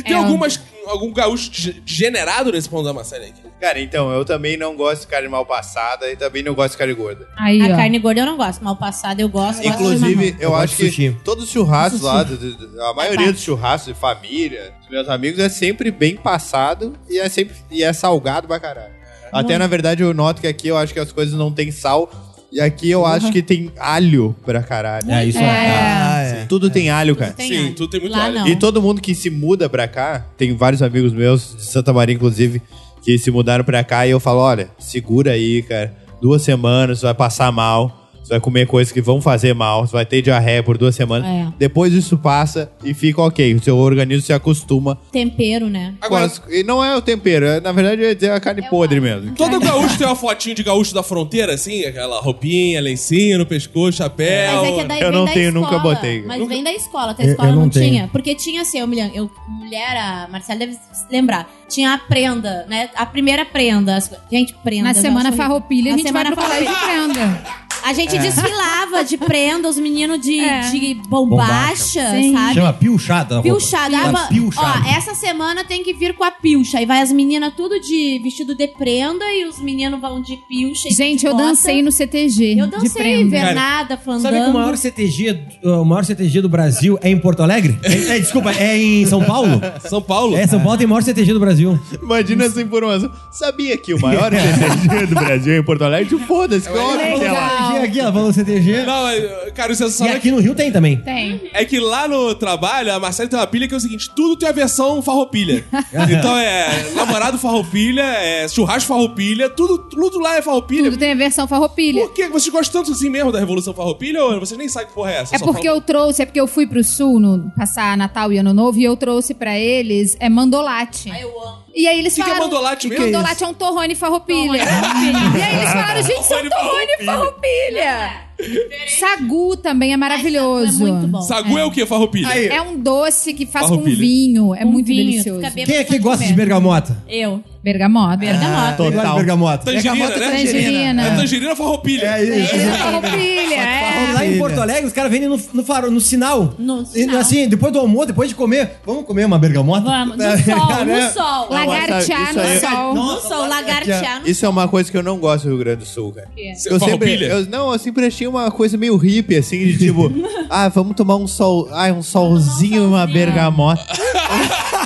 S1: Tem algumas, algum gaúcho de- degenerado nesse ponto da Marcela aqui?
S5: Cara, então, eu também não gosto de carne mal passada e também não gosto de carne gorda.
S6: Aí,
S4: A
S6: ó.
S4: carne gorda eu não gosto. Mal passada eu gosto. gosto de
S5: Inclusive,
S4: mamão.
S5: eu,
S3: Eu gosto
S5: acho
S3: de sushi.
S5: que todos os
S4: Ah,
S5: churrascos lá, do- do- do- a maioria dos churrascos de família, dos meus amigos, é sempre bem passado e é sempre e é salgado pra caralho. Até, na verdade, eu noto que aqui eu acho que as coisas não tem sal e aqui eu acho que tem alho pra caralho.
S3: é, isso
S9: Ah, é.
S5: Tudo tem alho, cara.
S4: Tem
S1: Sim,
S4: alho.
S1: tudo tem muito
S4: Lá
S1: alho.
S4: não.
S5: E todo mundo que se muda pra cá, tem vários amigos meus de Santa Maria, inclusive, que se mudaram pra cá e eu falo, olha, segura aí, cara. Duas semanas, você vai passar mal, você vai comer coisas que vão fazer mal, você vai ter diarreia por duas semanas.
S4: É.
S5: Depois isso passa e fica ok. O seu organismo se acostuma.
S4: Tempero, né?
S5: com
S1: Agora,
S5: as- E não é o tempero, é, na verdade é dizer a carne podre mesmo.
S1: todo gaúcho tem uma fotinho de gaúcho da fronteira, assim? Aquela roupinha, lencinho no pescoço, chapéu.
S4: Mas é que daí
S5: Eu
S4: vem
S5: não
S4: da
S5: tenho,
S4: escola.
S5: nunca botei.
S4: Mas
S5: Nunca-
S4: vem da escola, que a
S3: Eu-
S4: escola
S3: eu
S4: não,
S3: não tenho.
S4: tinha. Porque tinha assim, eu me lembro, eu, mulher, a Marcela deve se lembrar, tinha a prenda, né? A primeira prenda. as co- Gente, prenda.
S6: Na
S4: eu
S6: semana
S4: acho horrível.
S6: farroupilha, a
S4: Na
S6: gente vai
S4: semana
S6: pro colégio de
S4: farroupilha.
S6: prenda.
S4: A gente desfilava de prenda, os meninos de,
S6: É.
S4: de bombacha,
S6: Bombacha. Sim.
S4: sabe?
S3: Chama pilchada. na roupa.
S4: Pilchada.
S3: Chama
S4: Ah,
S3: pilchada.
S4: Ó, essa semana tem que vir com a pilcha. E vai as meninas tudo de vestido de prenda e os meninos vão de pilcha. e
S6: Gente,
S4: de
S6: eu
S4: bota.
S6: dancei no CTG.
S4: Eu
S6: de
S4: dancei,
S6: prenda.
S4: invernada,
S3: Sabe que o maior
S4: fandango.
S3: CTG, do- o maior CTG do Brasil é em Porto Alegre? É, é, desculpa, é em São Paulo?
S1: São Paulo.
S3: É, São Paulo tem o maior CTG do Brasil.
S5: Imagina essa informação. Sabia que o maior é. CTG do Brasil é em Porto Alegre? Foda-se, que óbvio que é lá.
S3: CTG aqui, ó, falou CTG.
S1: Não, é- cara, o
S3: E
S1: sensacional é que,
S3: aqui no Rio tem também.
S6: Tem.
S1: é que lá no trabalho, a Marcela tem uma pilha que é o seguinte, tudo tem a versão farroupilha. então é namorado farroupilha, é churrasco farroupilha, tudo, tudo lá é farroupilha.
S6: Tudo tem a versão farroupilha.
S1: Por que vocês gostam tanto assim mesmo da Revolução Farroupilha ou vocês nem sabem que porra é essa?
S6: É
S1: Só
S6: porque
S1: falam-
S6: eu trouxe, é porque eu fui pro sul no, passar Natal e Ano Novo e eu trouxe pra eles é mandolate.
S4: Eu amo.
S6: E aí eles
S1: Que que é
S6: falaram.
S1: mandolate
S6: que
S1: mesmo?
S6: que é Mandolate é, um torrone farroupilha. e aí eles falaram, gente, são
S1: Torrone
S6: torrone farroupilha. Sagu também é maravilhoso.
S4: É muito bom.
S1: Sagu é, o quê, farroupilha?
S3: Aí,
S6: É um doce que faz
S1: Farroupilha.
S6: com vinho. É
S4: Com
S6: muito
S4: vinho,
S6: delicioso.
S4: fica bem-
S3: quem é Ah, aqui gosta de bergamota?
S4: Eu.
S6: Bergamota.
S5: Ah,
S6: Bergamota.
S3: Quem gosta de bergamota?
S1: Tangerina,
S2: Bergamota
S1: né?
S6: tangerina.
S1: É tangerina farroupilha.
S3: É isso.
S6: É, farroupilha, é.
S3: Lá em Porto Alegre, os caras vendem no, no farol, no sinal.
S4: No
S3: E,
S4: sinal.
S3: assim, depois do almoço, depois de comer, vamos comer uma bergamota?
S4: Vamos, no sol, no
S3: Né?
S4: sol.
S6: Lagartear
S5: Isso aí
S6: no
S5: é-
S6: sol.
S4: No sol, lagartear no
S5: Isso é uma coisa que eu não gosto do Rio Grande do Sul, cara. Eu sempre,
S1: Farroupilha.
S5: eu, não, eu sempre achei uma coisa meio hippie, assim, de tipo, ah, vamos tomar um sol, ah, um solzinho e uma bergamota.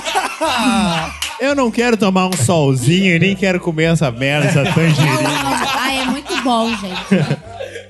S5: eu não quero tomar um solzinho e nem quero comer essa merda, essa
S4: Eu
S5: tangerina.
S4: amo. Ah, é muito bom, gente.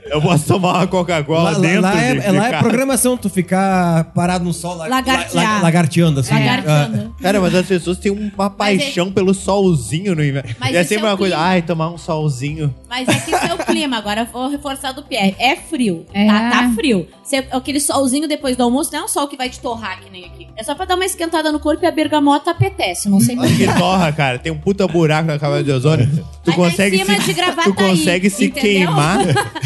S5: Eu posso tomar uma
S3: Lá,
S5: Coca-Cola
S3: lá-
S5: dentro
S3: lá é,
S5: de,
S3: é- lá é
S5: de casa.
S3: programação tu ficar parado no sol. la-
S4: Lagartear.
S3: la- la- lagarteando, assim. Ah,
S4: Lagarteando. é-
S5: Cara, mas as pessoas têm uma paixão pelo solzinho no inverno.
S4: Mas
S5: E é
S4: esse
S5: sempre
S4: é o
S5: uma coisa,
S4: clima.
S5: ai, tomar um solzinho.
S4: Mas é que isso é o clima. Agora eu vou reforçar do Pierre. É frio.
S6: É.
S4: Tá, tá frio. Você- aquele solzinho depois do almoço não é um sol que vai te torrar que nem aqui. É só pra dar uma esquentada no corpo e a bergamota apetece. Não sei
S5: Olha
S4: porquê.
S5: que torra, cara. Tem um puta buraco na camada de ozônio. Tu
S4: Mas tá em
S5: consegue
S4: cima
S5: se,
S4: de Gravataí,
S5: tu consegue se
S4: entendeu?
S5: queimar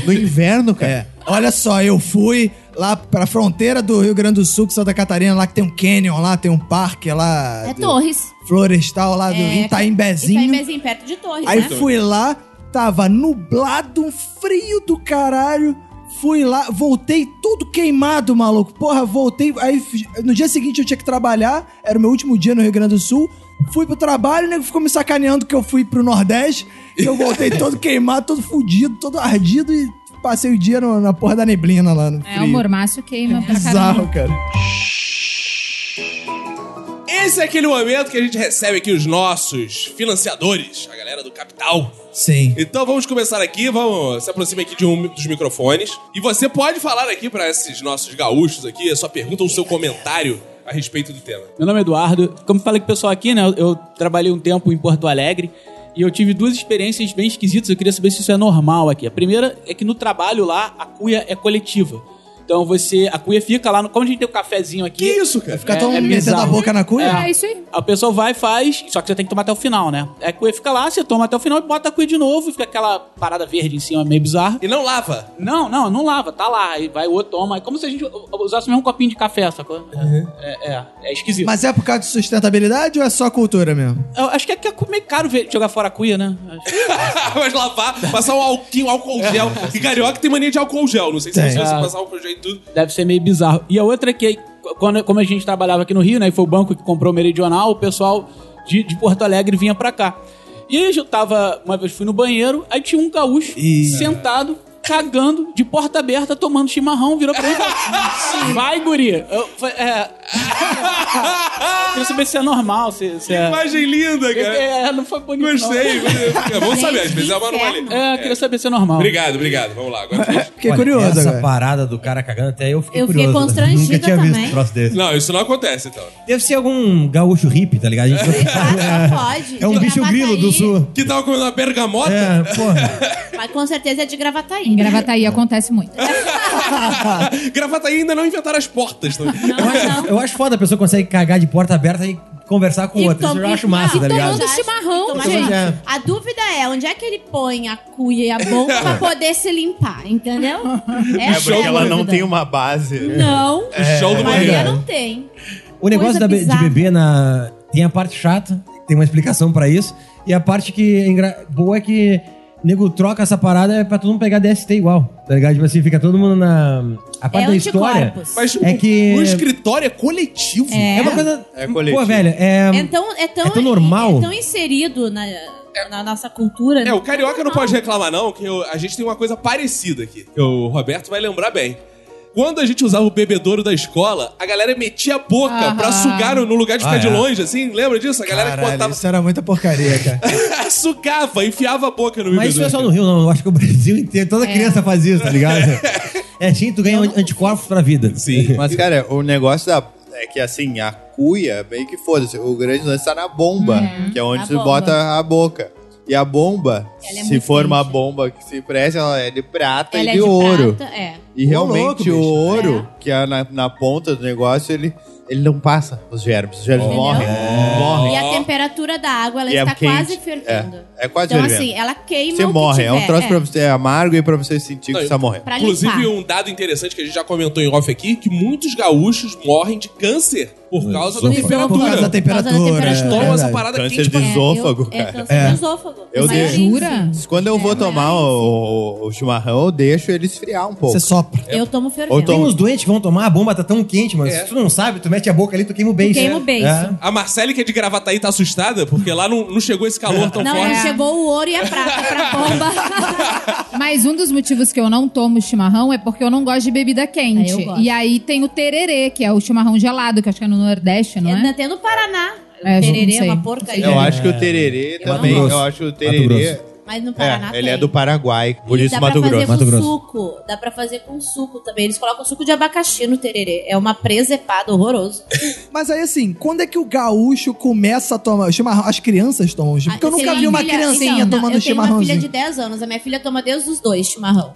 S5: no inverno, cara.
S2: É. Olha só, eu fui lá pra fronteira do Rio Grande do Sul com Santa Catarina, lá que tem um canyon, lá tem um parque lá.
S4: É
S2: do-
S4: Torres.
S2: Florestal
S3: tá
S2: lá do
S4: É,
S2: Itaimbezinho.
S4: Itaimbezinho, perto de Torres,
S2: Aí
S4: né?
S2: fui lá, tava nublado, um frio do caralho. Fui lá, voltei todo queimado, maluco. Porra, voltei. Aí fi- no dia seguinte eu tinha que trabalhar, era o meu último dia no Rio Grande do Sul. Fui pro trabalho, o nego ficou me sacaneando que eu fui pro Nordeste. E eu voltei todo queimado, todo fudido, todo ardido e passei o dia no- na porra da neblina lá no
S6: É, o
S2: frio.
S6: mormaço queima pra caramba.
S2: Bizarro, cara.
S1: Esse é aquele momento que a gente recebe aqui os nossos financiadores, a galera do capital.
S2: Sim.
S1: Então vamos começar aqui, vamos se aproxima aqui de um dos microfones. E você pode falar aqui para esses nossos gaúchos aqui a sua pergunta ou o seu comentário a respeito do tema.
S9: Meu nome é Eduardo. Como falei com o pessoal aqui, né? eu- Eu trabalhei um tempo em Porto Alegre e eu tive duas experiências bem esquisitas. Eu queria saber se isso é normal aqui. A primeira é que no trabalho lá a cuia é coletiva. Então você. A cuia fica lá no. Como a gente tem o cafezinho aqui.
S1: Que isso, cara?
S2: Ficar
S9: É-
S2: tão
S9: é
S2: metendo
S9: bizarro.
S2: a boca na cuia?
S6: É, isso aí.
S9: A pessoa vai, faz, só que você tem que tomar até o final, né? A cuia fica lá, você toma até o final e bota a cuia de novo, e fica aquela parada verde em cima, meio bizarra.
S1: E não lava.
S9: Não, não, não lava, tá lá, aí vai o outro toma. É como se a gente usasse o mesmo copinho de café, sacou?
S1: Uhum.
S9: É, é, é esquisito.
S2: Mas é por causa de sustentabilidade ou é só cultura mesmo?
S9: Eu acho que é que é meio caro ver- jogar fora a cuia, né?
S1: Mas lavar, passar um alquinho, álcool gel. E carioca tem mania de álcool gel, não sei se
S2: Tem.
S1: você
S9: Ah.
S1: passar álcool gel em tudo.
S9: Deve ser meio bizarro. E a outra é que, quando, como a gente trabalhava aqui no Rio, né? E foi o banco que comprou o Meridional, o pessoal de, de Porto Alegre vinha pra cá. E aí eu tava, uma vez fui no banheiro, aí tinha um gaúcho sentado, cagando, de porta aberta, tomando chimarrão, virou pra mim e falou: "Hum, Vai, guri! Eu, falei, é. Queria saber se é normal, se, se é.
S1: Imagem linda, cara.
S9: É, não foi bonito. não.
S1: Gostei. É bom saber, às vezes é uma
S4: Gente, que
S1: anomalia.
S9: É, queria saber se é normal.
S1: Obrigado, obrigado. Vamos lá. Agora
S2: Fiquei
S3: Olha,
S2: curioso
S3: Essa
S2: agora.
S3: parada do cara cagando, até eu fiquei
S4: Eu fiquei
S3: curioso.
S4: constrangida
S3: Nunca tinha
S4: também.
S3: visto um troço desse.
S1: Não, isso não acontece, então.
S3: Deve ser algum gaúcho hippie, tá ligado? A gente não-
S4: Ah, só pode.
S3: é um
S4: De
S3: bicho
S4: gravata
S3: grilo do
S4: aí.
S3: sul.
S1: Que tava comendo uma bergamota?
S3: É, porra.
S4: Mas com certeza é de gravataí.
S6: Em
S4: né?
S6: Gravataí acontece muito.
S1: Gravata ainda não inventaram as portas. tá Também.
S3: Eu acho, eu acho foda a pessoa consegue cagar de porta aberta e conversar com o
S4: E
S3: outro. Isso
S4: tom-
S3: eu acho
S4: e-
S3: massa,
S4: e
S3: tá ligado? um
S6: tomando
S4: tomando
S6: chimarrão,
S4: e tomando
S6: gente.
S4: chimarrão. A dúvida é onde é que ele põe a cuia e a boca pra poder se limpar, entendeu? É, Essa
S10: Porque
S4: a
S10: ela não
S4: dúvida.
S10: tem uma base.
S4: Não,
S5: É.
S1: O show do
S4: Maria
S1: banheiro.
S4: não tem.
S3: É. O negócio
S4: Coisa
S3: da be- de
S4: bizarra.
S3: beber na... tem a parte chata, tem uma explicação pra isso. E a parte que é engra- boa é que o nego troca essa parada é pra todo mundo pegar DST igual, tá ligado? Tipo assim, fica todo mundo na.
S9: um
S3: A parte
S4: É
S3: da história.
S4: anticorpos.
S1: Mas
S3: É que-
S1: o escritório é coletivo.
S3: É, uma coisa.
S10: É coletivo.
S3: Pô, velho, é.
S4: É tão, é tão,
S3: É tão normal.
S4: É tão inserido na, na nossa cultura. né?
S1: É, o carioca não pode reclamar, não, que eu- a gente tem uma coisa parecida aqui. que O Roberto vai lembrar bem. Quando a gente usava o bebedouro da escola, a galera metia a boca
S6: Aham.
S1: pra sugar no lugar de ficar
S3: Ah,
S1: de
S3: é.
S1: longe, assim. Lembra disso? A galera que
S2: Caralho,
S1: botava.
S2: isso era muita porcaria, cara.
S1: sugava, enfiava a boca no
S3: Mas isso não é
S1: bebedouro.
S3: só no Rio, não. Eu acho que o Brasil inteiro,
S4: É.
S3: toda criança faz isso, tá ligado? É assim, tu ganha anticorpos pra vida.
S1: Sim.
S10: Mas, cara, o negócio da. É que assim, a cuia, meio que foda-se. O grande lance tá na bomba, que é onde
S4: Uhum. na
S10: você
S4: bomba.
S10: bota a boca. E a bomba,
S4: Ela é
S10: se
S4: muito
S10: for uma
S4: quente.
S10: bomba que se preste, ela é de prata
S4: Ela
S10: e
S4: é
S10: de, ouro.
S4: prata, é.
S10: E
S2: Ô, louco,
S10: realmente
S2: bicho.
S10: o ouro, que é na, na ponta do negócio, ele, ele não passa os germes. Os germes
S4: Entendeu?
S10: morrem.
S3: É.
S4: E
S10: Morrem.
S4: a temperatura da água, ela
S10: E é
S4: está
S10: quente.
S4: quase fervendo.
S10: É, é quase
S4: Então,
S10: fervendo.
S4: assim, ela queima
S10: Você
S4: o que
S10: morre. É um
S4: tiver,
S10: troço
S4: é.
S10: pra você. É amargo e pra você sentir
S1: Não,
S10: que você
S5: é
S10: tá morrendo.
S4: Pra
S1: Inclusive,
S4: limpar.
S1: um dado interessante que a gente já comentou em off aqui, que muitos gaúchos morrem de câncer por causa
S2: Por causa da
S3: Por
S1: da temperatura.
S4: Por causa
S2: temperatura.
S4: da
S2: é
S4: temperatura.
S1: Toma essa
S2: verdade.
S1: parada
S10: Câncer
S1: quente pra
S10: Então, de esôfago,
S4: é, eu-
S10: cara.
S4: É, câncer de esôfago.
S10: Eu
S4: Mas
S10: dei.
S4: sim,
S6: Jura?
S10: Quando eu vou
S4: É,
S10: tomar
S4: mas-
S10: o, o chimarrão, eu deixo ele esfriar um pouco.
S2: Você sopra.
S4: Eu tomo fervendo.
S10: Ou
S3: Tem
S10: tomo-
S3: uns doentes que vão tomar, a bomba tá tão quente, mano.
S1: É.
S3: Se tu não sabe, tu mete a boca ali, tu queima o beijo.
S4: Tu queima o beiço.
S3: É.
S1: A Marcele, que é de Gravataí, tá assustada, porque lá não, não chegou esse calor tão
S4: Não,
S1: forte.
S4: é,
S6: É.
S4: chegou o ouro e a prata pra bomba.
S6: Mas um dos motivos que eu não tomo chimarrão é porque eu não gosto de bebida quente.
S4: É, eu gosto.
S6: E aí tem o tererê, que é o chimarrão gelado, que acho que é no Nordeste, não é?
S4: Ainda tem no Paraná.
S6: É,
S4: O
S6: não
S4: tererê é
S6: sei.
S4: uma porcaria.
S10: Eu acho que o tererê também.
S3: Grosso.
S10: Eu acho que o
S3: Mato
S10: tererê.
S3: Grosso.
S4: Mas É. no Paraná
S10: É, ele é
S4: tem.
S10: do Paraguai, por isso
S4: Dá
S10: Mato
S4: pra fazer
S10: Grosso.
S4: com
S3: Mato Grosso.
S4: suco. Dá pra fazer com suco também. Eles colocam suco de abacaxi no tererê. É uma presepada horroroso.
S2: Mas aí, assim, quando é que o gaúcho começa a tomar chimarrão? As crianças tomam chimarrão. Porque eu
S4: Ah,
S2: nunca
S4: tem
S2: vi uma
S4: filha-
S2: criancinha
S4: então,
S2: tomando
S4: Eu tenho uma filha de
S2: chimarrãozinho.
S4: 10 anos. A minha filha toma desde os dois chimarrão.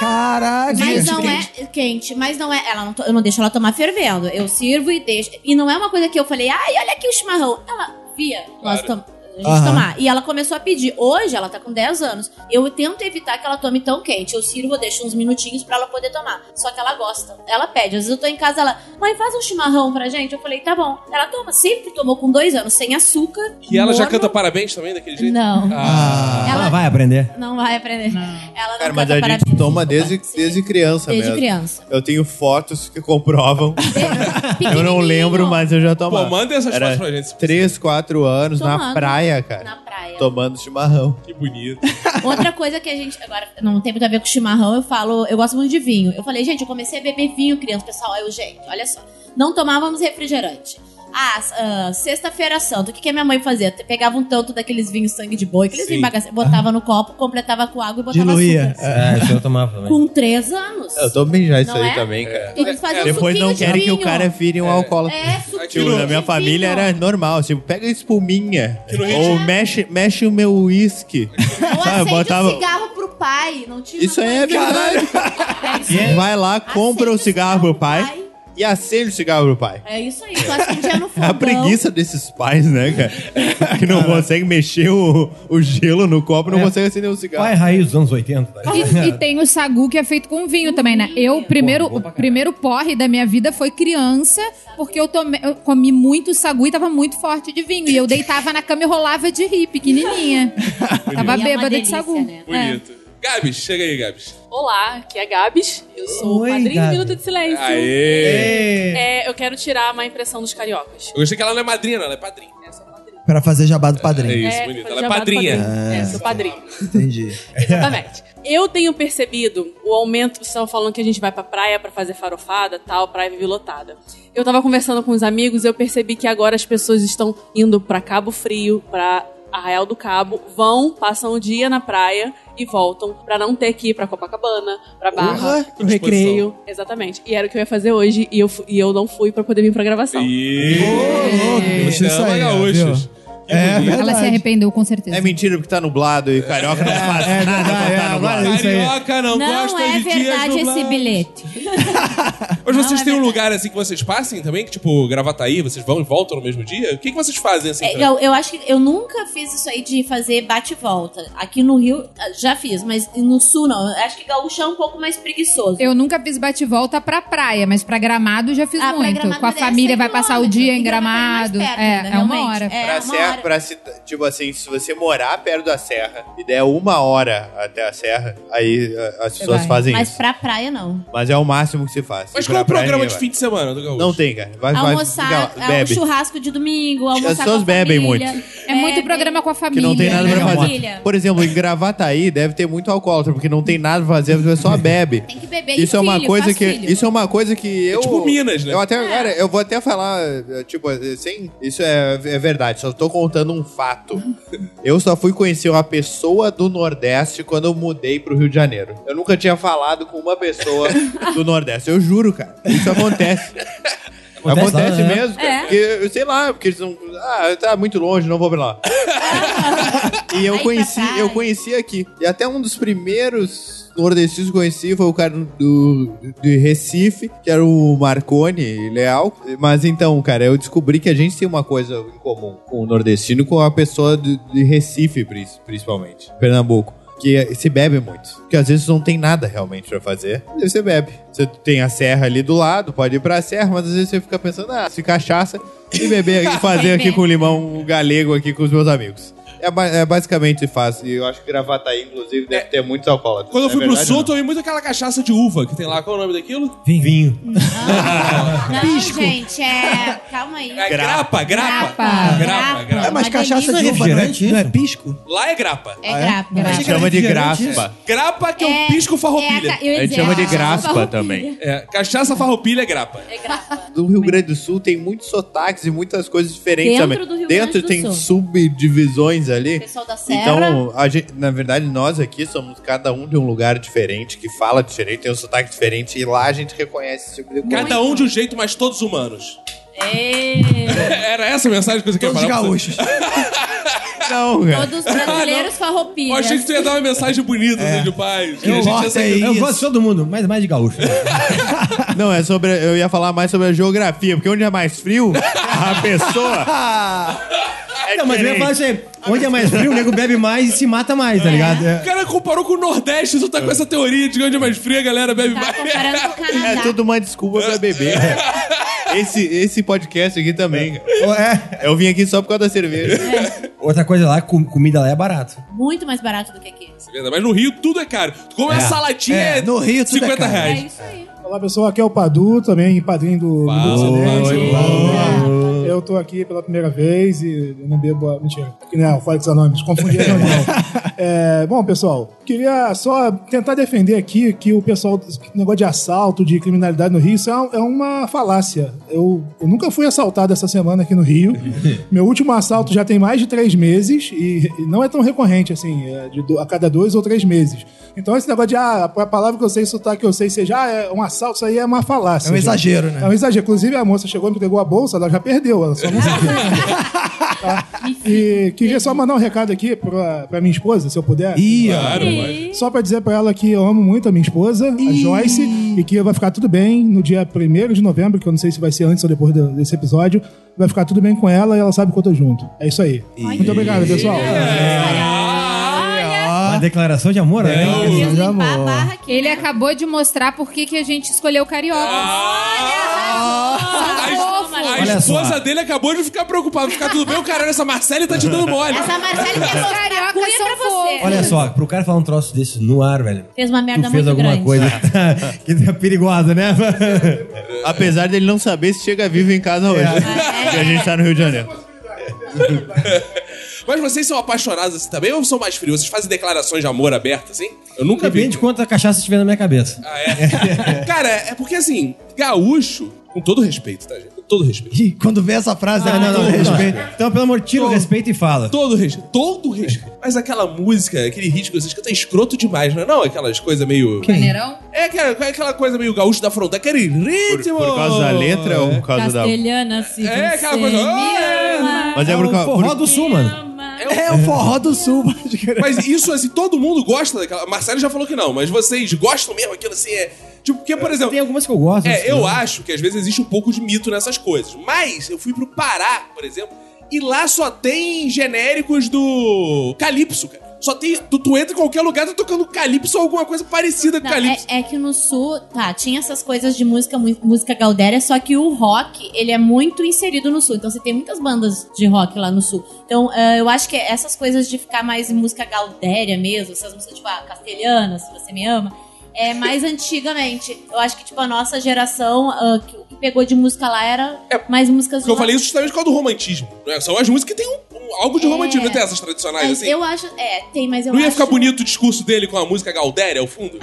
S2: Caraca.
S4: Mas não é quente, mas não é. Ela não to- eu não deixo ela tomar fervendo. Eu sirvo e deixo. E não é uma coisa que eu falei, ai, olha aqui o chimarrão. Ela via, nós tomamos. A gente
S2: Aham.
S4: tomar. E ela começou a pedir. Hoje, ela tá com 10 anos. Eu tento evitar que ela tome tão quente. Eu sirvo, deixo uns minutinhos pra ela poder tomar. Só que ela gosta. Ela pede. Às vezes eu tô em casa, ela, mãe, faz um chimarrão pra gente. Eu falei, tá bom. Ela toma. Sempre tomou com dois anos, sem açúcar.
S1: E ela já
S4: morno.
S1: canta parabéns também daquele jeito?
S4: Não.
S3: Ah,
S4: Ela-
S3: ela vai aprender.
S4: Não vai aprender. Ela não
S10: Cara, mas
S4: canta
S10: a gente
S4: parabéns.
S10: toma desde,
S4: Sim.
S10: desde criança
S4: Desde
S10: mesmo.
S4: criança.
S10: Eu tenho fotos que comprovam. eu não
S4: Pequenininho.
S10: lembro, mas eu já
S1: Pô,
S10: tomava.
S1: manda Então, essas
S10: Era
S1: fotos pra gente.
S10: 3, 4 anos
S4: Tomando.
S10: na praia
S5: praia, cara.
S4: Na praia.
S5: Tomando chimarrão.
S1: Que bonito.
S4: Outra coisa que a gente. Agora, não tem muito a ver com chimarrão, eu falo, eu gosto muito de vinho. Eu falei, gente, eu comecei a beber vinho, criança. O Pessoal, aí eu, gente, olha só. Não tomávamos refrigerante. Ah, s- ah, sexta-feira santa, o que, que a minha mãe fazia? Te- Pegava um tanto daqueles vinhos sangue de boi, aqueles vinhos bagaceiros, botava no copo, completava com água e botava
S2: Diluía.
S4: açúcar.
S3: É, isso eu tomava também.
S4: Com três anos.
S5: Eu tomei já isso
S4: Não
S5: aí
S4: é?
S5: também, cara.
S4: Eles faziam
S5: Depois
S4: um suquinho
S5: não
S4: de
S5: querem que o
S4: vinho.
S5: cara vire um alcoólatra.
S4: É, suquinho
S5: Tipo, na minha
S4: de
S5: família
S4: vinho.
S5: era normal, tipo, pega a espuminha.
S1: no Rio
S5: Ou
S4: de-
S5: mexe, mexe o meu uísque.
S4: Ou
S5: Sabe,
S4: acende
S5: botava-
S4: um cigarro pro pai, não tinha
S5: Isso aí é verdade. Vai lá, compra
S4: Acende
S5: o
S4: o
S5: cigarro
S4: cigarro
S5: pro
S4: pro
S5: pai,
S4: pai.
S5: e acende o cigarro pro pai.
S4: É isso aí, tu acendia no
S5: É
S4: fogão.
S5: a preguiça desses pais, né, cara? Que não consegue mexer o, o gelo no copo,
S1: É.
S5: não consegue acender o cigarro.
S3: Pai raiz dos anos 80. tá ligado?
S6: E, e tem o sagu que é feito com vinho também, né? Eu, primeiro,
S3: Porra, bom pra
S6: o primeiro porre da minha vida foi criança, porque eu, tomei, eu comi muito sagu e tava muito forte de vinho. E eu deitava na cama e rolava de rir, pequenininha. tava
S4: E é uma
S6: bêbada de
S4: delícia,
S6: sagu.
S4: né?
S6: É.
S1: Bonito. Gabs, chega aí, Gabs.
S11: Olá, aqui é a Gabs. Eu sou
S3: Oi,
S11: o padrinho
S3: Gabi.
S11: do Minuto de Silêncio.
S1: Aê!
S3: É.
S11: É, eu quero tirar a má impressão dos cariocas.
S1: Eu gostei que ela não é madrinha, não, ela é padrinha.
S11: Eu sou padrinho.
S2: Pra fazer jabá do
S1: É
S2: padrinho.
S1: isso,
S11: É,
S1: bonito.
S11: foi
S1: Ela é
S11: chamado
S1: padrinha.
S11: padrinho. É, sou padrinho.
S2: Entendi.
S11: Exatamente. Eu tenho percebido o aumento, vocês estavam falando que a gente vai pra praia pra fazer farofada, tal, praia vive lotada. Eu tava conversando com os amigos e eu percebi que agora as pessoas estão indo pra Cabo Frio, pra Arraial do Cabo, vão, passam o dia na praia e voltam pra não ter que ir pra Copacabana, pra Barra,
S2: Porra,
S11: pro
S1: que
S11: recreio. Exatamente. E era o que eu ia fazer hoje e eu, fu- e eu não fui pra poder vir pra gravação.
S1: E...
S2: Isso
S1: Chama
S2: aí, ó,
S1: gaúchos. é Que
S2: É,
S1: bonito.
S6: Ela se
S2: verdade.
S6: arrependeu, com certeza.
S5: É mentira porque tá nublado e carioca
S1: É,
S5: não faz nada pra
S12: verdade,
S5: tá
S12: é,
S5: nublado.
S12: agora- isso aí.
S1: Carioca não,
S4: Não
S1: gosta
S4: é
S1: de dias
S4: verdade esse
S1: nublados.
S4: bilhete.
S1: Mas vocês
S4: Não, é
S1: têm um
S4: verdade.
S1: lugar assim que vocês passem também? Que tipo, Gravataí, vocês vão e voltam no mesmo dia? O que, que vocês fazem assim?
S4: É,
S1: pra-
S4: eu, eu acho que eu nunca fiz isso aí de fazer bate e volta. Aqui no Rio ah, já fiz, mas no sul não. Eu acho que gaúcho é um pouco mais preguiçoso.
S6: Eu nunca fiz bate-volta pra praia, mas pra Gramado já fiz
S4: Ah, pra
S6: muito.
S4: Gramado
S6: Com a
S4: deve ser
S6: família, vai passar o
S4: quilômetro,
S6: dia em
S4: e
S6: Gramado.
S4: Gramado mais perto
S6: É,
S4: ainda,
S6: é uma
S4: realmente.
S6: hora.
S4: É,
S5: pra
S4: uma
S5: serra,
S4: hora.
S5: pra cita- tipo assim, se você morar perto da serra e der uma hora até a serra, aí a- as pessoas
S6: vai.
S5: fazem
S4: Mas
S5: isso.
S4: pra praia não.
S5: Mas é o máximo que se faz.
S1: Mas
S5: E
S1: qual é o
S5: pra praia
S1: programa de
S5: ninguém
S1: fim de semana do
S5: vai.
S1: gaúcho?
S5: Não tem, cara. Vai, vai,
S4: Almoçar,
S5: fica lá,
S4: é
S5: bebe.
S4: um churrasco de domingo, almoçar
S5: As
S4: com
S5: pessoas
S4: a família.
S5: bebem muito.
S6: É muito programa com a
S5: Que
S6: família.
S5: não tem nada
S4: Família,
S5: pra fazer.
S4: família.
S5: Por exemplo, em Gravataí deve ter muito alcoólatra, porque não tem nada pra fazer, a pessoa só bebe.
S4: Tem que beber e
S5: Isso é uma
S4: filho,
S5: coisa
S4: faz
S5: que
S4: filho. É.
S5: isso é uma coisa que eu
S1: tipo Minas, né?
S5: Eu até cara, eu vou até falar eh, tipo eh, sem isso é, é verdade. Só tô contando um fato. eu só fui conhecer uma pessoa do Nordeste quando eu mudei pro Rio de Janeiro. Eu nunca tinha falado com uma pessoa do Nordeste. Eu juro, cara. Isso acontece. Acontece,
S3: Acontece lá, né?
S5: mesmo, cara.
S4: É.
S5: Porque, eu sei lá, porque eles não. Ah, tá muito longe, não vou pra lá. e eu
S4: Aí pra
S5: conheci,
S4: praia.
S5: eu conheci aqui. E até um dos primeiros nordestinos que eu conheci foi o cara do, de Recife, que era o Marconi Leal. Mas então, cara, eu descobri que a gente tem uma coisa em comum com o nordestino, e com a pessoa de, de Recife, pris- principalmente. Pernambuco. Que se bebe muito. Porque às vezes não tem nada realmente pra fazer. Daí você bebe. Você tem a serra ali do lado, pode ir pra serra, mas às vezes você fica pensando, ah, se cachaça e beber e fazer aqui com limão o galego aqui com os meus amigos. É, ba- é basicamente fácil. E eu acho que Gravataí, inclusive, deve
S4: É.
S5: ter muitos alcoólatras.
S1: Quando eu
S5: É
S1: fui pro
S5: verdade
S1: sul,
S5: ou
S1: eu tomei muito aquela cachaça de uva que tem lá. Qual é o nome daquilo?
S3: Vinho. Vinho.
S4: Não, gente, é. Calma aí.
S1: É grapa, grapa.
S4: Ah,
S6: Grapa.
S1: Grapa, grapa.
S2: É, mas
S4: Uma
S2: cachaça de
S4: delícia.
S2: uva não é,
S3: Refrigerante,
S2: não é
S3: isso?
S2: pisco?
S1: Lá é grapa. né?
S4: É grapa.
S5: não? A
S4: grapa.
S5: gente chama de
S3: Refrigerante,
S5: graspa.
S1: Grapa que é, um
S4: É-
S1: pisco
S4: É
S1: farroupilha.
S4: ca- eu ia
S5: A gente
S4: dizer,
S5: chama de
S4: é
S5: graspa
S4: farroupilha.
S5: também.
S1: É, cachaça farroupilha é grapa.
S4: É grapa.
S5: Do Rio Grande do Sul tem muitos sotaques e muitas coisas diferentes
S4: Dentro
S5: também.
S4: do Rio
S5: Dentro
S4: Grande do
S5: tem
S4: Sul.
S5: subdivisões ali.
S4: Pessoal da Serra.
S5: Então, a gente- na verdade, nós aqui somos cada um de um lugar diferente, que fala diferente, tem um sotaque diferente, e lá a gente reconhece esse tipo de coisa.
S1: Cada um de um jeito, mas todos humanos. Era essa a mensagem que você queria
S2: Todos
S1: falar? pra você? Ah,
S2: gaúchos.
S5: Não, cara.
S4: É. Todos brasileiros
S1: Eu
S4: farroupilhas.
S1: achei que tu ia dar uma mensagem bonita, assim, de paz. Que a
S2: Eu
S1: gente ia
S2: gosto
S5: é
S1: sair-
S2: aí.
S3: Eu
S2: Isso.
S3: gosto de todo mundo, mas mais de gaúcho.
S5: Não, é sobre. Eu ia falar mais sobre a geografia, porque onde é mais frio, a pessoa. é
S3: Não, mas eu ia
S5: diferente.
S3: falar assim, onde é mais frio, o nego bebe mais e se mata mais, tá ligado?
S1: O
S3: É.
S1: cara comparou com o Nordeste, tu tá com essa teoria de onde é mais fria, a galera bebe
S4: Tá
S1: mais.
S4: comparando com o Canadá.
S5: É tudo uma desculpa pra beber. Esse, esse podcast aqui também. cara.
S3: É.
S5: Eu vim aqui só por causa da cerveja.
S3: Outra coisa lá, com- comida lá é barato.
S4: Muito mais barato do que aqui.
S1: Mas no Rio tudo é caro. Tu come uma saladinha
S2: É,
S1: é
S2: no Rio tudo é
S1: 50
S2: caro.
S4: É
S1: reais.
S4: isso aí.
S7: Olá pessoal, aqui é o Padu, também padrinho do Minuto de Silêncio. Eu tô aqui pela primeira vez e eu não bebo. a- Mentira. Que não é Alcoólicos Anônimos, confundi a reunião. É, bom, pessoal, queria só tentar defender aqui que o pessoal, esse negócio de assalto, de criminalidade no Rio, isso é, um- é uma falácia. Eu, eu nunca fui assaltado essa semana aqui no Rio. Meu último assalto já tem mais de três meses e, e não é tão recorrente assim, é de do- a cada dois ou três meses. Então esse negócio de ah, a palavra que eu sei, sotaque que eu sei, seja ah, é um assalto, isso aí é uma falácia.
S2: É um
S7: gente.
S2: exagero, né?
S7: É um exagero. Inclusive a moça chegou e me pegou a bolsa, ela já perdeu, ela só não sabia. E queria só mandar um recado aqui pra, pra minha esposa, se eu puder.
S3: Ih, Claro, ó. pode.
S7: Só pra dizer pra ela que eu amo muito a minha esposa, a Joyce, e que vai ficar tudo bem no dia 1 de novembro, que eu não sei se vai ser antes ou depois do- desse episódio. Vai ficar tudo bem com ela e ela sabe que eu tô junto. É isso aí. Muito obrigado, pessoal.
S1: É.
S5: Ah,
S3: Uma declaração de amor, né?
S7: Declaração de amor.
S6: Ele acabou de mostrar por que que a gente escolheu carioca.
S5: Ah,
S1: Ah.
S6: São
S1: A
S6: fofos.
S1: esposa dele acabou de ficar preocupada. Ficar tudo bem, o caralho, essa Marcele tá te dando mole.
S4: Essa Marcele quer
S6: Os
S4: mostrar a
S6: cariocas
S4: cunha
S6: são
S4: pra você.
S3: Olha só, pro cara falar um troço desse no ar, velho.
S4: Fez uma merda
S3: tu fez
S4: muito
S3: alguma
S4: grande.
S3: coisa que é perigosa, né?
S10: Apesar dele não saber se chega vivo em casa
S3: É.
S10: hoje. Porque a gente tá no Rio de Janeiro.
S1: Mas vocês são apaixonados assim também ou são mais frios? Vocês fazem declarações de amor abertas, assim? Eu nunca vi.
S3: Depende de quanta cachaça estiver na minha cabeça.
S1: Ah, é? Cara, é porque assim, gaúcho, com todo respeito, tá, gente? Com todo respeito.
S2: Ih, quando vê essa frase,
S3: Ah,
S2: é
S3: não, não,
S2: todo respeito.
S3: Então, pelo amor, tira o respeito e fala.
S1: Todo respeito. Todo respeito. Mas aquela música, aquele ritmo que vocês cantam é escroto demais, não é? Não, aquelas coisas meio.
S6: Maneirão?
S1: É aquela, é aquela coisa meio gaúcho da fronteira, aquele ritmo.
S10: Por causa da letra ou por causa da.
S4: Castelhana, se
S1: É,
S4: você
S1: aquela coisa,
S4: me
S1: "Ah, é".
S4: ama.
S10: Mas é por
S3: O
S10: causa.
S3: um forró
S10: Por...
S3: do sul, mano.
S4: um
S3: um
S2: É o forró do sul, pode crer.
S1: Mas isso, assim, todo mundo gosta daquela. Marcelo já falou que não, mas vocês gostam mesmo aquilo assim, é. Tipo, porque, por exemplo.
S3: Tem algumas que eu gosto.
S1: É, eu
S3: assim.
S1: acho que às vezes existe um pouco de mito nessas coisas. Mas eu fui pro Pará, por exemplo, e lá só tem genéricos do Calypso, cara. Só tem. Tu, tu entra em qualquer lugar, tá tocando Calypso ou alguma coisa parecida com
S4: Não,
S1: Calypso.
S4: é, é que no sul, tá, tinha essas coisas de música, mu- música gaudéria, só que o rock, ele é muito inserido no sul. Então você tem muitas bandas de rock lá no sul. Então eh, eu acho que essas coisas de ficar mais em música gaudéria mesmo, essas músicas tipo ah, castelhana, se você me ama, é mais antigamente. Eu acho que tipo a nossa geração, ah, que, o que pegou de música lá era mais músicas
S1: Porque
S4: de
S1: É, eu
S4: lá.
S1: falei isso justamente por causa do romantismo. né? São as músicas que tem um, um- algo de
S4: É.
S1: romantismo, não tem essas tradicionais
S4: Mas
S1: assim?
S4: eu acho, é, tem, mas eu
S1: não ia
S4: acho-
S1: ficar bonito o discurso dele com a música Galdéria ao fundo?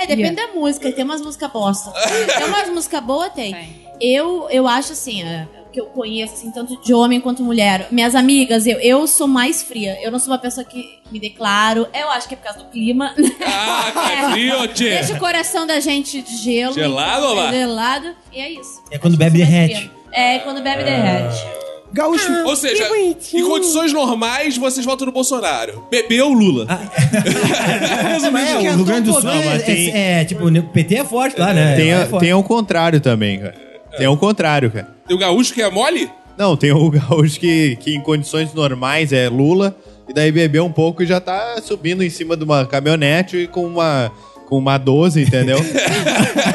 S4: É, depende da música. Tem umas músicas bosta. tem umas músicas boas, tem. Eu, eu acho assim, é, o que eu conheço, assim, tanto de homem quanto mulher. Minhas amigas, eu, eu sou mais fria. Eu não sou uma pessoa que me declaro. Eu acho que é por causa do clima.
S1: ah, que frio, tchê.
S4: É. Deixa o coração da gente de gelo.
S1: Gelado, lá?
S4: Gelado. E é isso.
S3: É quando bebe
S4: Eu sou mais
S3: derrete.
S4: fria. É, quando bebe derrete.
S2: Gaúcho.
S1: Ou seja, em condições normais, vocês votam no Bolsonaro. Bebeu o Lula.
S10: Ah.
S3: É, o Rio Grande do Sul
S10: Não,
S3: é,
S10: mas tem-
S3: é- é, tipo, o PT é forte lá, né?
S10: Tem,
S3: é
S10: a-
S3: forte.
S10: tem ao contrário também, cara. Tem ao contrário, cara.
S1: Tem o gaúcho que é mole?
S10: Não, tem o gaúcho que, que em condições normais é Lula, e daí bebeu um pouco e já tá subindo em cima de uma caminhonete e com uma, com uma 12, entendeu?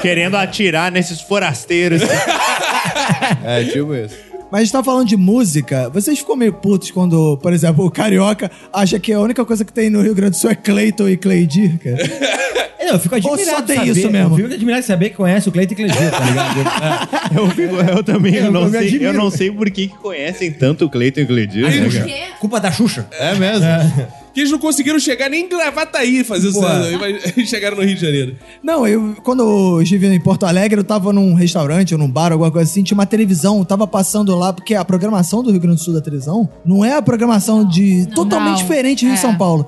S10: Querendo atirar nesses forasteiros. é, tipo isso.
S2: Mas a gente tá falando de música. Vocês ficam meio putos quando, por exemplo, o carioca acha que a única coisa que tem no Rio Grande do Sul é Cleiton e Cleidir, cara?
S3: É, não, eu fico
S2: Ou
S3: admirado.
S2: só
S3: de
S2: tem
S3: saber-
S2: isso mesmo?
S3: Eu fico admirado de saber que conhece o Cleiton Cledir, tá ligado? É.
S10: Eu, fico- eu também eu
S3: Eu
S10: não,
S3: me
S10: sei, eu
S3: admiro.
S10: não sei por que, que conhecem tanto o Cleiton e o Cleidir. né, cara?
S4: Porque
S3: Culpa da Xuxa.
S10: É mesmo?
S1: Que eles não conseguiram chegar nem em Gravataí fazer isso.
S3: Pô.
S1: Eles chegaram no Rio de Janeiro.
S2: Não, eu quando eu estive em Porto Alegre, eu tava num restaurante ou num bar, alguma coisa assim, tinha uma televisão, eu tava passando lá, porque a programação do Rio Grande do Sul da televisão não é a programação de. totalmente
S6: Não.
S2: diferente Rio e
S6: É.
S2: São Paulo.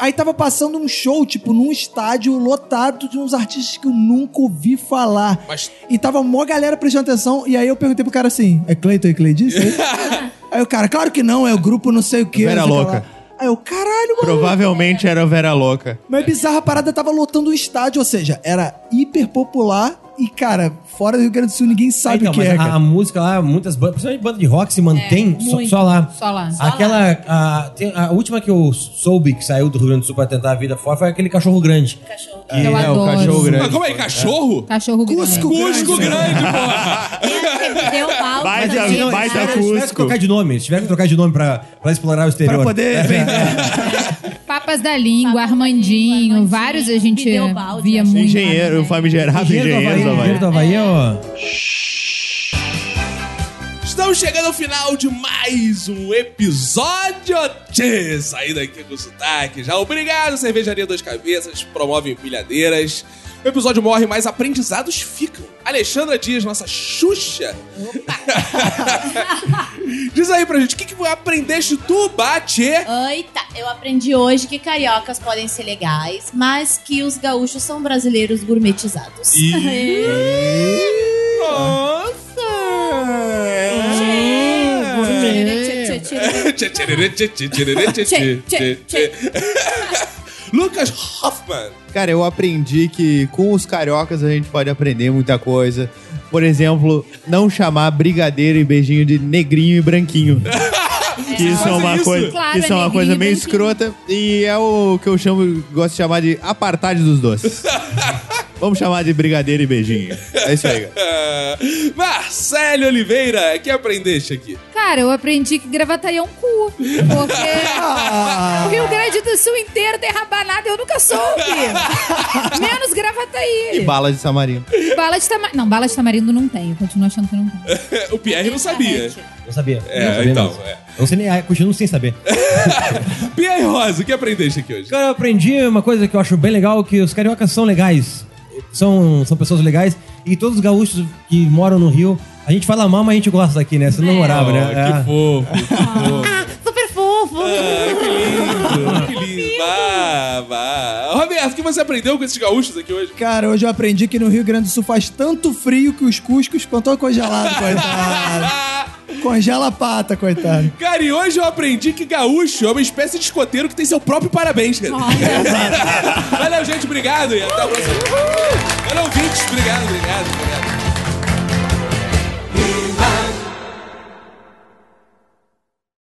S2: Aí tava passando um show, tipo, num estádio lotado de uns artistas que eu nunca ouvi falar.
S1: Mas-
S2: E tava mó galera prestando atenção, e aí eu perguntei pro cara assim: é Cleiton e Cleidis? aí o cara, claro que não, é o grupo não sei o quê.
S10: Vera
S2: não sei o que
S10: Louca.
S2: lá." Aí eu, caralho, mano.
S10: Provavelmente era o Vera Louca.
S2: Mas bizarra a parada tava lotando o estádio, ou seja, era hiper popular e, cara, fora do Rio Grande do Sul ninguém sabe
S3: então,
S2: o que
S3: mas
S2: é,
S3: a,
S2: cara.
S3: a música lá, muitas bandas, principalmente banda de rock, se mantém
S4: É,
S3: só,
S4: muito.
S3: só lá.
S6: Só lá.
S3: Aquela. A, tem- a última que eu soube que saiu do Rio Grande do Sul pra tentar a vida fora foi aquele cachorro grande.
S4: Cachorro.
S3: Que
S6: Eu
S3: é o
S6: adoro.
S3: cachorro grande. É.
S1: Mas como é? Cachorro?
S6: Cachorro é Cusco.
S2: Cusco.
S1: Cusco grande, porra!
S4: Tem a que me deu mal.
S10: Baita-
S4: também, né?
S10: baita
S3: Se tiver que
S10: Cusco.
S3: trocar de nome, se tiver que trocar de nome pra, pra explorar o exterior.
S2: Pra poder vender.
S6: Papas da língua,
S4: Papas da
S6: Armandinho,
S4: Língua,
S6: vários a
S4: Armandinho,
S6: gente
S4: Pneu Balde,
S6: via
S4: acho.
S6: muito.
S10: Engenheiro, famigerado
S3: Engenheiro do
S10: engenheiro,
S3: Havaí.
S10: Havaí.
S3: Engenheiro do Havaí, ó.
S1: Estamos chegando ao final de mais um episódio de Sair daqui com sotaque. Já obrigado, Cervejaria Dois Cabeças, promove empilhadeiras. O episódio morre, mas aprendizados ficam. Alexandra Dias, nossa Xuxa. Diz aí pra gente, o que, que aprendeste tu, Bate?
S4: Eita, tá. eu aprendi hoje que cariocas podem ser legais, mas que os gaúchos são brasileiros gourmetizados. 음.
S1: Lucas Hoffman.
S5: Cara, eu aprendi que com os cariocas a gente pode aprender muita coisa. Por exemplo, não chamar brigadeiro e beijinho de negrinho e branquinho. Que isso é uma
S10: Fazem isso?
S5: coisa,
S10: Claro,
S5: que isso é
S10: é
S5: uma coisa
S10: negrinho
S5: meio
S10: e
S5: escrota e é o que eu chamo, gosto de chamar de apartheid dos doces. Vamos chamar de brigadeiro e beijinho. É isso aí, cara.
S1: Marcelo Oliveira, o que aprendeste aqui?
S6: Cara, eu aprendi que gravataí é um cu. Porque o Rio Grande do Sul inteiro tem rabanada, eu nunca soube. Menos gravataí.
S5: E bala de samarino.
S6: Bala de tamarindo. Não, bala de tamarindo não tem. Eu continuo achando que não tem.
S1: o Pierre não sabia.
S3: Não sabia.
S1: É,
S3: não sabia
S1: então,
S3: mesmo. Eu sei nem- ah, continuo sem saber.
S1: Pierre Rosa, o que aprendeste aqui hoje?
S3: Cara, eu aprendi uma coisa que eu acho bem legal, que os cariocas são legais. São, são pessoas legais. E todos os gaúchos que moram no Rio, a gente fala mal, mas a gente gosta daqui, né? Você não morava, né?
S1: Oh, que
S3: É.
S1: fofo.
S4: Super fofo.
S1: que Ah, lindo. Bah, bah. Roberto, o que você aprendeu com esses gaúchos aqui hoje?
S2: Cara, hoje eu aprendi que no Rio Grande do Sul faz tanto frio que os cuscos estão todos congelados, coitado. Congela a pata, coitado.
S1: Cara, e hoje eu aprendi que gaúcho é uma espécie de escoteiro que tem seu próprio parabéns, cara. Valeu, gente. Obrigado. E até a próxima. Valeu, ouvintes. Obrigado.